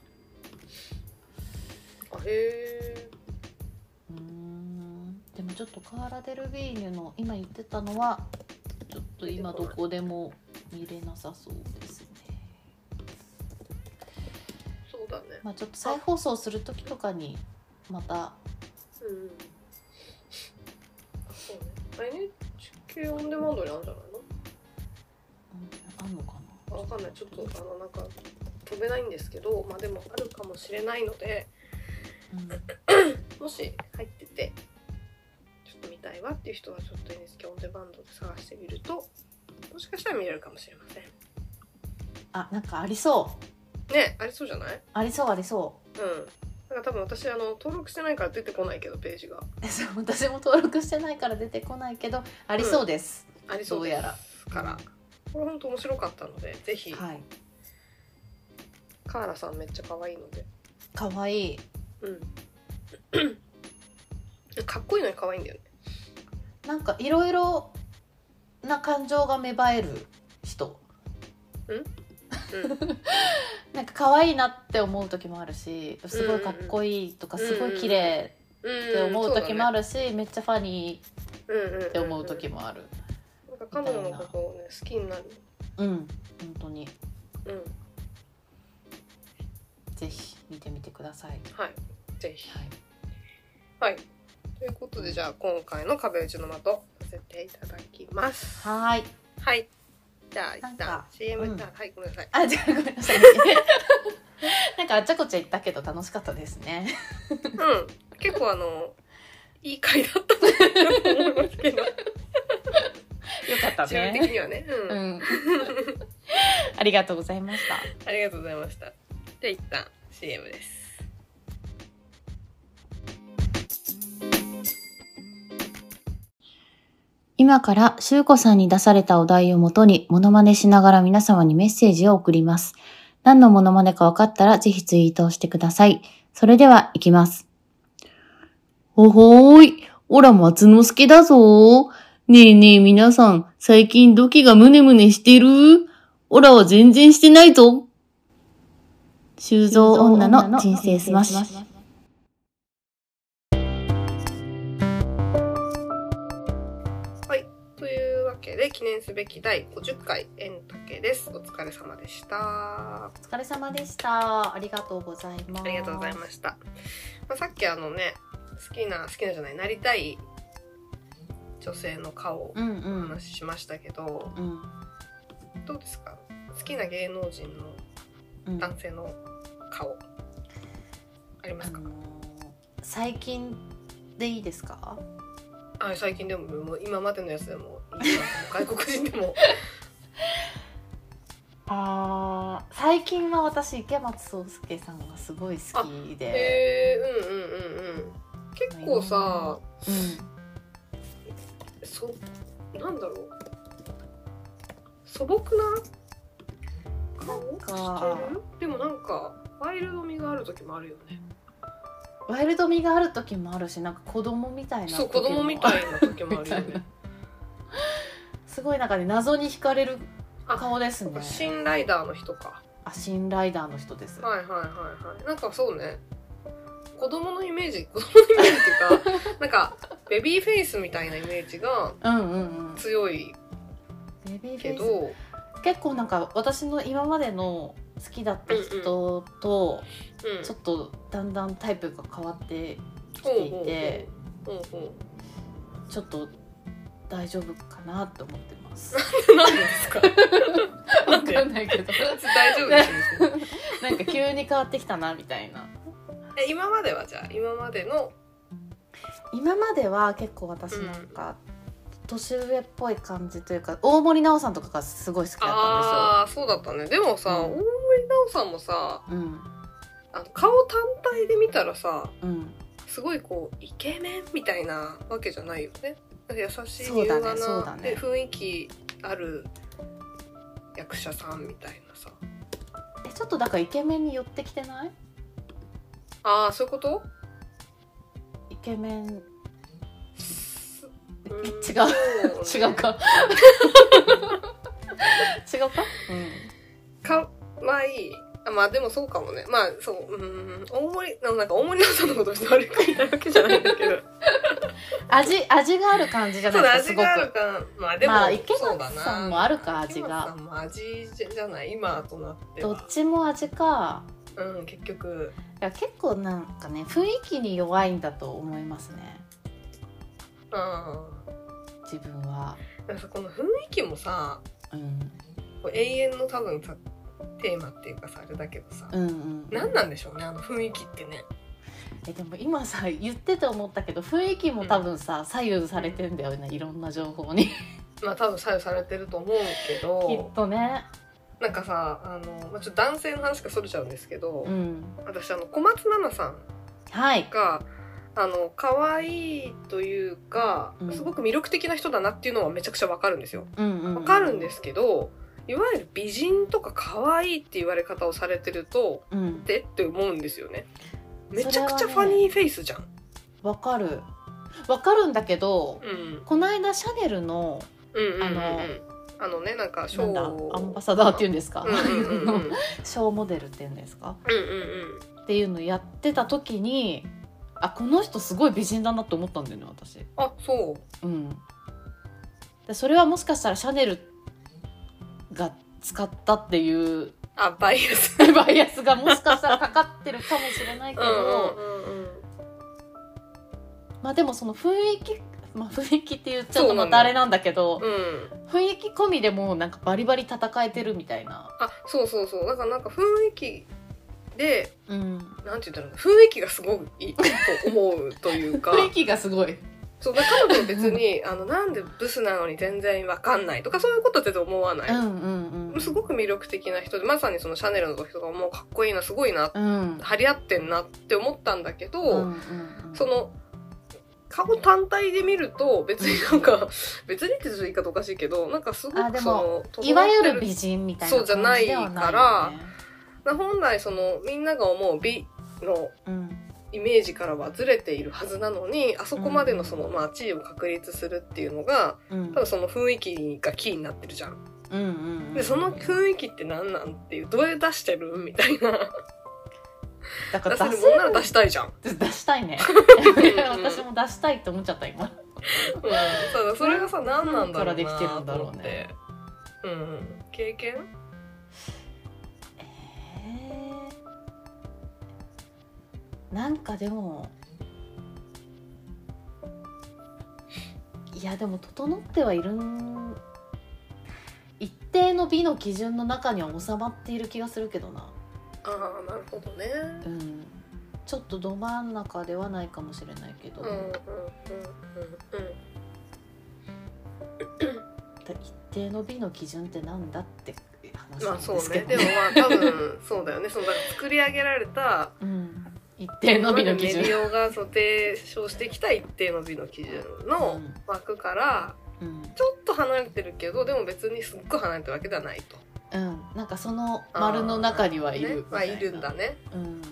[SPEAKER 2] あへ
[SPEAKER 1] うーんでもちょっとカーラ・デル・ビーニュの今言ってたのはちょっと今どこでも見れなさそうですね
[SPEAKER 2] え、そうだね。
[SPEAKER 1] まあちょっと再放送する時とかにまた
[SPEAKER 2] うん。あそうね。あ NHK オンデマンドにあるんじゃないの？
[SPEAKER 1] うんあんのかな
[SPEAKER 2] わかんないちょっとあのなんか飛べないんですけどまあでもあるかもしれないので
[SPEAKER 1] うん
[SPEAKER 2] もし入っててちょっと見たいわっていう人はちょっと NHK オンデマンドで探してみるともしかしたら見れるかもしれません
[SPEAKER 1] あなんかありそう
[SPEAKER 2] ねありそうじゃない
[SPEAKER 1] ありそうあり そ
[SPEAKER 2] うんなんか多分私あの登録してないから出てこないけどページが
[SPEAKER 1] うそう私も登録してないから出てこないけどありそうです、
[SPEAKER 2] ありそう
[SPEAKER 1] どう
[SPEAKER 2] で
[SPEAKER 1] やら
[SPEAKER 2] すからこれ本当面白かったのでぜひ
[SPEAKER 1] はい
[SPEAKER 2] カーラさんめっちゃ可愛いので
[SPEAKER 1] かわいい
[SPEAKER 2] うんかっこいいのに可愛いんだよね
[SPEAKER 1] なんかいろいろな感情が芽生える人
[SPEAKER 2] うん
[SPEAKER 1] なんか 可愛いなって思う時もあるしすごいかっこいいとか
[SPEAKER 2] うんうん
[SPEAKER 1] すごい綺麗って思う時もあ
[SPEAKER 2] る
[SPEAKER 1] るし、めっちゃファニー
[SPEAKER 2] っ
[SPEAKER 1] って思う時もある、
[SPEAKER 2] なんか彼
[SPEAKER 1] みた
[SPEAKER 2] 女
[SPEAKER 1] い
[SPEAKER 2] の
[SPEAKER 1] な
[SPEAKER 2] ことをね好きになる
[SPEAKER 1] うん本当に
[SPEAKER 2] うん
[SPEAKER 1] ぜひ見てみてください、
[SPEAKER 2] はいぜひ
[SPEAKER 1] はい、
[SPEAKER 2] はいということでじゃあ今回の壁打ちの的させていただきます
[SPEAKER 1] はーい
[SPEAKER 2] はいじゃあ一
[SPEAKER 1] なん
[SPEAKER 2] 旦
[SPEAKER 1] か
[SPEAKER 2] CM、
[SPEAKER 1] うん
[SPEAKER 2] あはいごめんなさい
[SPEAKER 1] あじゃあごめんなさいなんかあっちゃこっちゃ言ったけど楽しかったですね
[SPEAKER 2] うん結構あのいい回だったと思いますけど
[SPEAKER 1] よかった
[SPEAKER 2] 自分的にはね、うん
[SPEAKER 1] うん。ありがとうございました。
[SPEAKER 2] ありがとうございました。じゃあ一旦 CM です。
[SPEAKER 1] 今から、しゅうこさんに出されたお題をもとに、モノマネしながら皆様にメッセージを送ります。何のモノマネか分かったら、ぜひツイートをしてください。それでは、いきます。おほーい。おら、松之助だぞー。ねえねえ、皆さん、最近土器がムネムネしてるおらは全然してないぞ。修造女の人生スマッシュ。
[SPEAKER 2] というわけで記念すべき第50回円竹です。お疲れ様でした。あ
[SPEAKER 1] お疲れ様でした。ありがとうございます。
[SPEAKER 2] りがとうございました。まあ、さっきあのね好きな好きなじゃないなりたい女性の顔を
[SPEAKER 1] うんう
[SPEAKER 2] お
[SPEAKER 1] ん
[SPEAKER 2] 話。ししましたけど、
[SPEAKER 1] うん
[SPEAKER 2] どうですか好きな芸能人の
[SPEAKER 1] うん。あの
[SPEAKER 2] 男性の顔ありますか、
[SPEAKER 1] ー最近でいいですか？
[SPEAKER 2] あ最近でももう今までのやつ でもいいな外国人でも
[SPEAKER 1] ああ、最近は私池松壮亮さんがすごい好きで、
[SPEAKER 2] へえうんうんうんうん結構さ
[SPEAKER 1] うん、
[SPEAKER 2] そなんだろう素朴な顔
[SPEAKER 1] か
[SPEAKER 2] してるでもなんかワイルド味がある時もあるよね
[SPEAKER 1] ワイルド味がある時もあるし、なんか子供みたいな時も
[SPEAKER 2] そう子供みた
[SPEAKER 1] ある
[SPEAKER 2] いな時もあ
[SPEAKER 1] み
[SPEAKER 2] るよ
[SPEAKER 1] たい
[SPEAKER 2] ね
[SPEAKER 1] な。すごいなんかね謎に惹かれる顔です
[SPEAKER 2] そっか
[SPEAKER 1] ね。
[SPEAKER 2] 新ライダーの人か
[SPEAKER 1] あ、シンライダーの人です。
[SPEAKER 2] はいはいはいはいなんかそうね子供のイメージ子供のイメージっていう かなんかベビーフェイスみたいなイメージが
[SPEAKER 1] うんうんうん。
[SPEAKER 2] 強い
[SPEAKER 1] ベビーフ
[SPEAKER 2] け
[SPEAKER 1] ェイス
[SPEAKER 2] ど
[SPEAKER 1] 結構なんか私の今までの好きだった人と
[SPEAKER 2] うん
[SPEAKER 1] ちょっとだんだんタイプが変わってきていて
[SPEAKER 2] ほうほうほうほうほう
[SPEAKER 1] ちょっと大丈夫かなと思ってます。
[SPEAKER 2] 何ですか
[SPEAKER 1] わかんないけど
[SPEAKER 2] 大丈夫ですよ
[SPEAKER 1] な んか急に変わってきたなみたいな。
[SPEAKER 2] え今まではじゃあ今までの
[SPEAKER 1] 今までは結構私なんか年上っぽい感じというか大森奈緒さんとかがすごい好きだった
[SPEAKER 2] ああーそうだったねでもさ、
[SPEAKER 1] うん
[SPEAKER 2] 大森奈緒さんもさ
[SPEAKER 1] んですよ。うん
[SPEAKER 2] あの顔単体で見たらさ
[SPEAKER 1] うん
[SPEAKER 2] すごいこうイケメンみたいなわけじゃないよねなんか優しい
[SPEAKER 1] そう
[SPEAKER 2] 柔
[SPEAKER 1] だね
[SPEAKER 2] 和な、
[SPEAKER 1] そうだね
[SPEAKER 2] で雰囲気ある役者さんみたいなさ
[SPEAKER 1] えちょっとだからイケメンに寄ってきてない
[SPEAKER 2] ああそういうこと
[SPEAKER 1] イケメ ン
[SPEAKER 2] うん
[SPEAKER 1] 違う
[SPEAKER 2] そ
[SPEAKER 1] 違
[SPEAKER 2] ね
[SPEAKER 1] うか違うか、
[SPEAKER 2] かまあいいあまあでもそうかもねまあそううん大森ななんか大森奈緒さんのことして悪く言いたいわけじゃないん だけど
[SPEAKER 1] 味味がある感じじゃ
[SPEAKER 2] そ
[SPEAKER 1] な
[SPEAKER 2] う
[SPEAKER 1] い
[SPEAKER 2] だ
[SPEAKER 1] ですかす
[SPEAKER 2] 味
[SPEAKER 1] ご
[SPEAKER 2] がある
[SPEAKER 1] く
[SPEAKER 2] かまあでも、
[SPEAKER 1] まあ池松
[SPEAKER 2] そうだな
[SPEAKER 1] さんもあるか味が
[SPEAKER 2] 池松さんも味じゃない今となって
[SPEAKER 1] ど
[SPEAKER 2] は
[SPEAKER 1] っちも味か
[SPEAKER 2] うん結局
[SPEAKER 1] いや結構なんかね雰囲気に弱いんだと思いますね
[SPEAKER 2] うん
[SPEAKER 1] 自分は、
[SPEAKER 2] なんかさこの雰囲気もさ
[SPEAKER 1] うん、
[SPEAKER 2] こう永遠の多分さテーマっていうかさあれだけどさ、
[SPEAKER 1] うんうん
[SPEAKER 2] 何なんでしょうねあの雰囲気ってね
[SPEAKER 1] えでも今さ言ってて思ったけど雰囲気も多分さ左右されてんだよねいろんな情報にき
[SPEAKER 2] まあ多分左右されてると思うけど
[SPEAKER 1] っとね
[SPEAKER 2] なんかさあの、まあ、ちょっと男性の話がそれちゃうんですけど、
[SPEAKER 1] うん
[SPEAKER 2] 私あの小松菜奈さん
[SPEAKER 1] はい
[SPEAKER 2] があの可愛いというか
[SPEAKER 1] うん
[SPEAKER 2] すごく魅力的な人だなっていうのはめちゃくちゃわかるんですよ。
[SPEAKER 1] うんうん
[SPEAKER 2] わかる
[SPEAKER 1] す
[SPEAKER 2] んですけどいわゆる美人とか可愛いって言われ方をされてると
[SPEAKER 1] うん
[SPEAKER 2] でって思うんですよね。め
[SPEAKER 1] それはね
[SPEAKER 2] ちゃくちゃファニーフェイスじゃん。
[SPEAKER 1] わかるわかるんだけど
[SPEAKER 2] うん
[SPEAKER 1] この間シャネルの
[SPEAKER 2] うんうんうんうん
[SPEAKER 1] あの
[SPEAKER 2] あのねなんかシ
[SPEAKER 1] な
[SPEAKER 2] ョ
[SPEAKER 1] んだ
[SPEAKER 2] ー
[SPEAKER 1] アンバサダーっていうんですか、
[SPEAKER 2] うんうんうんうんうんうん
[SPEAKER 1] ショーモデルっていうんですか
[SPEAKER 2] うん
[SPEAKER 1] っていうのやってた時にあこの人すごい美人だなって思ったんだよね私。
[SPEAKER 2] あそう
[SPEAKER 1] うん、でそれはもしかしたらシャネルが使ったっていう
[SPEAKER 2] あ、バイ アス。
[SPEAKER 1] バイアスがもしかしたらかかってるかもしれないけど、まあでもその雰囲気、まあ、雰囲気って言っちゃうとまたあれなんだけど
[SPEAKER 2] うんうん。
[SPEAKER 1] 雰囲気込みでもうなんかバリバリ戦えてるみたいな、
[SPEAKER 2] あ、そうそうそう。だからなんか雰囲気で、
[SPEAKER 1] うん、
[SPEAKER 2] なんて言うんだろうな、雰囲気がすごくいいと思うとい うか。
[SPEAKER 1] 雰囲気がすごい。
[SPEAKER 2] そう、だから彼女は別に、あの、なんでブスなのに全然わかんないとか、そういうことは全然思わない。
[SPEAKER 1] うんうんうん、
[SPEAKER 2] すごく魅力的な人で、まさにそのシャネルの時とかもかっこいいな、すごいな、
[SPEAKER 1] うん
[SPEAKER 2] 張り合ってんなって思ったんだけ
[SPEAKER 1] うんう
[SPEAKER 2] ど、
[SPEAKER 1] んうん
[SPEAKER 2] その、顔単体で見ると、別になんか、 別にってちょっと言い方おかしいけど、なんかすご
[SPEAKER 1] あで
[SPEAKER 2] く
[SPEAKER 1] も
[SPEAKER 2] その、整って
[SPEAKER 1] いわゆる美人みたいな
[SPEAKER 2] そうじゃ
[SPEAKER 1] 感
[SPEAKER 2] な
[SPEAKER 1] じ
[SPEAKER 2] い
[SPEAKER 1] ではない
[SPEAKER 2] から
[SPEAKER 1] よね
[SPEAKER 2] 本来その、みんなが思う美の
[SPEAKER 1] うん
[SPEAKER 2] イメージからはずれているはずなのに、あそこまでのその、まあ、地位を確立するっていうのが、
[SPEAKER 1] うん
[SPEAKER 2] 多分その雰囲気がキーになってるじゃん。
[SPEAKER 1] うんうんうん
[SPEAKER 2] でその雰囲気って何なんっていうどうやって出してるみたいな
[SPEAKER 1] だから
[SPEAKER 2] 出せ
[SPEAKER 1] 出
[SPEAKER 2] る
[SPEAKER 1] せ
[SPEAKER 2] もんなら出したいじゃん、うん、
[SPEAKER 1] る出した いねいや私も出したいって思っちゃった今
[SPEAKER 2] そうだそれがさ何なん
[SPEAKER 1] 何か
[SPEAKER 2] だろうな
[SPEAKER 1] らできてるんだ
[SPEAKER 2] と
[SPEAKER 1] ろ
[SPEAKER 2] 思
[SPEAKER 1] う
[SPEAKER 2] っ
[SPEAKER 1] ね
[SPEAKER 2] てうん経験
[SPEAKER 1] なんかでもいやでも整ってはいるん一定の美の基準の中には収まっている気がするけどな、
[SPEAKER 2] ああなるほどね
[SPEAKER 1] うん、ちょっとど真ん中ではないかもしれないけど、
[SPEAKER 2] うんうんうんうん
[SPEAKER 1] だ一定の美の基準ってなんだって話
[SPEAKER 2] ま
[SPEAKER 1] な
[SPEAKER 2] あ
[SPEAKER 1] ん
[SPEAKER 2] そう
[SPEAKER 1] ですけ
[SPEAKER 2] ね
[SPEAKER 1] ど
[SPEAKER 2] でもまあ多分そうだよねそのだから作り上げられた
[SPEAKER 1] うん、一定の美の基準
[SPEAKER 2] メディオがそう提唱してきた一定の美の基準の枠から
[SPEAKER 1] うん
[SPEAKER 2] ちょっと離れてるけどでも別にすっごい離れてるわけではないと
[SPEAKER 1] うん、なんかその丸の中にはいる
[SPEAKER 2] ね
[SPEAKER 1] み
[SPEAKER 2] まあ
[SPEAKER 1] たいない
[SPEAKER 2] るんだね
[SPEAKER 1] うん、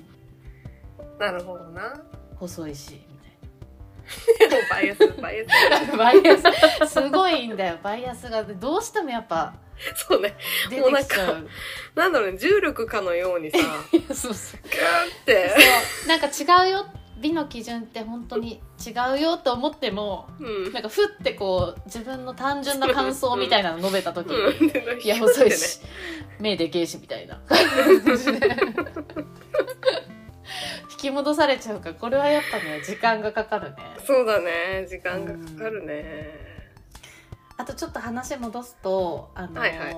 [SPEAKER 2] なるほどな。
[SPEAKER 1] 細いしみたいな
[SPEAKER 2] バイアス、バイ ア
[SPEAKER 1] バイアスすごいんだよバイアスがどうしてもやっぱ
[SPEAKER 2] ス。そうね。
[SPEAKER 1] 出てきちゃう
[SPEAKER 2] なんだろうね、重力かのようにさ、
[SPEAKER 1] いやそうそう
[SPEAKER 2] グーっ
[SPEAKER 1] そ
[SPEAKER 2] て。
[SPEAKER 1] うなんか違うよ美の基準って本当に違うよと思っても
[SPEAKER 2] うん。
[SPEAKER 1] なんかふってこう自分の単純な感想みたいなの述べた時に
[SPEAKER 2] うんで
[SPEAKER 1] いや細い。し目でけえしみたいな感じで引き戻されちゃうからこれはやっぱね時間がかかるね
[SPEAKER 2] そうだね。時間がかかるね。
[SPEAKER 1] あとちょっと話戻すとあの、
[SPEAKER 2] はいはい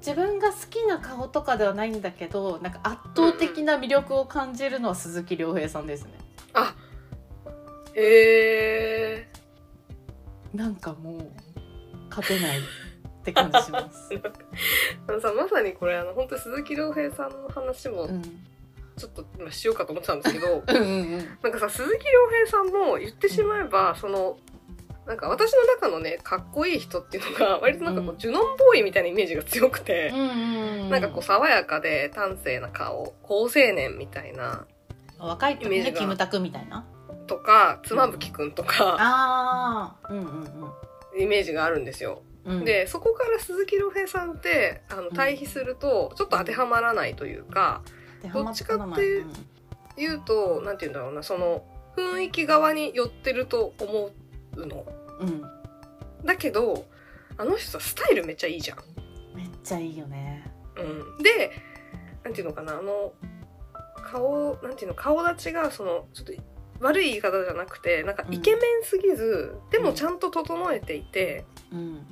[SPEAKER 1] 自分が好きな顔とかではないんだけどなんか圧倒的な魅力を感じるのは鈴木亮平さんですね
[SPEAKER 2] へえ。
[SPEAKER 1] なんかもう勝てないって感じし ます、
[SPEAKER 2] あのさ、まさにこれ、あの、本当鈴木亮平さんの話も
[SPEAKER 1] う、ん、
[SPEAKER 2] ちょっと今しようかと思ってたんですけど、
[SPEAKER 1] うんうん
[SPEAKER 2] なんかさ、鈴木亮平さんも言ってしまえば、その、なんか私の中のね、かっこいい人っていうのが、割となんかこ
[SPEAKER 1] う
[SPEAKER 2] う、
[SPEAKER 1] ん
[SPEAKER 2] ジュノンボーイみたいなイメージが強くて、
[SPEAKER 1] うんうんうん
[SPEAKER 2] なんかこう爽やかで端正な顔、好青年みたいな、
[SPEAKER 1] 若い時
[SPEAKER 2] イメージ
[SPEAKER 1] ね
[SPEAKER 2] が
[SPEAKER 1] キムタクみたいな
[SPEAKER 2] とか、妻夫木くんとか、
[SPEAKER 1] ああうんうん
[SPEAKER 2] イメージがあるんですよ。
[SPEAKER 1] うんうん
[SPEAKER 2] で、そこから鈴木亮平さんって、あの、対比すると、ちょっと当てはまらないというか、どっちかっていう言うと、なんて言うんだろうな、その、雰囲気側に寄ってると思うの。
[SPEAKER 1] うん、うん
[SPEAKER 2] だけど、あの人さ、スタイルめっちゃいいじゃん。
[SPEAKER 1] めっちゃいいよね
[SPEAKER 2] うん。で、なんていうのかな、あの、顔、なんていうの、顔立ちが、その、ちょっと悪い言い方じゃなくて、なんかイケメンすぎず、でもちゃんと整えていて、
[SPEAKER 1] うん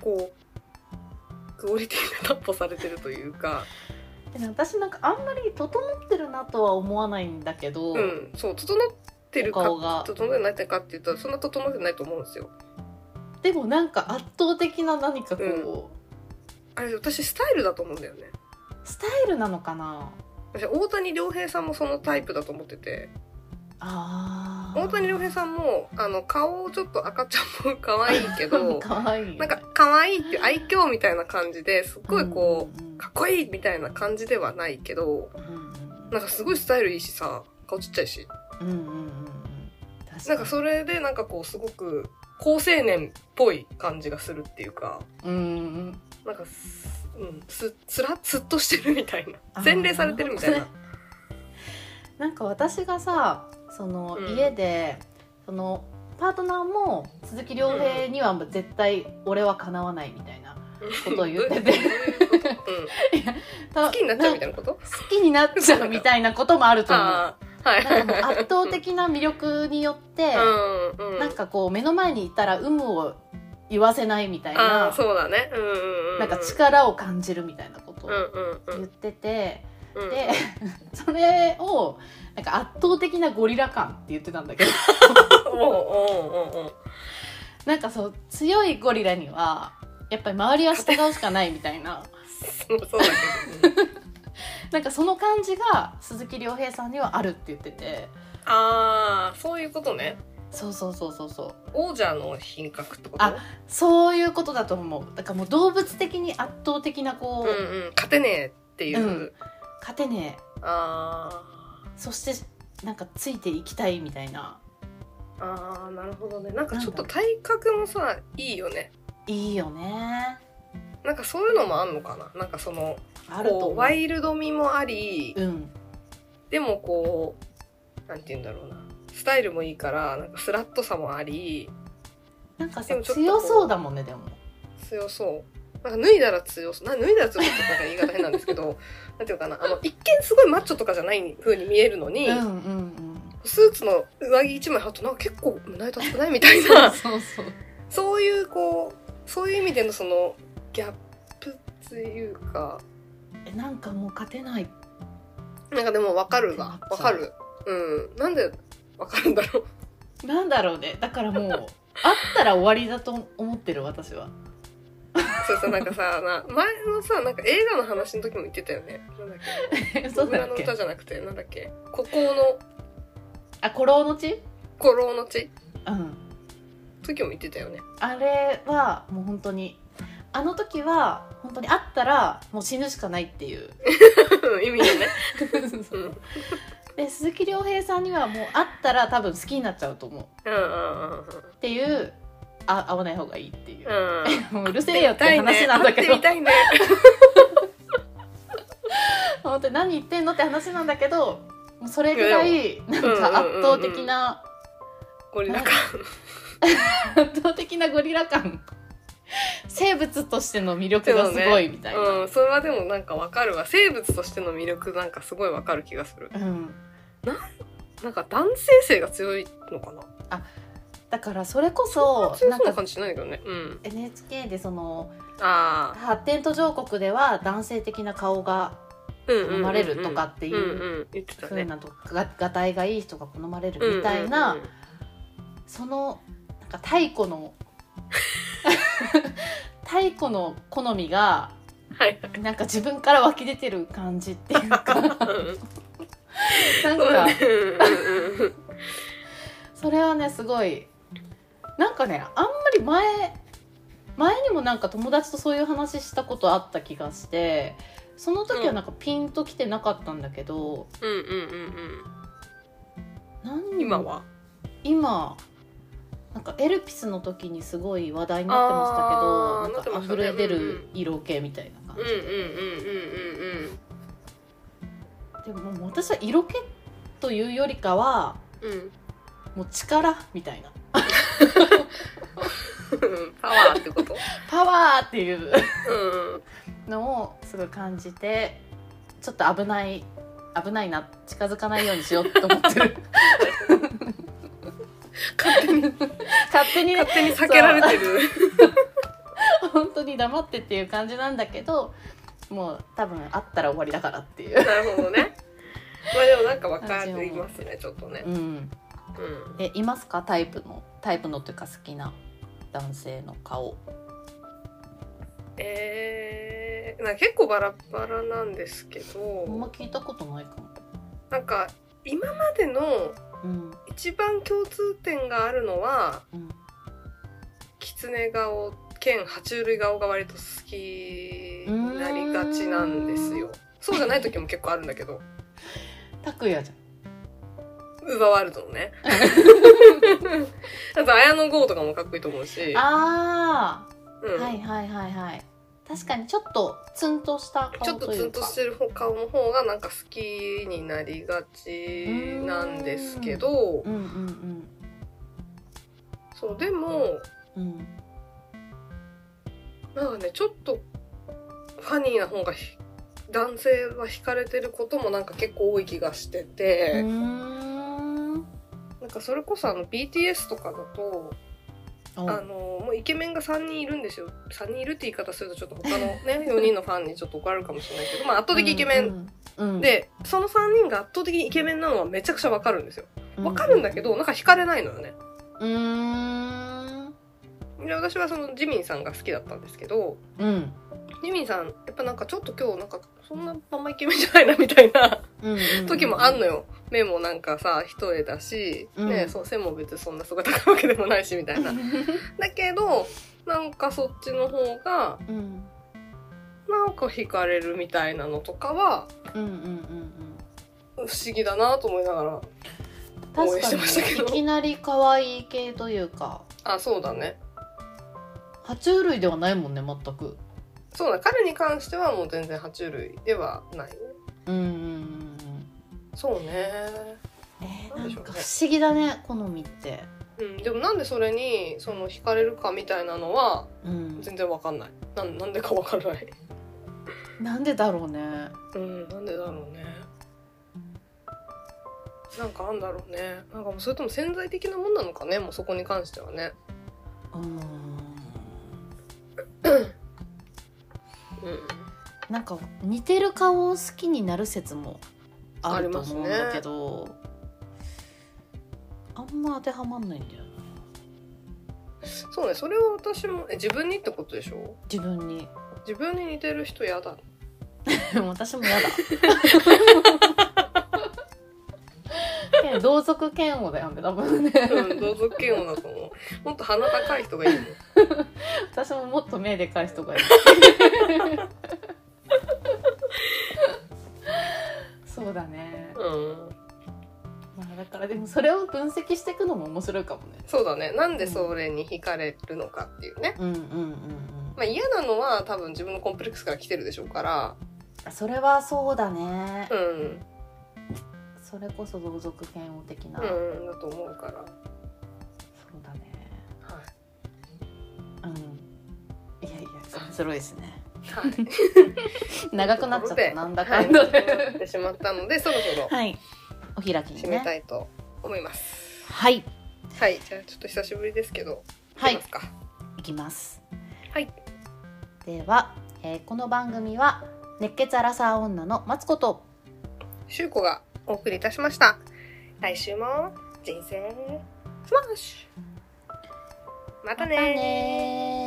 [SPEAKER 2] こう、クオリティが担保されてるというか、
[SPEAKER 1] でも私なんかあんまり整ってるなとは思わないんだけど、
[SPEAKER 2] うん、そう、整ってる
[SPEAKER 1] お顔が
[SPEAKER 2] か、整ってないかって言ったら、そんな整ってないと思うんですよ。
[SPEAKER 1] でもなんか圧倒的な何かこ
[SPEAKER 2] あれ、私スタイルだと思うんだよね。
[SPEAKER 1] う、スタイルなのかな
[SPEAKER 2] 私、大谷良平さんもそのタイプだと思ってて、
[SPEAKER 1] あ、
[SPEAKER 2] 大谷良平さんも、あの、顔をちょっと赤ちゃんっぽい可愛いけど
[SPEAKER 1] かわいいよね
[SPEAKER 2] なんか可愛いっていう愛嬌みたいな感じですっごいこ
[SPEAKER 1] うんうんう
[SPEAKER 2] うんかっこいいみたいな感じではないけどなんかすごいスタイルいいしさ顔ちっちゃいし
[SPEAKER 1] うんうんうんうんうん確
[SPEAKER 2] なんかそれでなんかこうすごく好青年っぽい感じがするっていうか
[SPEAKER 1] うんうん
[SPEAKER 2] なんかす、うん、すつらすっとしてるみたい
[SPEAKER 1] あー
[SPEAKER 2] な洗礼されてるみたいな。
[SPEAKER 1] なんか私がさその
[SPEAKER 2] うん
[SPEAKER 1] 家で、そのパートナーも鈴木亮平には絶対俺はかなわないみたいなことを言ってて
[SPEAKER 2] うん、
[SPEAKER 1] 好
[SPEAKER 2] 好きになっちゃうみたいなこと
[SPEAKER 1] 好きになっちゃうみたいなこともあると思う
[SPEAKER 2] ああはい
[SPEAKER 1] なんかもう圧倒的な魅力によって、
[SPEAKER 2] うんうん
[SPEAKER 1] なんかこう目の前にいたら有無を言わせないみたい
[SPEAKER 2] ああ
[SPEAKER 1] な
[SPEAKER 2] そうだねうんうんうん
[SPEAKER 1] なんか力を感じるみたいなことを
[SPEAKER 2] うんうんう
[SPEAKER 1] 言っ
[SPEAKER 2] ん
[SPEAKER 1] てて、
[SPEAKER 2] うん
[SPEAKER 1] で それをなんか圧倒的なゴリラ感って言ってたんだけど
[SPEAKER 2] おうおうおうおう
[SPEAKER 1] なんかそう強いゴリラにはやっぱり周りは従うしかないみたいな
[SPEAKER 2] そうそうだけど、うん
[SPEAKER 1] なんかその感じが鈴木亮平さんにはあるって言ってて
[SPEAKER 2] ああそういうことね
[SPEAKER 1] そうそうそうそうそう
[SPEAKER 2] 王者の品格ってこと
[SPEAKER 1] あそういうことだと思うだからもう動物的に圧倒的なこ
[SPEAKER 2] うん
[SPEAKER 1] う、
[SPEAKER 2] うん勝てねえっていう、
[SPEAKER 1] うん勝てねえ
[SPEAKER 2] あー
[SPEAKER 1] そしてなんかついていきたいみたいな
[SPEAKER 2] あーなるほどねなんかちょっと体格もさいいよね
[SPEAKER 1] いいよね
[SPEAKER 2] なんかそういうのもあんのかななんかその
[SPEAKER 1] あると
[SPEAKER 2] こう
[SPEAKER 1] 思う
[SPEAKER 2] ワイルド味もあり、
[SPEAKER 1] うん
[SPEAKER 2] でもこうなんて言うんだろうなスタイルもいいからなんかスラッとさもあり
[SPEAKER 1] なんか
[SPEAKER 2] で
[SPEAKER 1] さ
[SPEAKER 2] もちょっとこう
[SPEAKER 1] 強そうだもんねでも
[SPEAKER 2] 強そうなんか脱いだら強そうな脱いだら強そうってなんか言い方変なんですけど なんていうかなあの一見すごいマッチョとかじゃない風に見えるの
[SPEAKER 1] う
[SPEAKER 2] に、
[SPEAKER 1] んうんうん
[SPEAKER 2] スーツの上着一枚羽となんか結構胸板少ないみたいな
[SPEAKER 1] そうそう
[SPEAKER 2] そういうこうそういう意味でのそのギャップっていうか
[SPEAKER 1] えなんかもう勝てない
[SPEAKER 2] なんかでもわかるわわかるうんなんでわかるんだろう
[SPEAKER 1] なんだろうねだからもう あったら終わりだと思ってる私 は
[SPEAKER 2] そうそうなんかさな前のさなんか映画の話の時も言ってたよねなんだっけ
[SPEAKER 1] そうだ
[SPEAKER 2] 村
[SPEAKER 1] っ
[SPEAKER 2] の
[SPEAKER 1] け
[SPEAKER 2] 歌じゃなくてなんだっけ孤高の
[SPEAKER 1] あ古老の地
[SPEAKER 2] 孤老の地
[SPEAKER 1] うん
[SPEAKER 2] 時も言ってたよね
[SPEAKER 1] あれはもう本当にあの時は本当に会ったらもう死ぬしかないっていう
[SPEAKER 2] 意味よねうんうん
[SPEAKER 1] で鈴木亮平さんにはもう会ったら多分好きになっちゃうと思う
[SPEAKER 2] うん
[SPEAKER 1] っていうあ会わない方がいいっていう
[SPEAKER 2] う、んうん
[SPEAKER 1] もううるせえよって話なんだけど、
[SPEAKER 2] 会ってみたいね会ってみたいね
[SPEAKER 1] 本当に何言ってんのって話なんだけどもうそれぐらいなんか
[SPEAKER 2] うんうんうんうん
[SPEAKER 1] 圧倒的な、
[SPEAKER 2] ゴリラか
[SPEAKER 1] 圧倒的なゴリラ感生物としての魅力がすごいみたいな、
[SPEAKER 2] うんそれはでもなんかわかるわ生物としての魅力なんかすごいわかる気がする
[SPEAKER 1] うん、
[SPEAKER 2] なんか男性性が強いのかな
[SPEAKER 1] だからそれこそ
[SPEAKER 2] 強
[SPEAKER 1] なん
[SPEAKER 2] そうな
[SPEAKER 1] か
[SPEAKER 2] 感じしないよねうん
[SPEAKER 1] NHK でその
[SPEAKER 2] ああ
[SPEAKER 1] 発展途上国では男性的な顔が
[SPEAKER 2] 生
[SPEAKER 1] 生まれるとかっていうん
[SPEAKER 2] うん、言ってた
[SPEAKER 1] そういう
[SPEAKER 2] ね
[SPEAKER 1] なとががたいがいい人が好まれるみたいな、
[SPEAKER 2] うんうんうん
[SPEAKER 1] そのなんか太古の 太古の好みが
[SPEAKER 2] はい
[SPEAKER 1] なんか自分から湧き出てる感じっていうか なんか
[SPEAKER 2] うんうんうんうん
[SPEAKER 1] それはねすごいなんかねあんまり前前にもなんか友達とそういう話したことあった気がしてその時はなんかピンときてなかったんだけど、
[SPEAKER 2] うんうんうん
[SPEAKER 1] 何
[SPEAKER 2] うん
[SPEAKER 1] にも
[SPEAKER 2] 今は
[SPEAKER 1] 今なんかエルピスの時にすごい話題になって
[SPEAKER 2] あー
[SPEAKER 1] ましたけど
[SPEAKER 2] な
[SPEAKER 1] な
[SPEAKER 2] っ
[SPEAKER 1] ん
[SPEAKER 2] て
[SPEAKER 1] か
[SPEAKER 2] ましたね
[SPEAKER 1] 溢れ出る色気みたいな
[SPEAKER 2] う
[SPEAKER 1] 感
[SPEAKER 2] んうん
[SPEAKER 1] じ
[SPEAKER 2] うんうん
[SPEAKER 1] でももう私は色気というよりかは
[SPEAKER 2] うん うん
[SPEAKER 1] もう力みたいな
[SPEAKER 2] うんパワーってこと
[SPEAKER 1] パワーっていう
[SPEAKER 2] うんうん
[SPEAKER 1] のをすごい感じてちょっと危ない危ないな近づかないようにしようと思って る
[SPEAKER 2] 勝手に
[SPEAKER 1] 勝手にね
[SPEAKER 2] 勝手に避けられてる
[SPEAKER 1] 本当に黙ってっていう感じなんだけどもう多分会ったら終わりだからっていう、
[SPEAKER 2] なるほどねまあでもなんかわかりますねちょっとね
[SPEAKER 1] うん、
[SPEAKER 2] うん
[SPEAKER 1] えいますかタイプのタイプのというか好きな男性の顔
[SPEAKER 2] えー、なんか結構バラバラなんですけ
[SPEAKER 1] あんま
[SPEAKER 2] ど
[SPEAKER 1] 聞いたことないかも、
[SPEAKER 2] なんか今までの
[SPEAKER 1] うん
[SPEAKER 2] 一番共通点があるのは
[SPEAKER 1] うん、
[SPEAKER 2] 狐顔兼爬虫類顔が割と好きになりがちなんです
[SPEAKER 1] うー
[SPEAKER 2] よそうじゃない時も結構あるんだけど
[SPEAKER 1] 拓也じ
[SPEAKER 2] ウーバーワールドの ねあと綾野剛とかもかっこいいと思うし
[SPEAKER 1] ゃんあ
[SPEAKER 2] う
[SPEAKER 1] あ、
[SPEAKER 2] ん
[SPEAKER 1] はいはいはいはい確かにちょっとツンとした
[SPEAKER 2] ちょ
[SPEAKER 1] 顔
[SPEAKER 2] っと
[SPEAKER 1] とい
[SPEAKER 2] ツ
[SPEAKER 1] う
[SPEAKER 2] ンと
[SPEAKER 1] か
[SPEAKER 2] してる方顔の方がなんか好きになりがちなんですけど
[SPEAKER 1] うんうんうん
[SPEAKER 2] そうでも
[SPEAKER 1] うん
[SPEAKER 2] なんかねちょっとファニーな方がひ男性は惹かれてることもなんか結構多い気がして
[SPEAKER 1] う
[SPEAKER 2] て、
[SPEAKER 1] ーん
[SPEAKER 2] なんかそれこそあの BTS とかだと
[SPEAKER 1] お
[SPEAKER 2] あのもうイケメンが3人いるんですよ3人いるって言い方するとちょっと他のね 4人のファンにちょっと怒られるかもしれないけど、まあ、圧倒的イケメン、
[SPEAKER 1] ン、
[SPEAKER 2] でその3人が圧倒的にイケメンなのはめちゃくちゃわかるんですよわかるんだけどなんか惹かれないのよね
[SPEAKER 1] うーん
[SPEAKER 2] で私はそのジミンさんが好きだったんですけど
[SPEAKER 1] うん
[SPEAKER 2] ジミンさんやっぱなんかちょっと今日なんかそんなあんまイケメンじゃないなみたいな
[SPEAKER 1] うんうん
[SPEAKER 2] 時もあんのよ目もなんかさ一重だし、
[SPEAKER 1] うん
[SPEAKER 2] ねそう背も別にそんなすごい高いわけでもないしみたいなだけどなんかそっちの方が
[SPEAKER 1] うん
[SPEAKER 2] なんか惹かれるみたいなのとかは
[SPEAKER 1] うんうんうんうん
[SPEAKER 2] 不思議だなと思いながら応
[SPEAKER 1] 確
[SPEAKER 2] 援してましたけど
[SPEAKER 1] かにいきなり可愛い系というか
[SPEAKER 2] あそうだね
[SPEAKER 1] 爬虫類ではないもんね全く
[SPEAKER 2] そうだ彼に関してはもう全然爬虫類ではないね
[SPEAKER 1] うんうんうん
[SPEAKER 2] そうね
[SPEAKER 1] うんえー、
[SPEAKER 2] な
[SPEAKER 1] なん
[SPEAKER 2] で
[SPEAKER 1] ん
[SPEAKER 2] しょうね
[SPEAKER 1] か不思議だね好みって
[SPEAKER 2] うん、でもなんでそれにその惹かれるかみたいなのは
[SPEAKER 1] うん
[SPEAKER 2] 全然わかんないなんなんでかわからない
[SPEAKER 1] なんでだろうね
[SPEAKER 2] うん、なんでだろうね。なんかあんだろうね。なんかもうそれとも潜在的なもんなのかね、もうそこに関してはね。
[SPEAKER 1] うーん
[SPEAKER 2] うん。
[SPEAKER 1] なんか似てる顔を好きになる説もあると思うんだけどあ,、んま当てはまんないんだよな
[SPEAKER 2] そうね、それは私も、え、自分にってことでしょ
[SPEAKER 1] 自分に
[SPEAKER 2] 自分に似てる人嫌だ。
[SPEAKER 1] 私もやだけど同族嫌悪だよね多分ね
[SPEAKER 2] うん、同族嫌悪だと思う。 もっと鼻高い人がいいもん。
[SPEAKER 1] 私ももっと目でかい人 がいるそうだね、
[SPEAKER 2] うん。
[SPEAKER 1] まあ、だからでもそれを分析していくのも面白いかもね
[SPEAKER 2] そうだね。なんでそれに惹かれるのかっていうね。
[SPEAKER 1] うんうんうん
[SPEAKER 2] まあ嫌なのは多分自分のコンプレックスから来てるでしょうから。
[SPEAKER 1] うんそれはそうだね
[SPEAKER 2] う、ん。
[SPEAKER 1] それこそ同族嫌悪的な、そう
[SPEAKER 2] うん、だと思うから。
[SPEAKER 1] だね
[SPEAKER 2] はい。
[SPEAKER 1] うんいやいや面白いですね
[SPEAKER 2] はい。
[SPEAKER 1] 長くなっちゃったなんだか
[SPEAKER 2] はい
[SPEAKER 1] んだ
[SPEAKER 2] 長くなっ
[SPEAKER 1] で
[SPEAKER 2] てしまった ので、そろそろ
[SPEAKER 1] はいお開きに
[SPEAKER 2] 締めた
[SPEAKER 1] ね
[SPEAKER 2] いと思います。
[SPEAKER 1] はい
[SPEAKER 2] はい、じゃあちょっと久しぶりですけど、
[SPEAKER 1] はい
[SPEAKER 2] 行きますか。
[SPEAKER 1] いきます。
[SPEAKER 2] はい。
[SPEAKER 1] では、えーこの番組は熱血アラサー女のマツコと
[SPEAKER 2] シュウコがお送りいたしました。来週も人生スマッシュ。またねー。
[SPEAKER 1] またねー